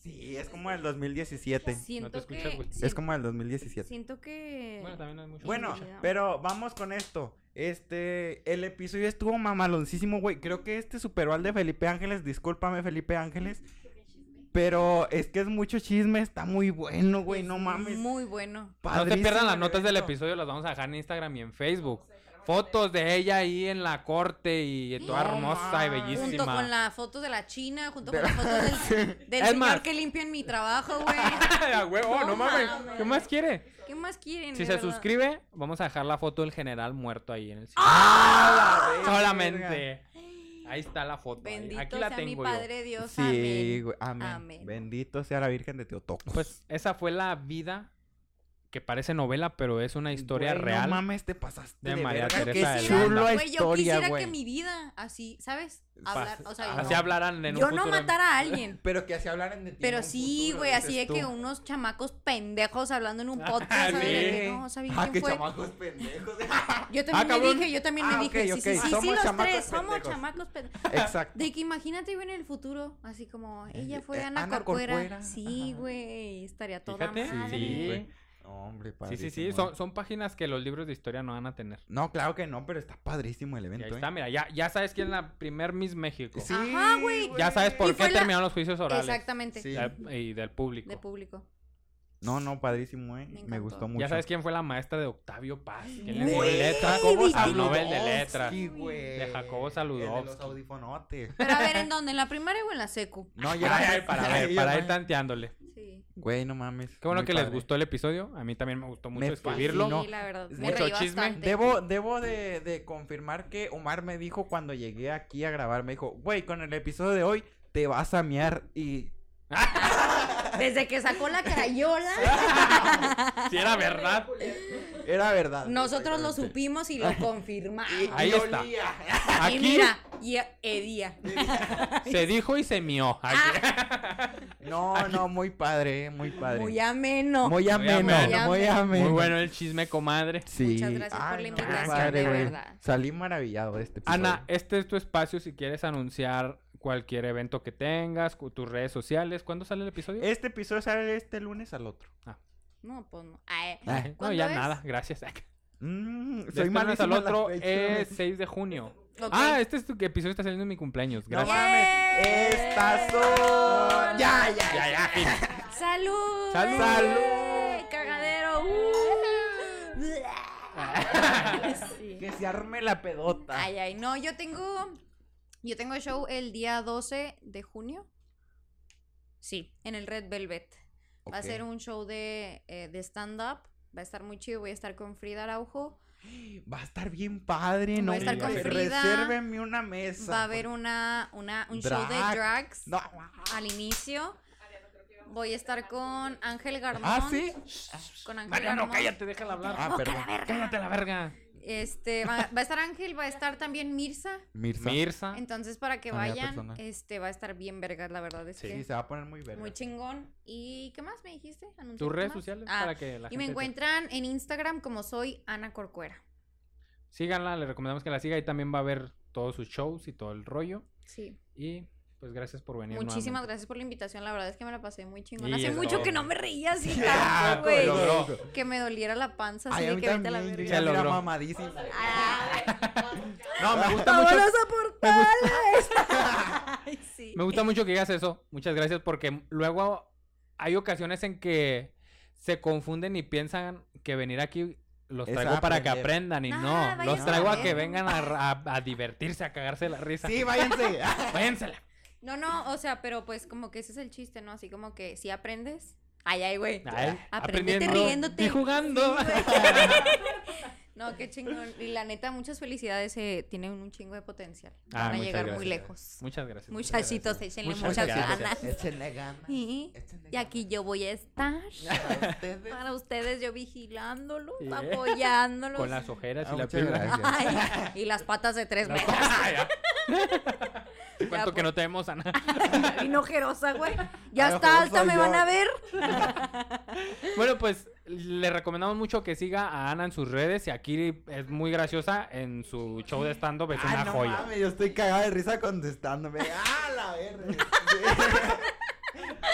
S2: sí, es como del 2017.
S3: Siento
S1: escuchas,
S3: que.
S1: güey. Es
S2: Es
S3: siento-
S2: como del 2017.
S3: Siento que.
S1: Bueno, también hay muchos.
S2: Bueno,
S3: Sí, ya.
S2: pero vamos con esto. Este, el episodio estuvo mamaloncísimo, güey. Creo que este superó al de Felipe Ángeles. Discúlpame, Felipe Ángeles. Pero es que es mucho chisme, está muy bueno, güey. No mames.
S3: Muy bueno.
S1: No te
S2: Padrísimo
S1: pierdan las
S2: el
S1: notas del
S2: evento.
S1: episodio, las vamos a dejar en Instagram y en Facebook. Fotos de ella ahí en la corte y toda
S2: No
S1: hermosa y
S2: mames.
S1: bellísima.
S3: Junto con la foto de la China, junto
S2: De-
S3: con la foto del, del
S1: Es
S3: señor
S1: más.
S3: que limpia en mi trabajo, güey.
S1: Ah, huevo, no,
S3: No
S1: mames.
S3: mames.
S1: ¿Qué más quiere?
S3: ¿Qué más quieren?
S1: Si
S3: de
S1: se
S3: verdad?
S1: suscribe, vamos a dejar la foto del general muerto ahí en el cine.
S2: ¡Ah, la verga!
S1: Solamente. Ahí está la foto. ahí.
S3: Bendito
S1: Aquí la
S3: sea mi
S1: tengo yo.
S3: Padre Dios.
S2: Sí,
S3: amén.
S2: güey. Amén.
S3: Amén.
S2: Bendito sea la Virgen de Teotoco.
S1: Pues esa fue la vida que parece novela, pero es una historia
S2: Güey,
S1: real.
S2: No mames, te pasaste
S1: de
S2: de,
S1: María
S2: verga.
S1: Teresa de
S2: Qué
S1: Ávila.
S2: chulo
S1: Güey,
S3: Güey, yo
S2: historia,
S3: quisiera
S2: güey.
S3: que mi vida así, ¿sabes?
S2: Pas-
S3: Hablar, o sea,
S1: Así
S3: yo,
S1: hablaran en
S3: yo
S1: un
S3: no
S1: futuro.
S3: matara a alguien.
S2: Pero que así hablaran de ti. en
S3: Pero
S2: un
S3: sí,
S2: futuro,
S3: güey, así de
S2: dices
S3: que
S2: tú.
S3: unos chamacos pendejos hablando en un podcast.
S1: sí.
S3: ¿sabes? De que, no, ¿sabes
S2: Ah,
S3: quién
S2: qué
S3: fue?
S2: chamacos pendejos. eh.
S3: Yo también le
S1: cabrón.
S3: dije, yo también
S2: Ah,
S3: le
S2: ok,
S3: dije. sí,
S2: ok,
S3: sí, sí, sí,
S2: somos
S3: los
S2: chamacos
S3: tres, somos
S2: pendejos.
S3: chamacos pendejos.
S2: Exacto.
S3: De que imagínate iba en el futuro, así como, ella
S2: Eh,
S3: fue
S2: eh,
S3: Ana,
S2: Ana
S3: Corcuera.
S2: Corcuera,
S3: Sí,
S2: ajá.
S3: güey, estaría toda
S1: Fíjate,
S3: madre.
S1: sí.
S2: güey. Hombre,
S1: Sí, sí, sí.
S2: padrísimo. eh.
S1: Son, son páginas que los libros de historia no van a tener.
S2: No, claro que no, pero está padrísimo el
S1: Y
S2: evento.
S1: ahí está,
S2: ¿eh?
S1: mira, ya, ya sabes quién es la primer Miss México.
S2: Sí,
S3: Ajá, güey.
S1: Ya sabes
S3: Y
S1: por qué
S3: fue la-
S1: terminaron los juicios orales.
S3: Exactamente.
S2: Sí.
S1: Ya- Y del público.
S3: De público.
S2: No, no, padrísimo, ¿eh?
S3: Me
S2: Me,
S3: encantó.
S2: gustó
S3: Ya
S2: mucho.
S1: Ya sabes quién fue la maestra de Octavio Paz. ¿Quién le dio
S2: Güey,
S1: letras?
S2: Jacobo
S1: Ah, Nobel de
S2: Saludowski,
S1: letras.
S2: güey.
S1: De Jacobo
S2: El de los
S1: Saludowski.
S2: audifonotes.
S3: Pero a ver, ¿en dónde? ¿En la primaria o en la secu?
S2: No,
S1: Ay,
S2: ya.
S1: ay, para ver,
S2: ya
S1: para
S2: no.
S1: ir tanteándole.
S3: Sí.
S2: Güey, no mames.
S1: Qué bueno
S2: muy
S1: que les
S2: padre.
S1: gustó el episodio. A mí también me gustó mucho
S2: Me
S1: escribirlo.
S2: fascinó.
S3: Sí, la verdad. Me
S2: Mucho
S3: reí
S1: chisme.
S3: bastante.
S2: Debo, debo de, de confirmar que Omar me dijo cuando llegué aquí a grabar, me dijo, güey, con el episodio de hoy te vas a mear y...
S3: Desde que sacó la crayola,
S1: Si era verdad.
S2: Era verdad.
S3: nosotros lo
S2: exactamente.
S3: supimos y lo confirmamos.
S1: Ahí
S2: Y
S1: está.
S2: olía.
S3: Y
S1: Aquí
S3: mira, y Edía.
S1: se dijo y se mió.
S3: Ah.
S1: Aquí.
S2: No, no, muy padre, eh, muy padre.
S3: Muy ameno.
S2: Muy ameno,
S3: ameno.
S2: muy ameno.
S1: Muy bueno el chisme, comadre.
S2: Sí.
S3: Muchas gracias por la
S2: no, qué
S3: invitación, de verdad.
S2: Salí maravillado de este episodio.
S1: Ana, este es tu espacio si quieres anunciar cualquier evento que tengas, cu- tus redes sociales. ¿Cuándo sale el episodio?
S2: Este episodio sale de este lunes al otro.
S3: No, pues no. Ay,
S2: Ah,
S1: no,
S3: ¿cuándo
S1: ya
S3: es?
S1: nada, gracias.
S2: Mm,
S1: Después
S2: soy malo
S1: al otro es 6 de junio.
S3: ok.
S1: Ah, este es tu que episodio está saliendo en mi cumpleaños.
S2: No
S1: Gracias.
S2: mames. Estas son... Ya, ya,
S1: ya, ya, fin.
S3: ¡Salud! eh,
S1: Salud.
S3: ¡Salud! ¡Cagadero! ¡Uh! Sí.
S2: Que se arme la pedota.
S3: Ay, ay, no, yo tengo. Yo tengo show el día 12 de junio. Sí, en el Red Velvet. Va a
S2: Ok.
S3: ser un show de, eh, de stand-up. Va a estar muy chido. Voy a estar con Frida Araujo.
S2: Va a estar bien padre, ¿no?
S3: a estar
S1: con
S2: hombre?
S3: Frida.
S2: Resérvenme una mesa.
S3: Va a haber una, una, un show
S2: Drag.
S3: de drags
S2: No.
S3: al inicio. Voy a estar con Ángel Garmón.
S2: Ah, ¿sí?
S3: Con Ángel
S1: Mariano,
S3: Garmón.
S1: cállate, déjala hablar.
S2: Ah, perdón.
S1: cállate la verga.
S3: Este, va, va a estar Ángel, va a estar también Mirza.
S2: Mirza.
S1: Pues, Mirza.
S3: Entonces, para que
S2: Nueva
S3: vayan,
S2: persona.
S3: este, va a estar bien vergas, la verdad es que.
S2: Sí, se va a poner muy verde.
S3: Muy chingón. ¿Y qué más me dijiste? Anunciar
S1: Tus
S3: qué
S1: redes
S3: más.
S1: sociales
S3: Ah,
S1: para que la
S3: Y
S1: gente
S3: me
S1: te-
S3: encuentran en Instagram como soy Ana Corcuera.
S1: Síganla, le recomendamos que la siga y también va a ver todos sus shows y todo el rollo.
S3: Sí.
S1: Y pues gracias por venir.
S3: Muchísimas
S1: nuevamente.
S3: gracias por la invitación. La verdad es que me la pasé muy chingón.
S1: Y
S3: Hace
S1: es
S3: mucho
S1: todo.
S3: que no me reía así
S2: Ah,
S3: tanto, güey.
S2: logró.
S3: Que me doliera la panza así
S2: Ay, a
S3: de
S2: mí
S3: que vete a la
S2: también, yo
S3: verga.
S1: Se
S2: ya mira
S1: logró.
S2: mamadísimo.
S3: Ah,
S2: No, me gusta mucho.
S3: ¡Vámonos a portales! Ay, sí.
S1: Me gusta mucho que digas eso. Muchas gracias porque luego hay ocasiones en que se confunden y piensan que venir aquí los
S2: Es
S1: traigo para que
S2: aprender.
S1: aprendan y
S3: Nah,
S1: no,
S3: váyanse
S1: los
S3: a
S1: traigo a
S3: ver.
S1: que vengan a, a- a divertirse, a cagarse la risa.
S2: Sí, váyanse.
S1: Váyansela.
S3: No, no, o sea, pero pues como que ese es el chiste, ¿no? Así como que si aprendes. Ay, ay, güey.
S1: Ay,
S3: Apréndete
S1: aprendiendo
S3: riéndote.
S1: Y jugando.
S3: No, qué chingón. Y la neta, muchas felicidades. eh, tienen un chingo de potencial.
S1: Ah,
S3: Van a
S1: muchas
S3: llegar muy
S1: gracias.
S3: lejos.
S1: Muchas gracias.
S3: Muchachitos, échenle
S1: Muchas
S3: muchas,
S1: gracias.
S3: ganas.
S2: Échenle ganas.
S3: Y,
S2: Échenle
S3: y aquí yo voy a estar
S2: ganas a ustedes.
S3: para ustedes, yo vigilándolos,
S1: Sí. ¿eh?
S3: apoyándolos.
S1: Con las ojeras
S2: Ah,
S1: y la
S2: muchas
S1: piel.
S2: gracias.
S3: Ay, y las patas de tres metros.
S1: Cuánto
S3: Ya,
S1: que
S3: pues.
S1: no te vemos, Ana.
S3: Bien ojerosa, güey. Ya
S2: Ay,
S3: está
S2: ojo,
S3: alta,
S2: soy
S3: me
S2: yo.
S3: van a ver.
S1: Bueno, pues le recomendamos mucho que siga a Ana en sus redes. Y aquí es muy graciosa en su show de stand-up. Es
S2: Ah,
S1: una
S2: no
S1: joya.
S2: mames, yo estoy cagada de risa contestándome. ¡Ah, la verga!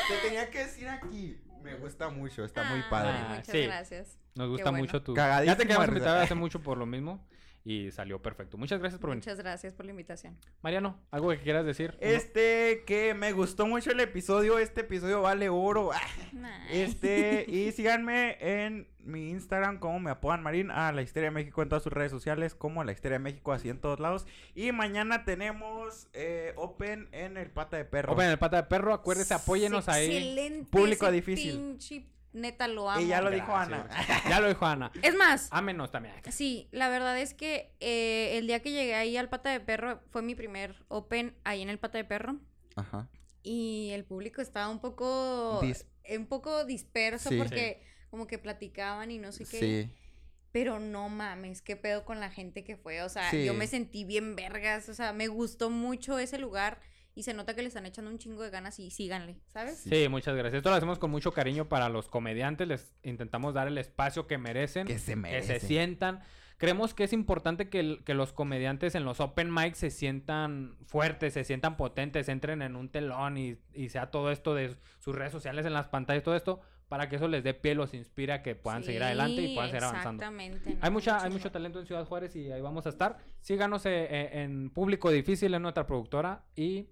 S2: Te tenía que decir aquí. Me gusta mucho, está muy
S3: Ay,
S2: padre.
S1: Ah,
S3: muchas
S1: sí.
S3: gracias.
S1: Nos gusta
S3: Qué bueno.
S1: mucho tu.
S2: Cagadísimo
S1: Ya te quedamos
S2: de risa.
S1: invitado hace mucho por lo mismo. Y salió perfecto. Muchas gracias por venir.
S3: Muchas gracias por la invitación.
S1: Mariano, ¿algo que quieras decir?
S2: Este que me gustó mucho el episodio, este episodio vale oro.
S3: Ay.
S2: Este, y síganme en mi Instagram como me apodan Marín, a la Histeria de México en todas sus redes sociales, como la Histeria de México así en todos lados. Y mañana tenemos eh, Open en el Pata de Perro.
S1: Open el pata de perro. Acuérdese, apóyenos ahí.
S3: Excelente.
S2: Público
S3: ese
S2: difícil.
S3: pinche- neta, lo amo.
S2: y ya lo Ah. dijo
S1: Gracias.
S2: Ana.
S1: Ya lo dijo Ana.
S3: Es más,
S1: Ámenos también.
S3: sí, la verdad es que eh, el día que llegué ahí al Pata de Perro fue mi primer open ahí en el Pata de Perro.
S2: Ajá.
S3: Y el público estaba un poco.
S2: Dis-
S3: eh, un poco disperso
S2: Sí.
S3: porque como que platicaban y no sé qué. Pero no mames, qué pedo con la gente que fue. O sea,
S2: Sí.
S3: yo me sentí bien vergas. O sea, me gustó mucho ese lugar. Y se nota que le están echando un chingo de ganas y síganle, ¿sabes?
S1: Sí, muchas gracias. Esto lo hacemos con mucho cariño para los comediantes. Les intentamos dar el espacio que merecen.
S2: Que se
S1: que
S2: merece.
S1: se sientan. Creemos que es importante que, el- que los comediantes en los open mic se sientan fuertes, se sientan potentes, entren en un telón y, y sea todo esto de sus redes sociales en las pantallas, todo esto, para que eso les dé pie, los inspire a que puedan seguir adelante y puedan seguir avanzando.
S3: Exactamente.
S1: Hay, mucha, hay mucho talento en Ciudad Juárez y ahí vamos a estar. Síganos eh, eh, en Público Difícil, en nuestra productora y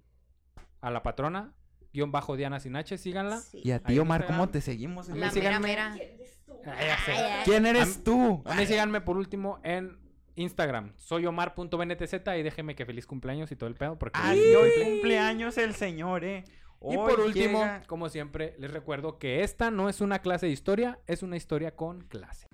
S1: a la patrona, guión bajo Diana Sinache, síganla.
S2: Y a
S1: Ahí
S2: ti,
S1: en
S2: Omar, ¿cómo
S1: Instagram.
S2: te seguimos?
S1: mí
S3: La mera,
S1: síganme.
S3: mera.
S1: Ah, ya sé.
S2: ¿Quién
S1: A
S2: eres tú?
S1: A mí síganme por último en Instagram. Soy omar.bntz y déjenme que feliz cumpleaños y todo el pedo. Porque
S2: Ah,
S1: hoy
S2: sí, hoy
S1: cumple.
S2: cumpleaños el señor, eh.
S1: Y
S2: Hoy
S1: por último,
S2: llega-
S1: como siempre, les recuerdo que esta no es una clase de historia, es una historia con clase.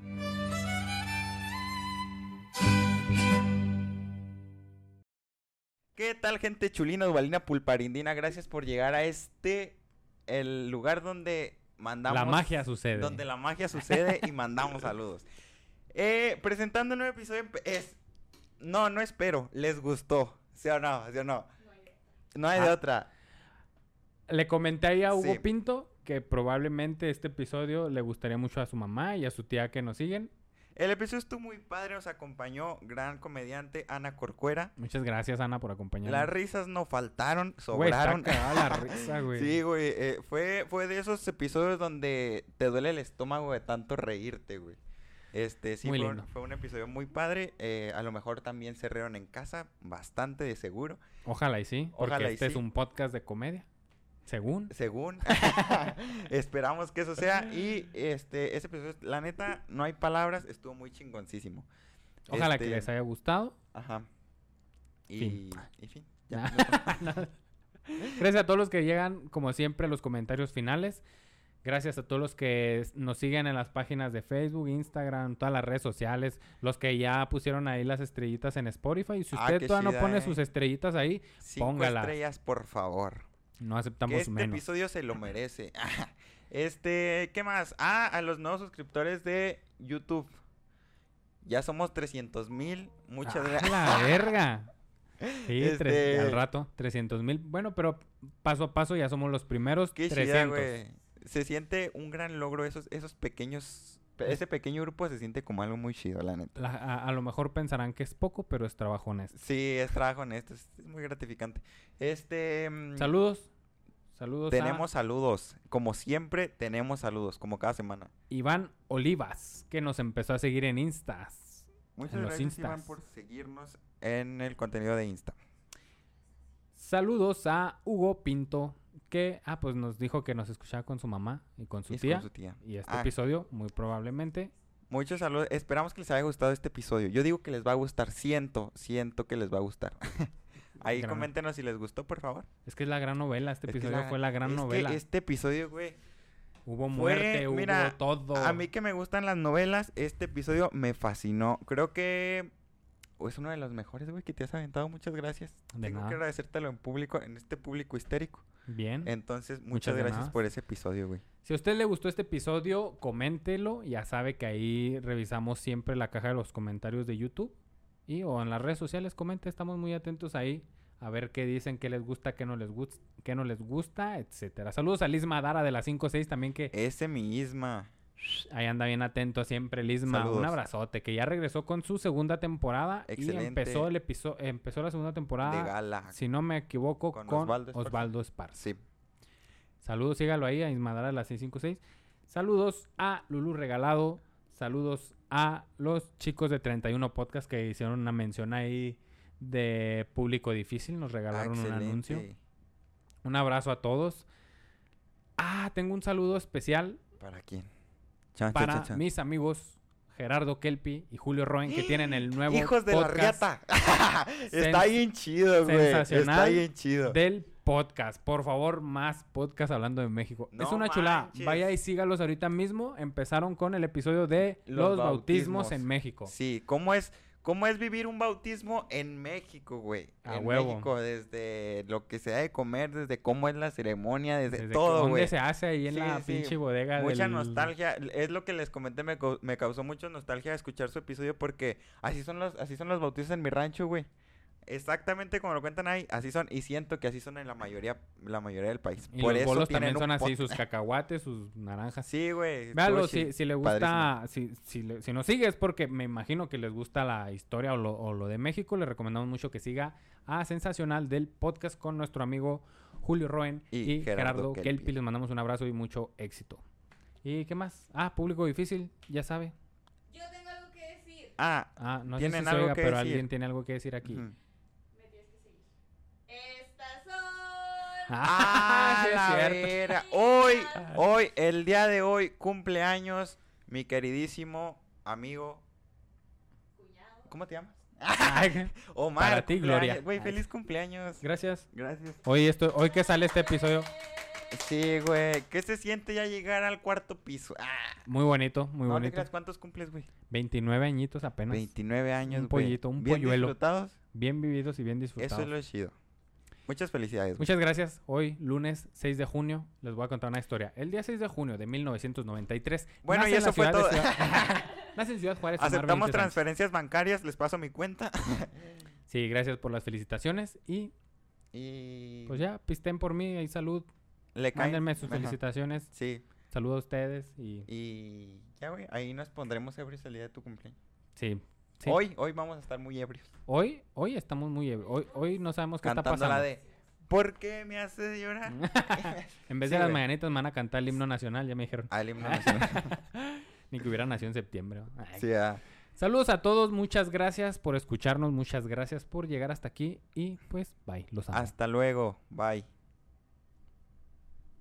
S2: ¿Qué tal, gente chulina, dubalina, pulparindina? Gracias por llegar a este, el lugar donde mandamos.
S1: la magia sucede.
S2: Donde la magia sucede y mandamos saludos. Eh, presentando un nuevo episodio, empe- es. No, no espero. Les gustó. ¿Sí o no? ¿Sí o no? No hay de
S1: Ah.
S2: otra.
S1: Le comenté ahí a Hugo
S2: Sí.
S1: Pinto que probablemente este episodio le gustaría mucho a su mamá y a su tía que nos siguen.
S2: El episodio estuvo muy padre. Nos acompañó gran comediante Ana Corcuera.
S1: Muchas gracias, Ana, por acompañarnos.
S2: Las risas no faltaron,
S1: Güey, está
S2: sobraron.
S1: cagada la risa, güey.
S2: Sí, güey, eh, fue, fue de esos episodios donde te duele el estómago de tanto reírte, güey. Este, sí,
S1: Muy
S2: fue,
S1: lindo.
S2: Un, fue un episodio muy padre. eh, a lo mejor también se rieron en casa, bastante de seguro.
S1: Ojalá y sí, porque
S2: Ojalá y
S1: este es
S2: sí.
S1: un podcast de comedia. Según.
S2: según. Esperamos que eso sea. Y este, ese episodio, la neta, no hay palabras, estuvo muy chingoncísimo.
S1: Ojalá que
S2: Este,
S1: les haya gustado.
S2: Ajá. Y
S1: Fin.
S2: y fin.
S1: Nah. Gracias a todos los que llegan, como siempre, a los comentarios finales. Gracias a todos los que s- nos siguen en las páginas de Facebook, Instagram, todas las redes sociales. Los que ya pusieron ahí las estrellitas en Spotify. Si
S2: Ah,
S1: usted
S2: qué
S1: todavía no
S2: chida,
S1: pone
S2: eh.
S1: sus estrellitas ahí,
S2: Cinco
S1: Póngalas.
S2: estrellas, por favor.
S1: no aceptamos
S2: que este
S1: menos.
S2: episodio se lo merece. este, ¿qué más? Ah, a los nuevos suscriptores de YouTube. Ya somos 300 mil. Muchas
S1: ¡Ah,
S2: gracias.
S1: la verga! Sí, tres-
S2: Este-
S1: al rato, 300 mil. Bueno, pero paso a paso ya somos los primeros
S2: Qué chida,
S1: 300.
S2: güey. Se siente un gran logro esos, esos pequeños... pe- Ese pequeño grupo se siente como algo muy chido, la neta.
S1: La- a, a lo mejor pensarán que es poco, pero es trabajo honesto.
S2: Sí, es trabajo honesto, es, es muy gratificante. Este... mm,
S1: Saludos. Saludos a
S2: Tenemos saludos. Como siempre, tenemos saludos, como cada semana.
S1: Iván Olivas, que nos empezó a seguir en Instas.
S2: Muchas
S1: En los
S2: gracias, Iván,
S1: Instas.
S2: por seguirnos en el contenido de Insta.
S1: Saludos a Hugo Pinto, que ah, pues nos dijo que nos escuchaba con su mamá y con su
S2: Y es con
S1: tía.
S2: su tía.
S1: Y este
S2: Ah,
S1: episodio, muy probablemente.
S2: Muchos saludos. Esperamos que les haya gustado este episodio. Yo digo que les va a gustar. Siento, siento que les va a gustar. Ahí
S1: Gran-
S2: coméntenos si les gustó, por favor.
S1: Es que es la gran novela, este
S2: Es que
S1: episodio fue la gran
S2: es que
S1: novela.
S2: este episodio, güey.
S1: Hubo muerte, hubo
S2: mira,
S1: todo.
S2: A mí que me gustan las novelas, este episodio me fascinó. Creo que es uno de los mejores, güey, que te has aventado. Muchas gracias.
S1: De
S2: Tengo
S1: nada.
S2: que agradecértelo en público, en este público histérico.
S1: Bien.
S2: Entonces,
S1: Muchas
S2: muchas, gracias
S1: llamadas.
S2: por ese episodio, güey.
S1: Si a usted le gustó este episodio, coméntelo. Ya sabe que ahí revisamos siempre la caja de los comentarios de YouTube. Y o en las redes sociales, comente. Estamos muy atentos ahí. A ver qué dicen, qué les gusta, qué no les gusta, qué no les gusta, etcétera. Saludos a Lisma Dara de la 56 también que
S2: Ese misma.
S1: ahí anda bien atento siempre, Lisma. Un
S2: Saludos.
S1: abrazote, que ya regresó con su segunda temporada. Y
S2: Excelente.
S1: empezó el episodio, empezó la segunda temporada.
S2: de gala.
S1: Si no me equivoco, con,
S2: Con Osvaldo Esparza.
S1: Osvaldo Esparza.
S2: Sí.
S1: Saludos, sígalo ahí, a Ismadara de la 656. Saludos a Lulu Regalado. Saludos a los chicos de 31 Podcast que hicieron una mención ahí de público difícil. Nos regalaron un anuncio.
S2: Excelente.
S1: Un abrazo a todos. Ah, tengo un saludo especial
S2: ¿Para quién? Chan, chan,
S1: para
S2: chan, chan.
S1: mis amigos Gerardo Kelpi y Julio Roen que tienen el nuevo
S2: Hijos de
S1: podcast
S2: la riata. Está
S1: Sens-
S2: bien chido, güey. Está
S1: sensacional
S2: bien chido.
S1: del podcast. Por favor, más podcast hablando de México.
S2: No
S1: es una chulada.
S2: manches.
S1: Vaya y sígalos ahorita mismo. Empezaron con el episodio de los,
S2: Los
S1: bautismos,
S2: bautismos.
S1: en México.
S2: Sí, ¿cómo es, ¿cómo es vivir un bautismo en México, güey?
S1: A
S2: en
S1: huevo.
S2: México, desde lo que se da de comer, desde cómo es la ceremonia, desde,
S1: Desde que-
S2: todo,
S1: ¿Dónde
S2: güey.
S1: se hace ahí en
S2: Sí,
S1: la
S2: sí.
S1: pinche bodega?
S2: Mucha
S1: del-
S2: nostalgia, es lo que les comenté, me, cau- me causó mucha nostalgia escuchar su episodio porque así son los, así son los bautizos en mi rancho, güey. Exactamente como lo cuentan ahí, así son, y siento que así son en la mayoría, la mayoría del país.
S1: Y
S2: Por
S1: los
S2: eso
S1: bolos
S2: tienen
S1: también son
S2: un
S1: así,
S2: pod-
S1: sus cacahuates, sus naranjas.
S2: Sí, güey.
S1: Véalo,
S2: estuvo
S1: si,
S2: chido.
S1: si le gusta, si, si, le- si nos sigue es porque me imagino que les gusta la historia o lo, o lo de México. Le recomendamos mucho que siga a Sensacional del podcast con nuestro amigo Julio Roen y,
S2: Y
S1: Gerardo,
S2: Gerardo
S1: Kelpi.
S2: Kelpi.
S1: Les mandamos un abrazo y mucho éxito. ¿Y qué más? Ah, público difícil, ya sabe.
S3: Yo tengo algo que decir.
S2: Ah,
S1: Ah, no sé si
S2: ¿Tienen
S1: se
S2: algo
S1: oiga,
S2: que
S1: pero
S2: decir?
S1: alguien tiene algo que decir aquí.
S2: ujú.
S3: Estas son.
S1: Ah,
S2: Ah,
S1: sí es
S2: la
S1: cierto. Ah.
S2: vera. Hoy, hoy, el día de hoy, cumpleaños, mi queridísimo amigo. ¿Cómo te llamas?
S1: Ay,
S2: Omar.
S1: Para ti,
S2: cumpleaños.
S1: Gloria.
S2: Güey, feliz cumpleaños.
S1: gracias.
S2: Gracias.
S1: Hoy, esto, hoy que sale este episodio,
S2: Sí, güey. ¿Qué se siente ya llegar al cuarto piso? Ah,
S1: muy bonito, muy
S2: no te
S1: bonito.
S2: creas, ¿cuántos cumples, güey?
S1: 29 añitos apenas.
S2: 29 años,
S1: Un
S2: güey.
S1: pollito, un
S2: Bien
S1: polluelo.
S2: disfrutados.
S1: Bien vividos y bien disfrutados.
S2: Eso es lo chido. Muchas felicidades, güey.
S1: Muchas gracias. Hoy, lunes 6 de junio, les voy a contar una historia. El día 6 de junio de 1993.
S2: Bueno,
S1: nace
S2: y
S1: en la
S2: eso fue
S1: ciudad de
S2: todo.
S1: Ciudad- nace en Ciudad Juárez. Omar
S2: Aceptamos
S1: Benítez Sánchez.
S2: transferencias bancarias, les paso mi cuenta.
S1: Sí, gracias por las felicitaciones. Y
S2: Y
S1: pues ya, pisten por mí. Ahí salud.
S2: le caen-
S1: Mándenme sus
S2: Ajá.
S1: felicitaciones.
S2: Sí.
S1: Saludos a ustedes. Y
S2: Y ya, güey, ahí nos pondremos ebrios el día de tu cumpleaños.
S1: sí. sí.
S2: Hoy, hoy vamos a estar muy ebrios.
S1: hoy, hoy estamos muy. ebrio- Hoy, hoy no sabemos qué está
S2: Cantando
S1: pasando.
S2: la de ¿Por qué me haces llorar?
S1: En vez
S2: Sí,
S1: de las
S2: güey.
S1: mañanitas, me van a cantar el himno nacional. Ya me dijeron.
S2: Al himno nacional.
S1: Ni que hubiera nacido en septiembre. ¿no? Ay,
S2: Sí, ah.
S1: Saludos a todos, muchas gracias por escucharnos, muchas gracias por llegar hasta aquí y pues bye, los amo.
S2: Hasta luego. Bye.